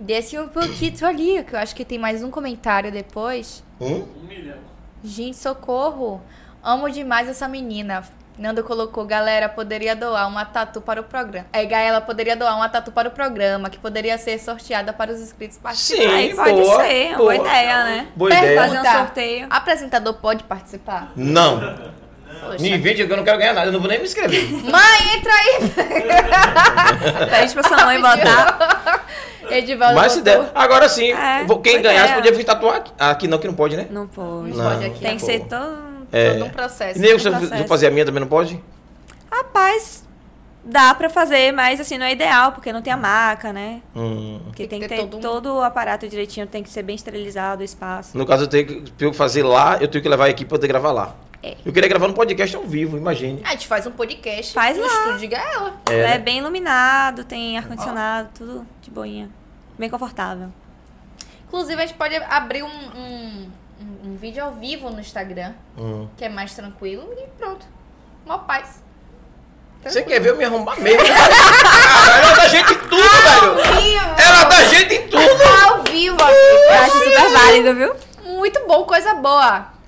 Speaker 1: Desce um pouquinho ali, que eu acho que tem mais um comentário depois.
Speaker 2: Hum?
Speaker 5: Um milhão.
Speaker 1: Gente, socorro. Amo demais essa menina. Nando colocou, galera, poderia doar uma tatu para o programa. É, Gaela, poderia doar uma tatu para o programa, que poderia ser sorteada para os inscritos participantes.
Speaker 3: Aí
Speaker 2: Sim,
Speaker 3: pode
Speaker 2: boa,
Speaker 3: ser, uma
Speaker 2: boa.
Speaker 3: boa ideia, né?
Speaker 2: Boa ideia.
Speaker 3: Fazer um sorteio.
Speaker 1: Apresentador pode participar?
Speaker 2: Não.
Speaker 1: Poxa.
Speaker 2: Me vende que eu não quero ganhar nada, eu não vou nem me
Speaker 3: [laughs]
Speaker 2: inscrever.
Speaker 1: Mãe, entra aí!
Speaker 3: Pra gente pra sua mãe botar.
Speaker 1: [laughs] Edivaldo
Speaker 2: Mas se
Speaker 1: botou-
Speaker 2: der. Agora sim,
Speaker 3: É,
Speaker 2: vou- quem
Speaker 3: pois
Speaker 2: ganhasse
Speaker 3: é.
Speaker 2: podia vir tatuar aqui. Ah, Aqui não, que não pode, né?
Speaker 3: Não pode.
Speaker 1: Não pode aqui.
Speaker 3: Tem que
Speaker 2: pô.
Speaker 3: ser todo.
Speaker 2: é.
Speaker 1: Todo um processo.
Speaker 2: E nem você você
Speaker 3: tem É assim processo.
Speaker 2: fazer a minha também não pode?
Speaker 3: Rapaz, dá pra fazer, mas assim, não é ideal, porque não tem a maca, né?
Speaker 2: Hum.
Speaker 3: Porque tem, que ter,
Speaker 1: um-
Speaker 3: todo o aparato direitinho, tem que ser bem esterilizado o espaço.
Speaker 2: No caso, eu tenho que pra eu fazer lá, eu tenho que levar a equipe pra poder gravar lá.
Speaker 3: É.
Speaker 2: Eu queria gravar no podcast ao vivo, imagine.
Speaker 1: Ah, a gente faz um podcast.
Speaker 3: Faz
Speaker 1: no
Speaker 3: lá.
Speaker 1: estúdio de Gaela.
Speaker 3: É,
Speaker 2: né?
Speaker 3: bem iluminado, tem ar-condicionado, tudo de boinha. Bem confortável.
Speaker 1: Inclusive, a gente pode abrir um, um, um, um vídeo ao vivo no Instagram,
Speaker 2: Hum.
Speaker 1: que é mais tranquilo, e pronto. Mó paz.
Speaker 2: Você quer ver eu me arrombar mesmo? [laughs] Caralho, ela dá gente em tudo, velho. Ela tá dá gente em tudo.
Speaker 1: Ao vivo aqui.
Speaker 3: Eu acho super válido, viu?
Speaker 1: Muito bom, coisa boa.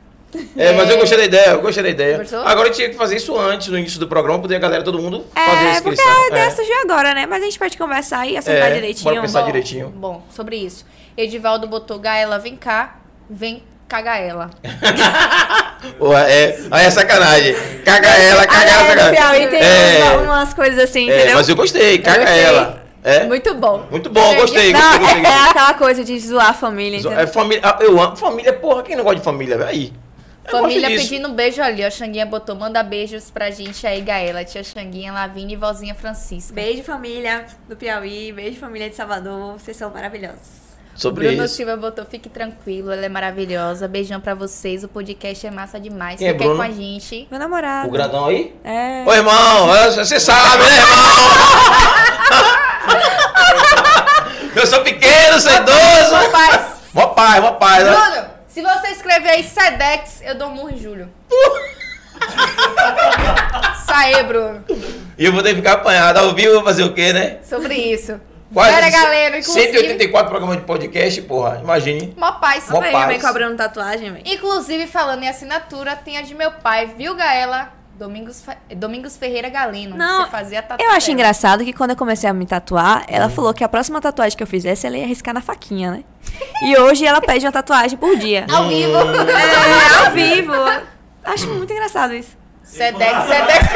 Speaker 2: É, mas eu gostei da ideia, eu gostei da ideia.
Speaker 1: Gostou?
Speaker 2: Agora eu tinha que fazer isso antes, no início do programa, poder a galera, todo mundo fazer a
Speaker 3: É, porque
Speaker 2: inscrição.
Speaker 3: a ideia surgiu agora, né? Mas a gente pode conversar e acertar
Speaker 2: É,
Speaker 3: direitinho.
Speaker 2: bora pensar
Speaker 1: Bom,
Speaker 2: direitinho.
Speaker 1: Bom, sobre isso. Edivaldo botou Gaela, vem cá, vem cagar ela.
Speaker 2: Pô, é, aí é sacanagem. Caga ela,
Speaker 3: Ah,
Speaker 2: caga ela,
Speaker 3: é,
Speaker 2: caga
Speaker 3: no Piauí
Speaker 2: ela.
Speaker 3: tem
Speaker 2: É,
Speaker 3: umas- umas coisas assim,
Speaker 2: é,
Speaker 3: entendeu?
Speaker 2: mas eu gostei, caga
Speaker 1: gostei.
Speaker 2: ela. É. Muito,
Speaker 1: Muito bom.
Speaker 2: bom, gostei,
Speaker 3: Não,
Speaker 2: gostei, gostei.
Speaker 3: é, é aquela coisa de zoar a família,
Speaker 2: Zo-
Speaker 3: entendeu?
Speaker 2: É, família, ah, eu amo. Família, porra, quem não gosta de família? velho? Aí. Eu gosto
Speaker 1: Família
Speaker 2: disso.
Speaker 1: pedindo um beijo ali, ó. Xanguinha botou, manda beijos pra gente aí, Gaela. Tia Xanguinha, Lavínia e vozinha Francisca.
Speaker 3: Beijo, família do Piauí. Beijo, família de Salvador. Vocês são maravilhosos.
Speaker 2: Sobre
Speaker 1: Bruno
Speaker 2: isso.
Speaker 1: Silva botou, fique tranquilo, ela é maravilhosa. Beijão pra vocês, o podcast é massa demais.
Speaker 2: Quem é
Speaker 1: Fica aí com
Speaker 2: Bruno?
Speaker 1: a gente.
Speaker 3: Meu namorado.
Speaker 2: O grandão aí?
Speaker 3: É.
Speaker 2: Ô, irmão, você sabe, né, irmão? eu sou pequeno, sou idoso. [laughs]
Speaker 1: Rapaz,
Speaker 2: Mó paz, mó paz. né?
Speaker 1: Bruno, se você escrever aí Sedex, eu dou um murro em
Speaker 2: [laughs]
Speaker 1: Júlio. Saê, Bruno.
Speaker 2: E eu vou ter que ficar apanhado ao vivo, vou fazer o quê, né?
Speaker 1: Sobre isso.
Speaker 2: Quase
Speaker 1: Vera Galeno, inclusive.
Speaker 2: 184 programas de podcast, porra, imagine.
Speaker 1: Mó paz.
Speaker 2: Mó
Speaker 3: Aí,
Speaker 2: é paz.
Speaker 3: vem cobrando tatuagem, velho.
Speaker 1: Inclusive, falando em assinatura, tem a de meu pai, viu, Gaela? Domingos, Fa- Domingos Ferreira Galeno.
Speaker 3: Não,
Speaker 1: você fazia tatu
Speaker 3: Eu acho
Speaker 1: dela.
Speaker 3: engraçado que quando eu comecei a me tatuar, ela
Speaker 2: Hum.
Speaker 3: falou que a próxima tatuagem que eu fizesse, ela ia arriscar na faquinha, né? E hoje ela pede uma tatuagem por dia.
Speaker 1: Ao vivo.
Speaker 3: É, ao vivo. Acho muito engraçado isso.
Speaker 1: Sedex, Sedex.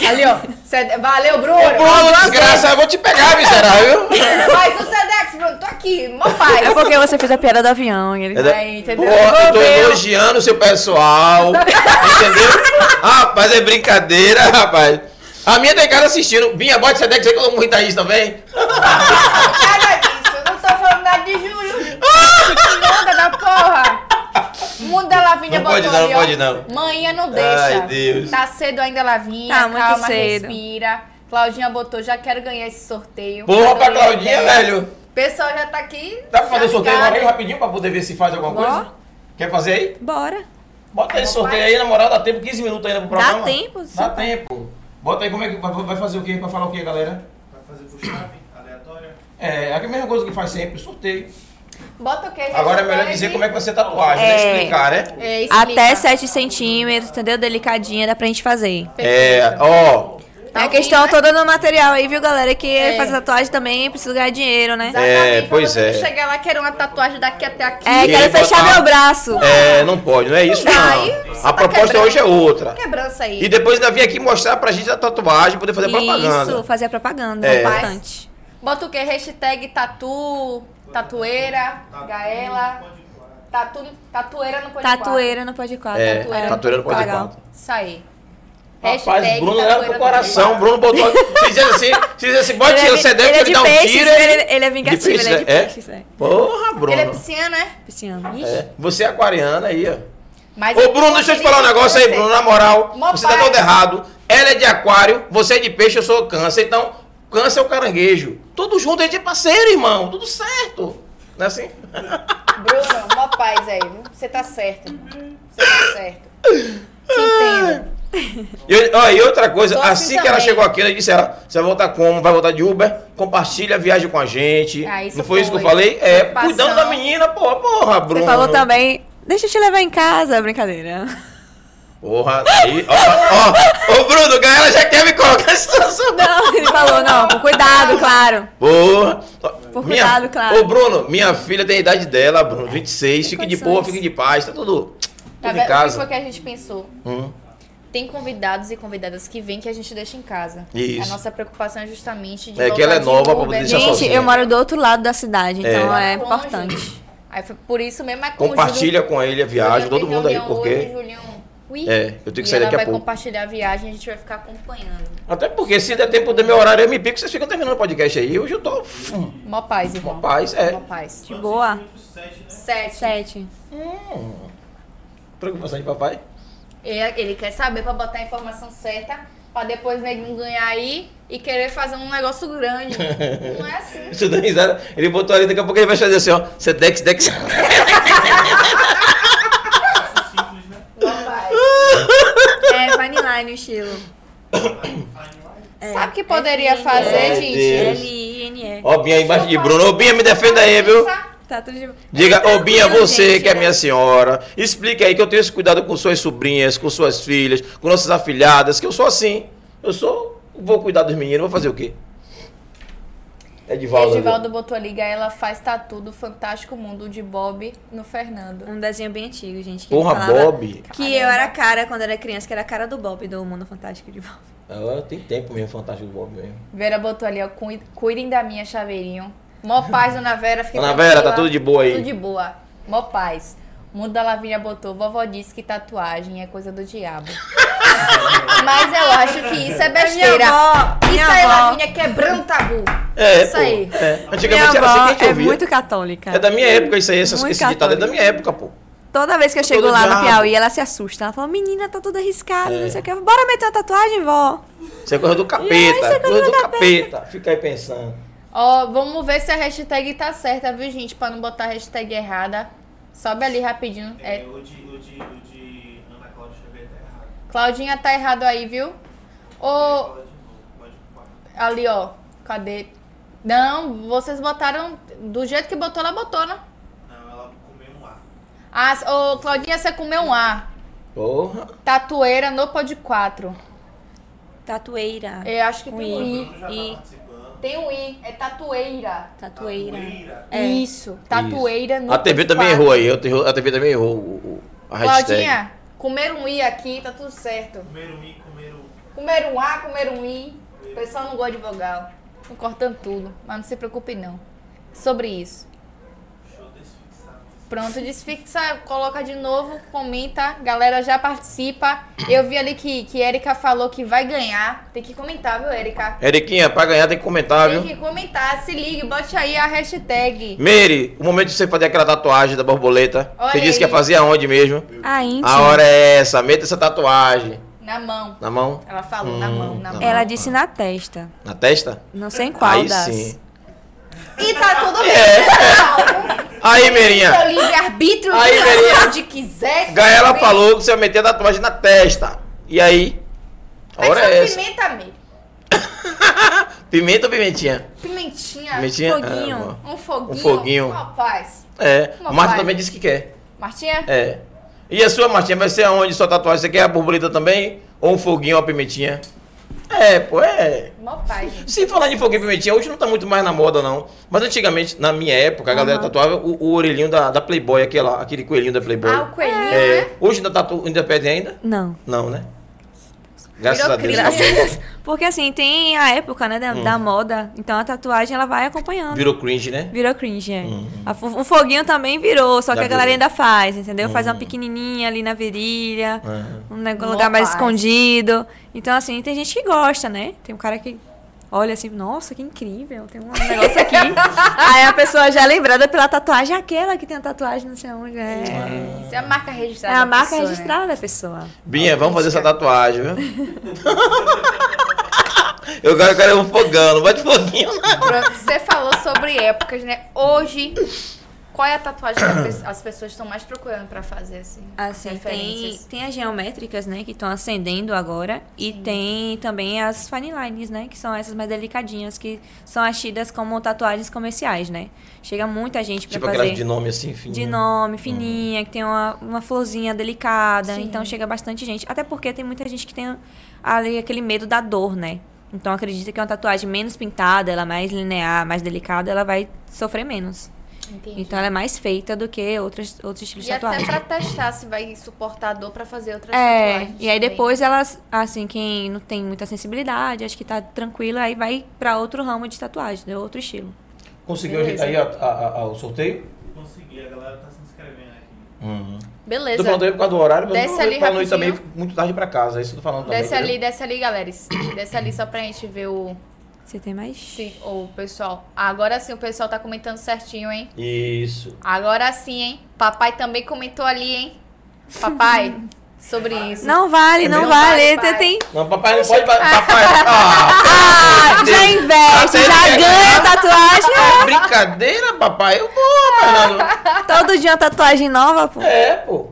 Speaker 1: é [laughs] Ali, ó. Sede- Valeu, Bruno.
Speaker 2: Porra, desgraça, eu vou te pegar, miserável.
Speaker 1: Mas o Sedex, Bruno, tô aqui. Mó
Speaker 3: É
Speaker 1: paz.
Speaker 3: porque você fez a piada do avião.
Speaker 2: É
Speaker 3: E ele...
Speaker 1: Aí, entendeu?
Speaker 2: Porra, eu tô
Speaker 1: Envolveu.
Speaker 2: elogiando o seu pessoal, entendeu? Rapaz, é brincadeira, rapaz. A minha tem cara assistindo. Vinha, bota essa deck, sei que eu morri isso também.
Speaker 1: Nada disso. Eu não tô falando nada de Júlio. Manda da porra. Muda a Lavinha
Speaker 2: Não
Speaker 1: botou
Speaker 2: pode não,
Speaker 1: ali, ó.
Speaker 2: pode não.
Speaker 1: Manhã não deixa.
Speaker 2: Ai, Deus.
Speaker 1: Tá cedo ainda, Lavinha.
Speaker 3: Tá muito
Speaker 1: Calma,
Speaker 3: cedo.
Speaker 1: respira. Claudinha botou, já quero ganhar esse sorteio.
Speaker 2: Porra pra
Speaker 1: Adorei a
Speaker 2: Claudinha,
Speaker 1: ideia.
Speaker 2: velho.
Speaker 1: O é. pessoal já tá aqui.
Speaker 2: Dá pra fazer o
Speaker 1: já
Speaker 2: sorteio
Speaker 1: ligado.
Speaker 2: agora aí rapidinho pra poder ver se faz alguma
Speaker 3: Bora.
Speaker 2: coisa? Quer fazer aí?
Speaker 3: Bora.
Speaker 2: Bota esse
Speaker 1: Vamos
Speaker 2: sorteio
Speaker 1: lá.
Speaker 2: aí, na moral, dá tempo, 15 minutos ainda pro
Speaker 3: Dá
Speaker 2: programa.
Speaker 3: tempo,
Speaker 2: Dá
Speaker 3: sim.
Speaker 2: tempo. Bota aí como é que vai- vai fazer o quê? Pra falar o quê, galera?
Speaker 5: Vai fazer né? por chave, aleatória.
Speaker 2: É, é a mesma coisa que faz sempre, sorteio.
Speaker 1: Bota o que?
Speaker 2: Agora é melhor dizer como é que vai ser a tatuagem, né?
Speaker 3: É.
Speaker 2: Explicar, né?
Speaker 1: É, explica.
Speaker 3: Até 7 centímetros, entendeu? Delicadinha, dá pra gente fazer.
Speaker 2: É, ó.
Speaker 3: É a
Speaker 2: né?
Speaker 3: questão toda no material aí, viu, galera? Que
Speaker 1: É.
Speaker 3: fazer tatuagem também precisa ganhar dinheiro, né?
Speaker 2: É,
Speaker 1: pra
Speaker 2: pois
Speaker 1: você
Speaker 2: é.
Speaker 1: Chegar lá, quero uma tatuagem daqui até aqui.
Speaker 3: É,
Speaker 2: E
Speaker 3: quero
Speaker 2: aí,
Speaker 3: fechar
Speaker 2: botar-
Speaker 3: meu braço.
Speaker 2: É, não pode, não é isso
Speaker 1: Aí
Speaker 2: não.
Speaker 1: você
Speaker 2: A
Speaker 1: tá
Speaker 2: proposta
Speaker 1: quebrando.
Speaker 2: hoje é outra.
Speaker 1: Quebrança aí.
Speaker 2: E depois ainda vem aqui mostrar pra gente a tatuagem, poder fazer
Speaker 3: Isso,
Speaker 2: propaganda.
Speaker 3: fazer a propaganda,
Speaker 2: É.
Speaker 3: é importante.
Speaker 1: Bota o que? Hashtag tatu, tatueira, gaela,
Speaker 5: Pode falar.
Speaker 1: tatu, tatueira no podcast.
Speaker 3: Tatueira no pode quadro.
Speaker 2: É,
Speaker 1: Tatueira.
Speaker 2: tatueira no pode
Speaker 3: Legal.
Speaker 2: quatro.
Speaker 1: Isso aí.
Speaker 2: Rapaz,
Speaker 1: Hashtag
Speaker 3: tá
Speaker 2: Bruno
Speaker 1: tatueira
Speaker 2: leva pro
Speaker 1: no
Speaker 2: coração.
Speaker 1: podcast.
Speaker 2: Bruno botou. Se diz assim, se diz assim, pode
Speaker 3: Ele é
Speaker 2: tirar o
Speaker 3: vi-
Speaker 2: CD,
Speaker 3: ele é
Speaker 2: ele
Speaker 3: de
Speaker 2: dá um
Speaker 3: peixes,
Speaker 2: tiro.
Speaker 3: ele- ele é vingativo,
Speaker 2: De
Speaker 3: ele é de
Speaker 2: né?
Speaker 3: peixes, é.
Speaker 2: Porra, Bruno.
Speaker 1: Ele é pisciano, é?
Speaker 3: Pisciano.
Speaker 2: É, Você é aquariana aí, ó.
Speaker 1: Mas
Speaker 2: Ô,
Speaker 3: é
Speaker 2: Bruno, deixa eu te falar um negócio aí, Bruno. Na moral,
Speaker 1: Mó
Speaker 2: você tá
Speaker 1: paz.
Speaker 2: todo errado. Ela é de aquário, você é de peixe, eu sou câncer. Então, câncer é o caranguejo. Tudo junto, a gente é parceiro, irmão. Tudo certo. Não é assim?
Speaker 1: Bruno, mó paz aí, viu? Você tá certo. Você tá certo. Te entendo.
Speaker 2: E, ó, e outra coisa,
Speaker 1: Tô
Speaker 2: assim,
Speaker 1: assim
Speaker 2: que ela
Speaker 1: também.
Speaker 2: chegou aqui, ela disse, ela, você vai voltar como? Vai voltar de Uber? Compartilha a viagem com a gente.
Speaker 1: Ah, isso
Speaker 2: Não foi, isso que eu
Speaker 1: foi.
Speaker 2: falei? É,
Speaker 1: Preocupação.
Speaker 2: cuidando da menina, porra, porra, Bruno.
Speaker 3: Você falou também, deixa eu te levar em casa, brincadeira. [laughs]
Speaker 2: Porra, aí, ó, ó, ó, ô Bruno, galera já quer me colocar em situação.
Speaker 3: Não, ele falou, não, com cuidado, claro.
Speaker 2: Porra.
Speaker 3: Por cuidado, claro.
Speaker 2: Ô Bruno, minha filha tem a idade dela, Bruno, 26, fique de
Speaker 3: condições.
Speaker 2: boa, fique de paz, tá tudo,
Speaker 1: Tá
Speaker 2: tudo em
Speaker 1: vendo? O que foi
Speaker 2: casa.
Speaker 1: que a gente pensou?
Speaker 2: Hum.
Speaker 1: Tem convidados e convidadas que vêm que a gente deixa em casa.
Speaker 2: Isso.
Speaker 1: A nossa precupação é justamente de né?
Speaker 2: É que
Speaker 1: voltar
Speaker 2: ela é
Speaker 1: de
Speaker 2: nova pra
Speaker 1: Uber.
Speaker 2: poder deixar
Speaker 3: Gente,
Speaker 2: sozinha.
Speaker 3: eu moro do outro lado da cidade, então
Speaker 1: É.
Speaker 3: é, importante.
Speaker 1: Aí foi por isso mesmo é com o
Speaker 2: Compartilha com ele a viagem,
Speaker 1: Julião
Speaker 2: todo
Speaker 1: tem
Speaker 2: mundo aí,
Speaker 1: reunião hoje,
Speaker 2: porque...
Speaker 1: Julião. Ui.
Speaker 2: É, eu tenho que
Speaker 1: E
Speaker 2: sair daqui a
Speaker 1: Ela vai
Speaker 2: pouco.
Speaker 1: compartilhar a viagem, a gente vai ficar acompanhando.
Speaker 2: Até porque se der tempo do meu horário, eu me pico, vocês ficam terminando o podcast aí. Hoje eu tô. hum,
Speaker 1: Mó paz, irmão.
Speaker 2: Mó paz, é.
Speaker 1: Mó paz.
Speaker 3: De boa.
Speaker 5: Sete, né?
Speaker 1: Sete.
Speaker 3: Sete.
Speaker 2: Preocupação de papai.
Speaker 1: Ele ele quer saber pra botar a informação certa pra depois mesmo ganhar aí e querer fazer um negócio
Speaker 2: [laughs]
Speaker 1: grande. Não é assim.
Speaker 2: Isso dá risada. Ele botou ali, daqui a pouco ele vai fazer assim, ó. Sedex, Dex. [laughs]
Speaker 5: Simples, né?
Speaker 3: É Vanilline
Speaker 1: [coughs]
Speaker 3: o estilo. É.
Speaker 1: Sabe o que poderia fazer,
Speaker 2: Meu
Speaker 1: gente?
Speaker 2: Deus.
Speaker 3: L-I-N-E.
Speaker 2: Ó, Binha aí embaixo de Bruno. Ô, Binha, me defenda aí, viu?
Speaker 3: Tá tudo de...
Speaker 2: Diga, ô Binha,
Speaker 3: Tranquilo,
Speaker 2: você
Speaker 3: gente,
Speaker 2: que é
Speaker 3: né?
Speaker 2: minha senhora, explique aí que eu tenho esse cuidado com suas sobrinhas, com suas filhas, com nossas afilhadas, que eu sou assim. Eu sou. Vou cuidar dos meninos, vou fazer o quê? Edivaldo. viu?
Speaker 1: Edivaldo botou ali, Gaela faz tatu do Fantástico Mundo de Bob no Fernando.
Speaker 3: Um desenho bem antigo, gente. que
Speaker 2: Porra,
Speaker 3: falava
Speaker 2: Bob.
Speaker 3: Que eu era a cara quando era criança, que era a cara do Bob, do Mundo Fantástico de Bob.
Speaker 2: Ah, tem tempo mesmo, fantástico do Bob mesmo.
Speaker 1: Vera botou ali, ó, "Cui- cuidem da minha chaveirinho. Mó paz, dona Vera. Fiquei
Speaker 2: Dona Vera,
Speaker 1: tranquila.
Speaker 2: tá tudo de boa aí.
Speaker 1: Tudo de boa. Mó paz. Mundo da Lavínia botou, vovó disse que tatuagem é coisa do
Speaker 3: [laughs]
Speaker 1: diabo. Mas eu acho que isso é besteira.
Speaker 3: avó,
Speaker 1: isso
Speaker 3: minha
Speaker 1: aí,
Speaker 3: avó.
Speaker 1: Lavínia, quebrando tabu.
Speaker 2: É,
Speaker 1: isso
Speaker 2: pô,
Speaker 1: aí.
Speaker 2: é. Antigamente era assim que a gente
Speaker 3: é
Speaker 2: ouvia.
Speaker 3: muito católica.
Speaker 2: É da minha época isso aí, essas,
Speaker 3: Muito
Speaker 2: esse ditado é da minha
Speaker 3: católica.
Speaker 2: época, pô.
Speaker 3: Toda vez que eu chego
Speaker 2: Todo
Speaker 3: lá
Speaker 2: diabo.
Speaker 3: no Piauí, ela se assusta. Ela fala, menina, tá tudo arriscado,
Speaker 2: É.
Speaker 3: não sei o que. Bora meter uma tatuagem, vó.
Speaker 2: Isso é coisa do capeta, coisa do capeta. Fica aí pensando.
Speaker 1: Ó, vamos ver se a hashtag tá certa, viu, gente? Pra não botar a hashtag errada. Sobe ali rapidinho.
Speaker 5: É,
Speaker 1: É,
Speaker 5: o de, o de, o de Ana Cláudia Xavier tá errado.
Speaker 1: Claudinha tá errado aí, viu? Ô,
Speaker 5: Fala de novo, pode falar.
Speaker 1: ali, ó. Cadê? Não, vocês botaram. Do jeito que botou, ela botou, né?
Speaker 5: Não, ela comeu um ar.
Speaker 1: Ah, ô, Claudinha, você comeu um A.
Speaker 2: Porra.
Speaker 1: Tatueira no pod 4.
Speaker 3: Tatueira.
Speaker 1: Eu acho que
Speaker 3: Um
Speaker 1: tem um
Speaker 5: O
Speaker 1: I.
Speaker 5: Bruno já
Speaker 3: e-
Speaker 5: tá participando.
Speaker 1: Tem um I, é tatueira.
Speaker 3: Tatueira.
Speaker 5: Tatueira.
Speaker 3: É.
Speaker 1: Isso, tatueira no
Speaker 2: A TV
Speaker 1: pod
Speaker 2: também
Speaker 1: 4.
Speaker 2: errou aí, eu te- a TV também errou o- o- a hashtag.
Speaker 1: Claudinha, comeram um I aqui, tá tudo certo.
Speaker 5: Comeram um i, comeram um.
Speaker 1: Comeram um A, comeram um I. O pessoal não gosta de vogal. Estão cortando tudo, mas não se preocupe não. Sobre isso.
Speaker 5: Deixa eu desfixar.
Speaker 1: Pronto, desfixa, coloca de novo, comenta. Galera já participa. Eu vi ali que, que Erika falou que vai ganhar. Tem que comentar, viu, Erika?
Speaker 2: Eriquinha, pra ganhar tem que comentar,
Speaker 1: Tem
Speaker 2: viu?
Speaker 1: que comentar. Se ligue, bote aí a hashtag.
Speaker 2: Meire, o momento de você fazer aquela tatuagem da borboleta.
Speaker 1: Olha
Speaker 2: você disse que ia
Speaker 1: aí.
Speaker 2: fazer aonde mesmo?
Speaker 3: A íntima.
Speaker 2: A hora é essa, meta essa tatuagem.
Speaker 1: Na mão.
Speaker 2: Na mão?
Speaker 1: Ela falou, na
Speaker 2: Hum,
Speaker 1: mão, na
Speaker 2: tá.
Speaker 1: mão.
Speaker 3: Ela disse na testa.
Speaker 2: Na testa?
Speaker 3: Não sei em qual
Speaker 2: aí
Speaker 3: das.
Speaker 2: sim.
Speaker 1: E tá tudo bem.
Speaker 2: É. Aí, Meirinha.
Speaker 1: Seu livre-arbítrio
Speaker 2: Aí, Verinha.
Speaker 1: de onde quiser.
Speaker 2: Gaela falou que você ia meter a tatuagem na testa. E aí? A
Speaker 1: Mas
Speaker 2: hora
Speaker 1: só
Speaker 2: é essa.
Speaker 1: pimenta mesmo.
Speaker 2: Pimenta ou pimentinha?
Speaker 1: Pimentinha.
Speaker 2: Pimentinha?
Speaker 3: foguinho.
Speaker 2: Ah,
Speaker 1: Um foguinho.
Speaker 2: Um foguinho.
Speaker 1: Rapaz.
Speaker 2: bom. é.
Speaker 1: Uma
Speaker 2: O Marta
Speaker 1: palha.
Speaker 2: também disse que quer.
Speaker 1: Martinha?
Speaker 2: É. E a sua, Martinha, vai ser aonde sua tatuagem? Você quer a borboleta também? Ou um foguinho, uma pimentinha? É, pô, é.
Speaker 1: Mó pai, gente.
Speaker 2: Se falar de foguinho e pimentinha, hoje não tá muito mais na moda, não. Mas antigamente, na minha época, a galera tatuava o, o orelhinho da, da Playboy, aquela, aquele coelhinho da Playboy.
Speaker 1: Ah, o coelhinho,
Speaker 2: É,
Speaker 1: né?
Speaker 2: Hoje ainda, tatu, ainda pede ainda?
Speaker 3: Não.
Speaker 2: Não, né? Graças
Speaker 1: Virou
Speaker 2: a Deus.
Speaker 1: criança.
Speaker 2: acabou.
Speaker 3: Porque assim, tem a época, né, da,
Speaker 2: Hum.
Speaker 3: da moda. Então a tatuagem, ela vai
Speaker 2: [laughs]
Speaker 3: acompanhando.
Speaker 2: Virou cringe, né?
Speaker 3: Virou cringe, é. A fo- O foguinho também virou, só
Speaker 2: Já
Speaker 3: que a galera
Speaker 2: virou.
Speaker 3: ainda faz, entendeu? Faz uma
Speaker 2: Hum.
Speaker 3: pequenininha ali na virilha,
Speaker 2: É.
Speaker 3: um nego-
Speaker 1: Mó
Speaker 3: lugar mais
Speaker 1: paz.
Speaker 3: escondido. Então, assim, tem gente que gosta, né? Tem um cara que olha assim, nossa, que incrível, tem um
Speaker 2: [laughs]
Speaker 3: negócio aqui. Aí a pessoa já é lembrada pela tatuagem, aquela que tem a tatuagem, não sei onde. É,
Speaker 1: Isso é a marca registrada.
Speaker 3: é a
Speaker 1: da
Speaker 3: marca
Speaker 1: pessoa, né?
Speaker 3: registrada da pessoa.
Speaker 2: Binha, vamos fazer essa tatuagem, viu? [laughs] Eu quero, eu quero um fogão, não vai de foguinho, não.
Speaker 1: Pronto, você falou sobre épocas, né? Hoje, qual é a tatuagem que a pe- as pessoas estão mais procurando pra fazer, assim?
Speaker 3: Assim, tem,
Speaker 1: Referências.
Speaker 3: tem as geométricas, né, que estão acendendo agora. E tem também as fine lines, né, que são essas mais delicadinhas, que são achadas como tatuagens comerciais, né. Chega muita gente pra
Speaker 2: Tipo
Speaker 3: fazer
Speaker 2: aquelas de nome assim, fininho.
Speaker 3: de nome, fininha, que tem uma, uma florzinha delicada. Então chega bastante gente. Até porque tem muita gente que tem ali aquele medo da dor, né? Então acredita que uma tatuagem menos pintada, ela mais linear, mais delicada, ela vai sofrer menos.
Speaker 1: Entendi.
Speaker 3: Então ela é mais feita do que outros, outros estilos
Speaker 1: E
Speaker 3: de
Speaker 1: até
Speaker 3: tatuagem.
Speaker 1: pra testar se vai suportar a dor pra fazer outras
Speaker 3: É,
Speaker 1: tatuagens.
Speaker 3: e aí
Speaker 1: também.
Speaker 3: depois elas, assim, quem não tem muita sensibilidade, acho que tá tranquila, aí vai pra outro ramo de tatuagem, né? outro estilo.
Speaker 2: Conseguiu ajeitar aí a- a- a- o sorteio?
Speaker 5: Consegui, a galera tá se inscrevendo aqui.
Speaker 2: Uhum.
Speaker 1: Beleza.
Speaker 2: Tô falando aí por causa do horário, mas
Speaker 1: Desce
Speaker 2: eu não
Speaker 1: ali
Speaker 2: pra noite também,
Speaker 1: rapidinho.
Speaker 2: muito tarde pra casa. É isso que eu tô falando também.
Speaker 1: Desce
Speaker 2: entendeu?
Speaker 1: ali, desce ali, galera. Desce ali só pra gente ver o,
Speaker 3: Você tem mais?
Speaker 1: se- o pessoal. Agora sim, o pessoal tá comentando certinho, hein?
Speaker 2: Isso. [laughs]
Speaker 1: Agora sim, hein? Papai também comentou ali, hein? Papai, sobre isso.
Speaker 3: Não vale, não
Speaker 2: Não
Speaker 3: vale.
Speaker 1: vale,
Speaker 3: Tem, tem-
Speaker 2: Não, papai não pode.
Speaker 1: [laughs]
Speaker 2: Papai. Ah,
Speaker 3: Ah, já investe, já ganha tatuagem.
Speaker 2: É brincadeira, papai. Eu vou, Fernando.
Speaker 3: Todo dia uma tatuagem nova, pô.
Speaker 2: É, pô.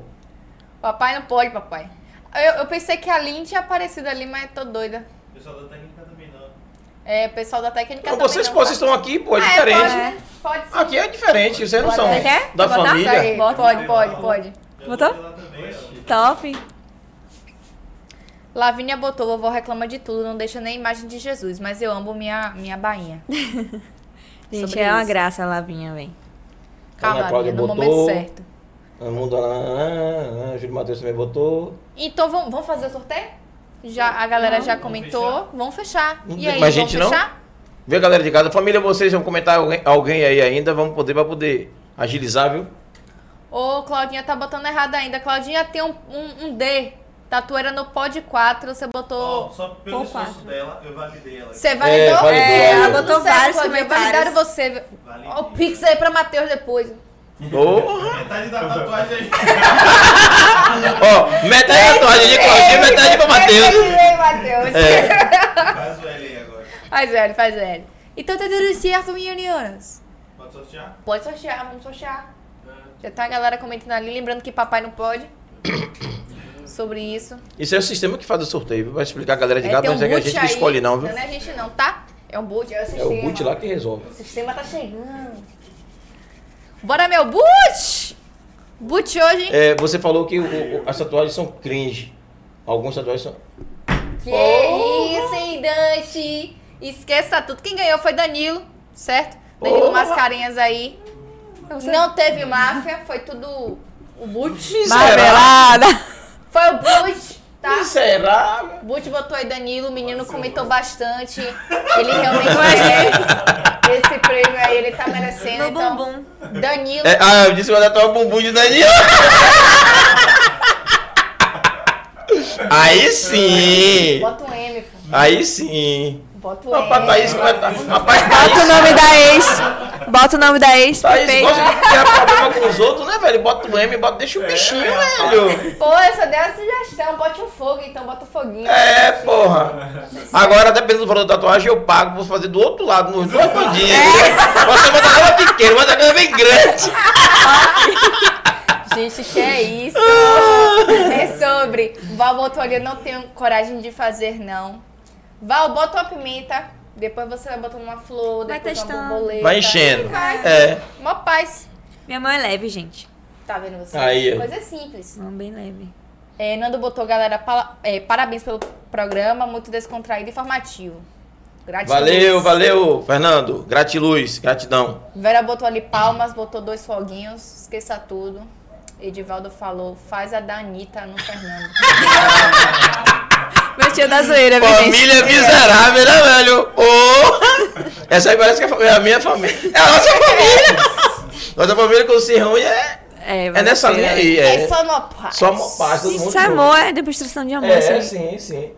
Speaker 1: Papai não pode, papai. Eu, eu pensei que a Lin tinha aparecido ali, mas tô doida.
Speaker 5: O pessoal da técnica também não.
Speaker 1: É, o pessoal da técnica
Speaker 2: Não,
Speaker 1: também
Speaker 2: vocês,
Speaker 1: não
Speaker 2: pô, vocês
Speaker 1: vai.
Speaker 2: estão aqui, pô, é
Speaker 1: Ah,
Speaker 2: diferente.
Speaker 1: Pode, pode sim. né?
Speaker 2: Aqui é diferente, vocês não
Speaker 1: Bota
Speaker 2: são
Speaker 1: aí.
Speaker 3: Quer?
Speaker 2: da
Speaker 3: Vou botar?
Speaker 1: Isso aí,
Speaker 2: família.
Speaker 3: Bota.
Speaker 1: pode, pode, pode.
Speaker 5: Eu
Speaker 3: Botou?
Speaker 5: tô lá também, ó.
Speaker 3: Top.
Speaker 1: Lavínia botou, vovó reclama de tudo, não deixa nem imagem de Jesus, mas eu amo minha, minha bainha.
Speaker 3: Gente,
Speaker 1: Sobre
Speaker 3: é uma
Speaker 1: isso.
Speaker 3: graça a Lavinha, vem.
Speaker 1: Calma,
Speaker 2: Ana Cláudia
Speaker 1: Lavinha, no momento
Speaker 2: botou.
Speaker 1: certo.
Speaker 2: O mundo lá, ah, ah, Júlio Matheus também botou.
Speaker 1: Então vamos, vamos fazer o sorteio? Já, a galera já comentou. Vamos fechar.
Speaker 2: Não
Speaker 1: E
Speaker 2: tem
Speaker 1: aí,
Speaker 2: mais
Speaker 1: vamos
Speaker 2: gente, não?
Speaker 1: fechar?
Speaker 2: Vê, galera de casa. Família, vocês vão comentar alguém, alguém aí ainda. Vamos poder, pra poder agilizar, [laughs] viu?
Speaker 1: Ô, Claudinha tá botando errado ainda. Claudinha tem um, um, um D. Tatueira no pod 4, você
Speaker 5: Ó,
Speaker 1: botou.
Speaker 5: só pelo
Speaker 3: Pô,
Speaker 5: esforço
Speaker 3: quatro.
Speaker 5: dela, eu validei ela.
Speaker 1: Você validou?
Speaker 2: validou, É, ela validou.
Speaker 3: botou
Speaker 1: Tudo certo,
Speaker 3: vários
Speaker 1: Claudinha,
Speaker 3: comentários.
Speaker 1: Validaram você. viu?
Speaker 5: Validei.
Speaker 1: Ó, o Pix aí pra Matheus depois.
Speaker 2: Porra!
Speaker 5: Metade da tatuagem aí.
Speaker 2: Ó, metade da tatuagem de Claudinha, metade pra Matheus.
Speaker 1: Ei, Matheus.
Speaker 2: É.
Speaker 5: Faz o L aí agora.
Speaker 1: Faz velho, faz velho. Então tá tudo certo, meninas.
Speaker 5: Pode sortear?
Speaker 1: Pode sortear, vamos sortear.
Speaker 5: É.
Speaker 1: Já tá a galera comentando ali, lembrando que papai não pode. Sobre isso.
Speaker 2: Isso é o sistema que faz o sorteio, viu? Vai explicar a galera de
Speaker 1: É,
Speaker 2: casa,
Speaker 1: tem um
Speaker 2: mas é que a gente
Speaker 1: boot
Speaker 2: não
Speaker 1: aí.
Speaker 2: escolhe não, viu?
Speaker 1: Não é a gente não, tá? É um boot, é o
Speaker 2: É
Speaker 1: sistema.
Speaker 2: o boot lá que resolve.
Speaker 1: O sistema tá chegando. Bora, meu boot! Boot hoje, hein?
Speaker 2: É, você falou que o- o- as tatuagens são cringe. Algumas tatuagens são. É.
Speaker 1: Que isso, hein, Dante? Esqueça tudo. Quem ganhou foi Danilo, certo? Danilo
Speaker 2: Porra!
Speaker 1: Mascarenhas aí. Não teve máfia, foi tudo o boot.
Speaker 3: Marmelada.
Speaker 1: Foi o boot, tá?
Speaker 2: é Miserável!
Speaker 1: Boot botou aí Danilo, o menino comentou bastante. Ele realmente merece esse prêmio aí, ele tá merecendo.
Speaker 3: No
Speaker 1: então,
Speaker 3: bumbum.
Speaker 1: Danilo,
Speaker 2: É, ah, eu disse que eu ia tatuar o bumbum de Daniel. [laughs] Aí sim!
Speaker 1: bota um M, pô.
Speaker 2: Aí sim!
Speaker 1: Bota um M.
Speaker 2: Rapaz, Thaís, como é que Rapaz,
Speaker 3: Bota o
Speaker 2: Thaís,
Speaker 3: nome da ex. Bota o nome da ex,
Speaker 2: Thaís
Speaker 3: perfeito.
Speaker 2: gosta de criar problema com os outros, né, velho? Bota o M, bota, deixa o bichinho, velho!
Speaker 1: Pô, essa deu a sugestão, bote um fogo, então bota um foguinho.
Speaker 2: É, porra! Agora, dependendo do valor da tatuagem, eu pago pra fazer do outro lado, nos dois bandinhos. Você bota a cama pequena, bota a cama é bem grande.
Speaker 1: Gente, que é
Speaker 2: [laughs]
Speaker 1: isso? é sobre. Val botou ali, eu não tenho coragem de fazer, não. Val, bota uma pimenta. Depois você vai botando uma flor,
Speaker 3: Vai
Speaker 1: depois uma
Speaker 3: testando.
Speaker 1: borboleta.
Speaker 2: Vai enchendo.
Speaker 1: Vai.
Speaker 2: É.
Speaker 1: Mó paz.
Speaker 3: Minha mão é leve, gente.
Speaker 1: Tá vendo você?
Speaker 2: Aí, ó.
Speaker 1: Coisa simples.
Speaker 3: Mão bem leve.
Speaker 1: É, Nando botou, galera, pala- é, parabéns pelo programa, muito descontraído e informativo. Gratidão.
Speaker 2: Valeu, valeu, Fernando. Gratiluz, gratidão.
Speaker 1: Vera botou ali palmas, botou dois foguinhos, esqueça tudo. Edivaldo falou, faz a da Anitta no
Speaker 2: [laughs]
Speaker 1: Fernando.
Speaker 3: Meu tio da zoeira, viu, gente?
Speaker 2: Família miserável, né, velho? Ô! Essa aí parece que é fa- é a minha família. É a nossa família! Nossa família com o Cirrão é,
Speaker 3: É,
Speaker 2: é
Speaker 3: vai
Speaker 2: nessa
Speaker 3: ser,
Speaker 2: linha
Speaker 3: né?
Speaker 2: aí.
Speaker 1: É,
Speaker 2: É.
Speaker 1: só uma paz.
Speaker 2: Só uma parte todo mundo.
Speaker 3: Isso é amor, é demonstração de amor.
Speaker 2: É,
Speaker 3: assim.
Speaker 2: sim, sim.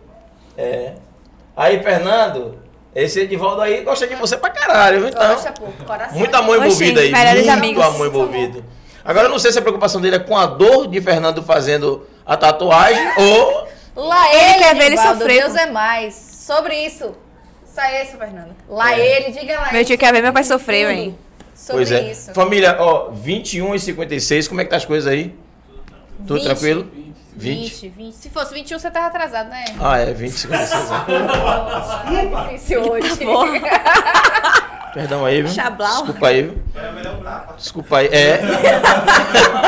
Speaker 2: É. Aí, Fernando, esse Edivaldo aí gosta de você pra caralho, viu? Então.
Speaker 1: Poxa, pô, coração.
Speaker 2: Muito amor
Speaker 3: Oxi,
Speaker 2: envolvido aí.
Speaker 3: melhores
Speaker 2: Muito
Speaker 3: amigos.
Speaker 2: amor envolvido. Agora eu não sei se a preocupação dele é com a dor de Fernando fazendo a
Speaker 3: [laughs]
Speaker 2: tatuagem ou.
Speaker 1: Lá
Speaker 3: Ele
Speaker 1: ele,
Speaker 3: quer ver ele
Speaker 1: Edivaldo,
Speaker 3: sofrer,
Speaker 1: Deus
Speaker 3: pô.
Speaker 1: é mais. Sobre isso. Só isso, Fernando. Lá
Speaker 2: É.
Speaker 1: ele, diga lá
Speaker 3: Meu
Speaker 1: ele.
Speaker 3: tio quer ver meu pai sofrer, hein?
Speaker 1: Sobre
Speaker 2: pois é.
Speaker 1: isso.
Speaker 2: Família, ó, 21 e 56, como é que tá as coisas aí? Tudo
Speaker 1: 20.
Speaker 2: tranquilo? 20.
Speaker 1: 20, 20. Se fosse 21, você tava atrasado, né?
Speaker 2: Ah, é, 20 e 56. né?
Speaker 1: Tá difícil hoje.
Speaker 2: Perdão aí, viu?
Speaker 3: Chablau.
Speaker 2: Desculpa aí, viu?
Speaker 5: Era É melhor tapa.
Speaker 2: Desculpa aí.
Speaker 3: [laughs]
Speaker 2: É.
Speaker 1: [laughs]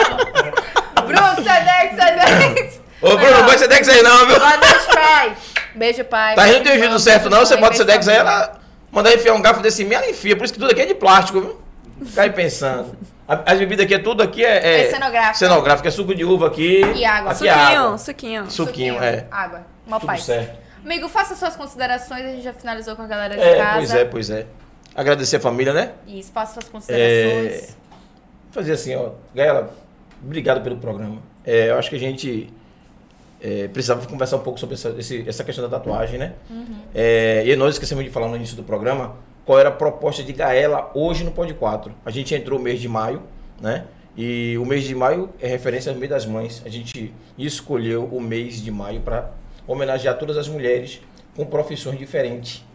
Speaker 1: Bruno, sai daqui, sai daqui.
Speaker 2: Ô, Bruno, não pode ser Dex aí não, viu?
Speaker 1: Boa noite, pai. Beijo, pai.
Speaker 2: Tá rindo do teu jeito certo não, você bota ser Dex aí,
Speaker 1: Beijo, família.
Speaker 2: ela mandar enfiar um garfo desse em mim, ela enfia. Por isso que tudo aqui é de plástico, viu? Fica aí pensando. A- As bebidas aqui, é tudo aqui é...
Speaker 1: É cenográfico.
Speaker 2: Cenográfico, é suco de uva aqui.
Speaker 1: E água.
Speaker 2: Aqui é
Speaker 3: Suquinho,
Speaker 2: água.
Speaker 3: suquinho.
Speaker 2: Suquinho, é.
Speaker 1: Água. Uma
Speaker 2: Tudo
Speaker 1: paz.
Speaker 2: certo.
Speaker 1: Amigo, faça suas considerações, a gente já finalizou com a galera de
Speaker 2: É,
Speaker 1: casa.
Speaker 2: pois é, pois é. Agradecer a família, né?
Speaker 1: Isso, faça suas
Speaker 2: É,
Speaker 1: considerações.
Speaker 2: fazer assim, ó. Gaela, obrigado pelo programa. É, eu acho que a gente é, precisava conversar um pouco sobre essa, esse- essa questão da tatuagem, né? É, e nós esquecemos de falar no início do programa qual era a proposta de Gaela hoje no Pod 4. A gente entrou no mês de maio, né? E o mês de maio é referência ao mês das mães. A gente escolheu o mês de maio para homenagear todas as mulheres com profissões diferentes.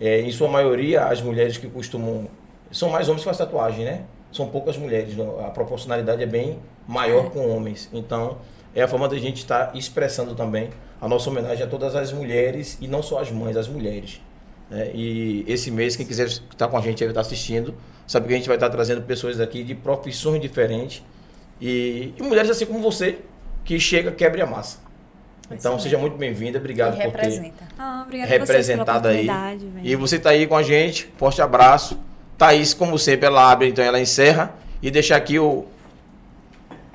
Speaker 2: É, em sua maioria, as mulheres que costumam. São mais homens que fazem tatuagem, né? São poucas mulheres. não- A proporcionalidade é bem maior com homens. Então, é a forma da gente estar expressando também a nossa homenagem a todas as mulheres e não só as mães, as mulheres. né? E esse mês, quem quiser estar com a gente, aí, estar assistindo, sabe que a gente vai estar trazendo pessoas aqui de profissões diferentes e, e mulheres assim como você, que chega, quebra e a massa. Então, seja muito bem-vinda. Obrigado
Speaker 1: é. E
Speaker 2: por ter
Speaker 1: representa.
Speaker 2: [laughs]
Speaker 6: Ah, obrigada a vocês pela
Speaker 2: representada aí.
Speaker 6: oportunidade, velho.
Speaker 2: E você tá aí com a gente, forte abraço. Thaís, como sempre, ela abre, então ela encerra. E deixar aqui o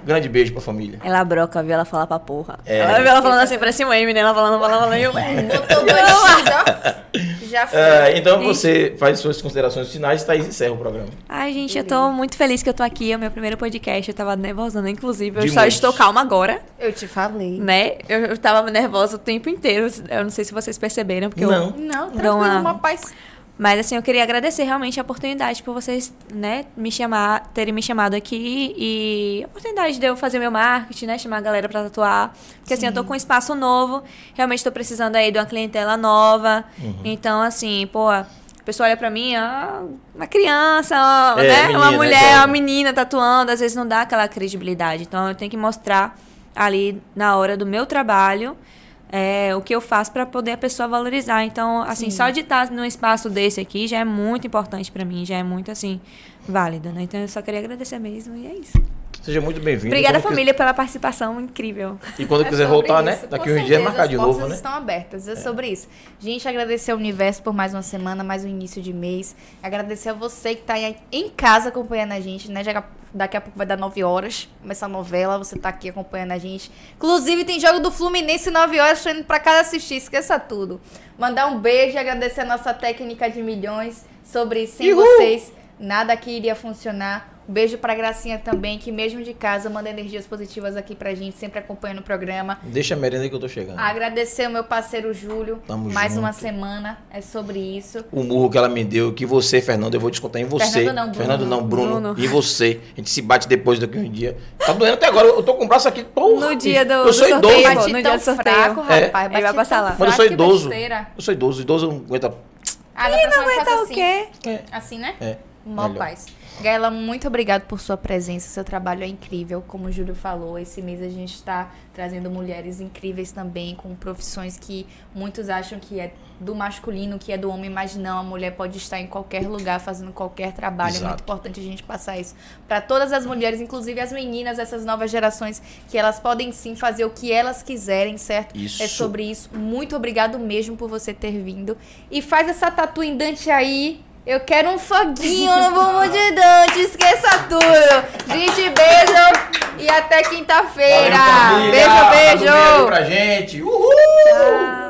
Speaker 2: grande beijo pra família.
Speaker 3: Ela broca, viu ela falar pra porra.
Speaker 2: É.
Speaker 3: Ela viu ela falando assim, parece uma Eminem, ela falando, falando, falando, e eu...
Speaker 1: Botou dois X, ó. Já foi.
Speaker 2: É, então você faz suas considerações finais e Thaís encerra o programa.
Speaker 3: Ai, gente, eu tô muito feliz que eu tô aqui. É o meu primeiro podcast. Eu tava nervosando, inclusive. Eu
Speaker 2: De
Speaker 3: só
Speaker 2: muitos.
Speaker 3: estou calma agora,
Speaker 1: Eu te falei.
Speaker 3: né? Eu, eu tava nervosa o tempo inteiro. Eu não sei se vocês perceberam, porque eu
Speaker 2: Não.
Speaker 1: Não,
Speaker 3: Dá
Speaker 1: tranquilo,
Speaker 3: uma-
Speaker 1: uma paz.
Speaker 3: Mas assim, eu queria agradecer realmente a oportunidade por vocês, né, me chamar, terem me chamado aqui e a oportunidade de eu fazer meu marketing, né, chamar a galera pra tatuar. Porque assim, eu tô com um espaço novo, realmente tô precisando aí de uma clientela nova.
Speaker 2: Uhum.
Speaker 3: Então assim, pô, a pessoa olha pra mim, ah, uma criança, ó,
Speaker 2: É,
Speaker 3: né, uma
Speaker 2: menina,
Speaker 3: mulher,
Speaker 2: então.
Speaker 3: uma menina tatuando, às vezes não dá aquela credibilidade. Então eu tenho que mostrar ali na hora do meu trabalho é, o que eu faço para poder a pessoa valorizar. Então, assim, só de estar num espaço desse aqui já é muito importante para mim, já é muito assim válido, né? Então eu só queria agradecer mesmo e é isso.
Speaker 2: Seja muito bem-vindo.
Speaker 3: Obrigada
Speaker 2: Quando
Speaker 3: família pela participação incrível.
Speaker 2: quis- E quando
Speaker 1: É
Speaker 2: quiser
Speaker 1: sobre
Speaker 2: voltar, né?
Speaker 1: isso.
Speaker 2: Daqui
Speaker 1: Com
Speaker 2: uns dias
Speaker 1: certeza,
Speaker 2: marcar de
Speaker 1: as
Speaker 2: novo,
Speaker 1: portas
Speaker 2: né?
Speaker 1: estão abertas, é sobre isso. Gente, agradecer ao universo por mais uma semana, mais um início de mês. Agradecer a você que tá aí em casa acompanhando a gente, né? Já- Daqui a pouco vai dar 9 horas, começar a novela, você tá aqui acompanhando a gente. Inclusive, tem jogo do Fluminense 9 horas, tô indo pra casa assistir, esqueça tudo. Mandar um beijo e agradecer a nossa técnica de milhões sobre sem vocês, nada aqui iria funcionar. Um beijo pra Gracinha também, que mesmo de casa manda energias positivas aqui pra gente, sempre acompanhando o programa.
Speaker 2: Deixa a merenda aí que eu tô chegando.
Speaker 1: Agradecer o meu parceiro Júlio.
Speaker 2: Tá. Tamo
Speaker 1: Mais
Speaker 2: junto.
Speaker 1: uma semana é sobre isso.
Speaker 2: o murro que ela me deu, que você, Fernando, eu vou descontar em você.
Speaker 1: Fernando não, Bruno.
Speaker 2: Fernando não, Bruno.
Speaker 3: Bruno.
Speaker 2: E você. A gente se bate depois daqui um dia. Tá doendo até agora. Eu tô com o braço aqui. Porra,
Speaker 3: No dia do-
Speaker 2: eu
Speaker 3: do
Speaker 2: sou
Speaker 3: sorteio,
Speaker 2: idoso.
Speaker 3: Bati
Speaker 1: Bati
Speaker 3: tão
Speaker 1: tão fraco,
Speaker 3: fraco,
Speaker 2: É.
Speaker 1: rapaz.
Speaker 3: um. Ele vai passar lá.
Speaker 2: Mas eu sou
Speaker 1: que é
Speaker 2: idoso.
Speaker 1: besteira.
Speaker 2: Eu sou idoso. Idoso não aguenta.
Speaker 1: Ah, da próxima vez
Speaker 3: Tá
Speaker 1: faça
Speaker 3: o
Speaker 1: assim.
Speaker 3: quê?
Speaker 2: É.
Speaker 1: Assim, né?
Speaker 2: É.
Speaker 1: Mó
Speaker 2: Melhor.
Speaker 1: paz. Gaela, muito obrigado por sua presença. Seu trabalho é incrível. Como o Júlio falou, esse mês a gente está trazendo mulheres incríveis também, com profissões que muitos acham que é do masculino, que é do homem, mas não. A mulher pode estar em qualquer lugar fazendo qualquer trabalho. É muito
Speaker 2: Exato.
Speaker 1: importante a gente passar isso para todas as mulheres, inclusive as meninas, essas novas gerações, que elas podem sim fazer o que elas quiserem, certo?
Speaker 2: Isso.
Speaker 1: É sobre isso. Muito obrigado mesmo por você ter vindo. E faz essa tatu em Dante aí. Eu quero um foguinho no bumbum de Dante. Esqueça tudo. Gente, beijo. E até quinta-feira.
Speaker 2: Valeu, família.
Speaker 1: Beijo,
Speaker 2: Manda um
Speaker 1: beijo.
Speaker 2: pra gente. Uhul!
Speaker 1: Tchau.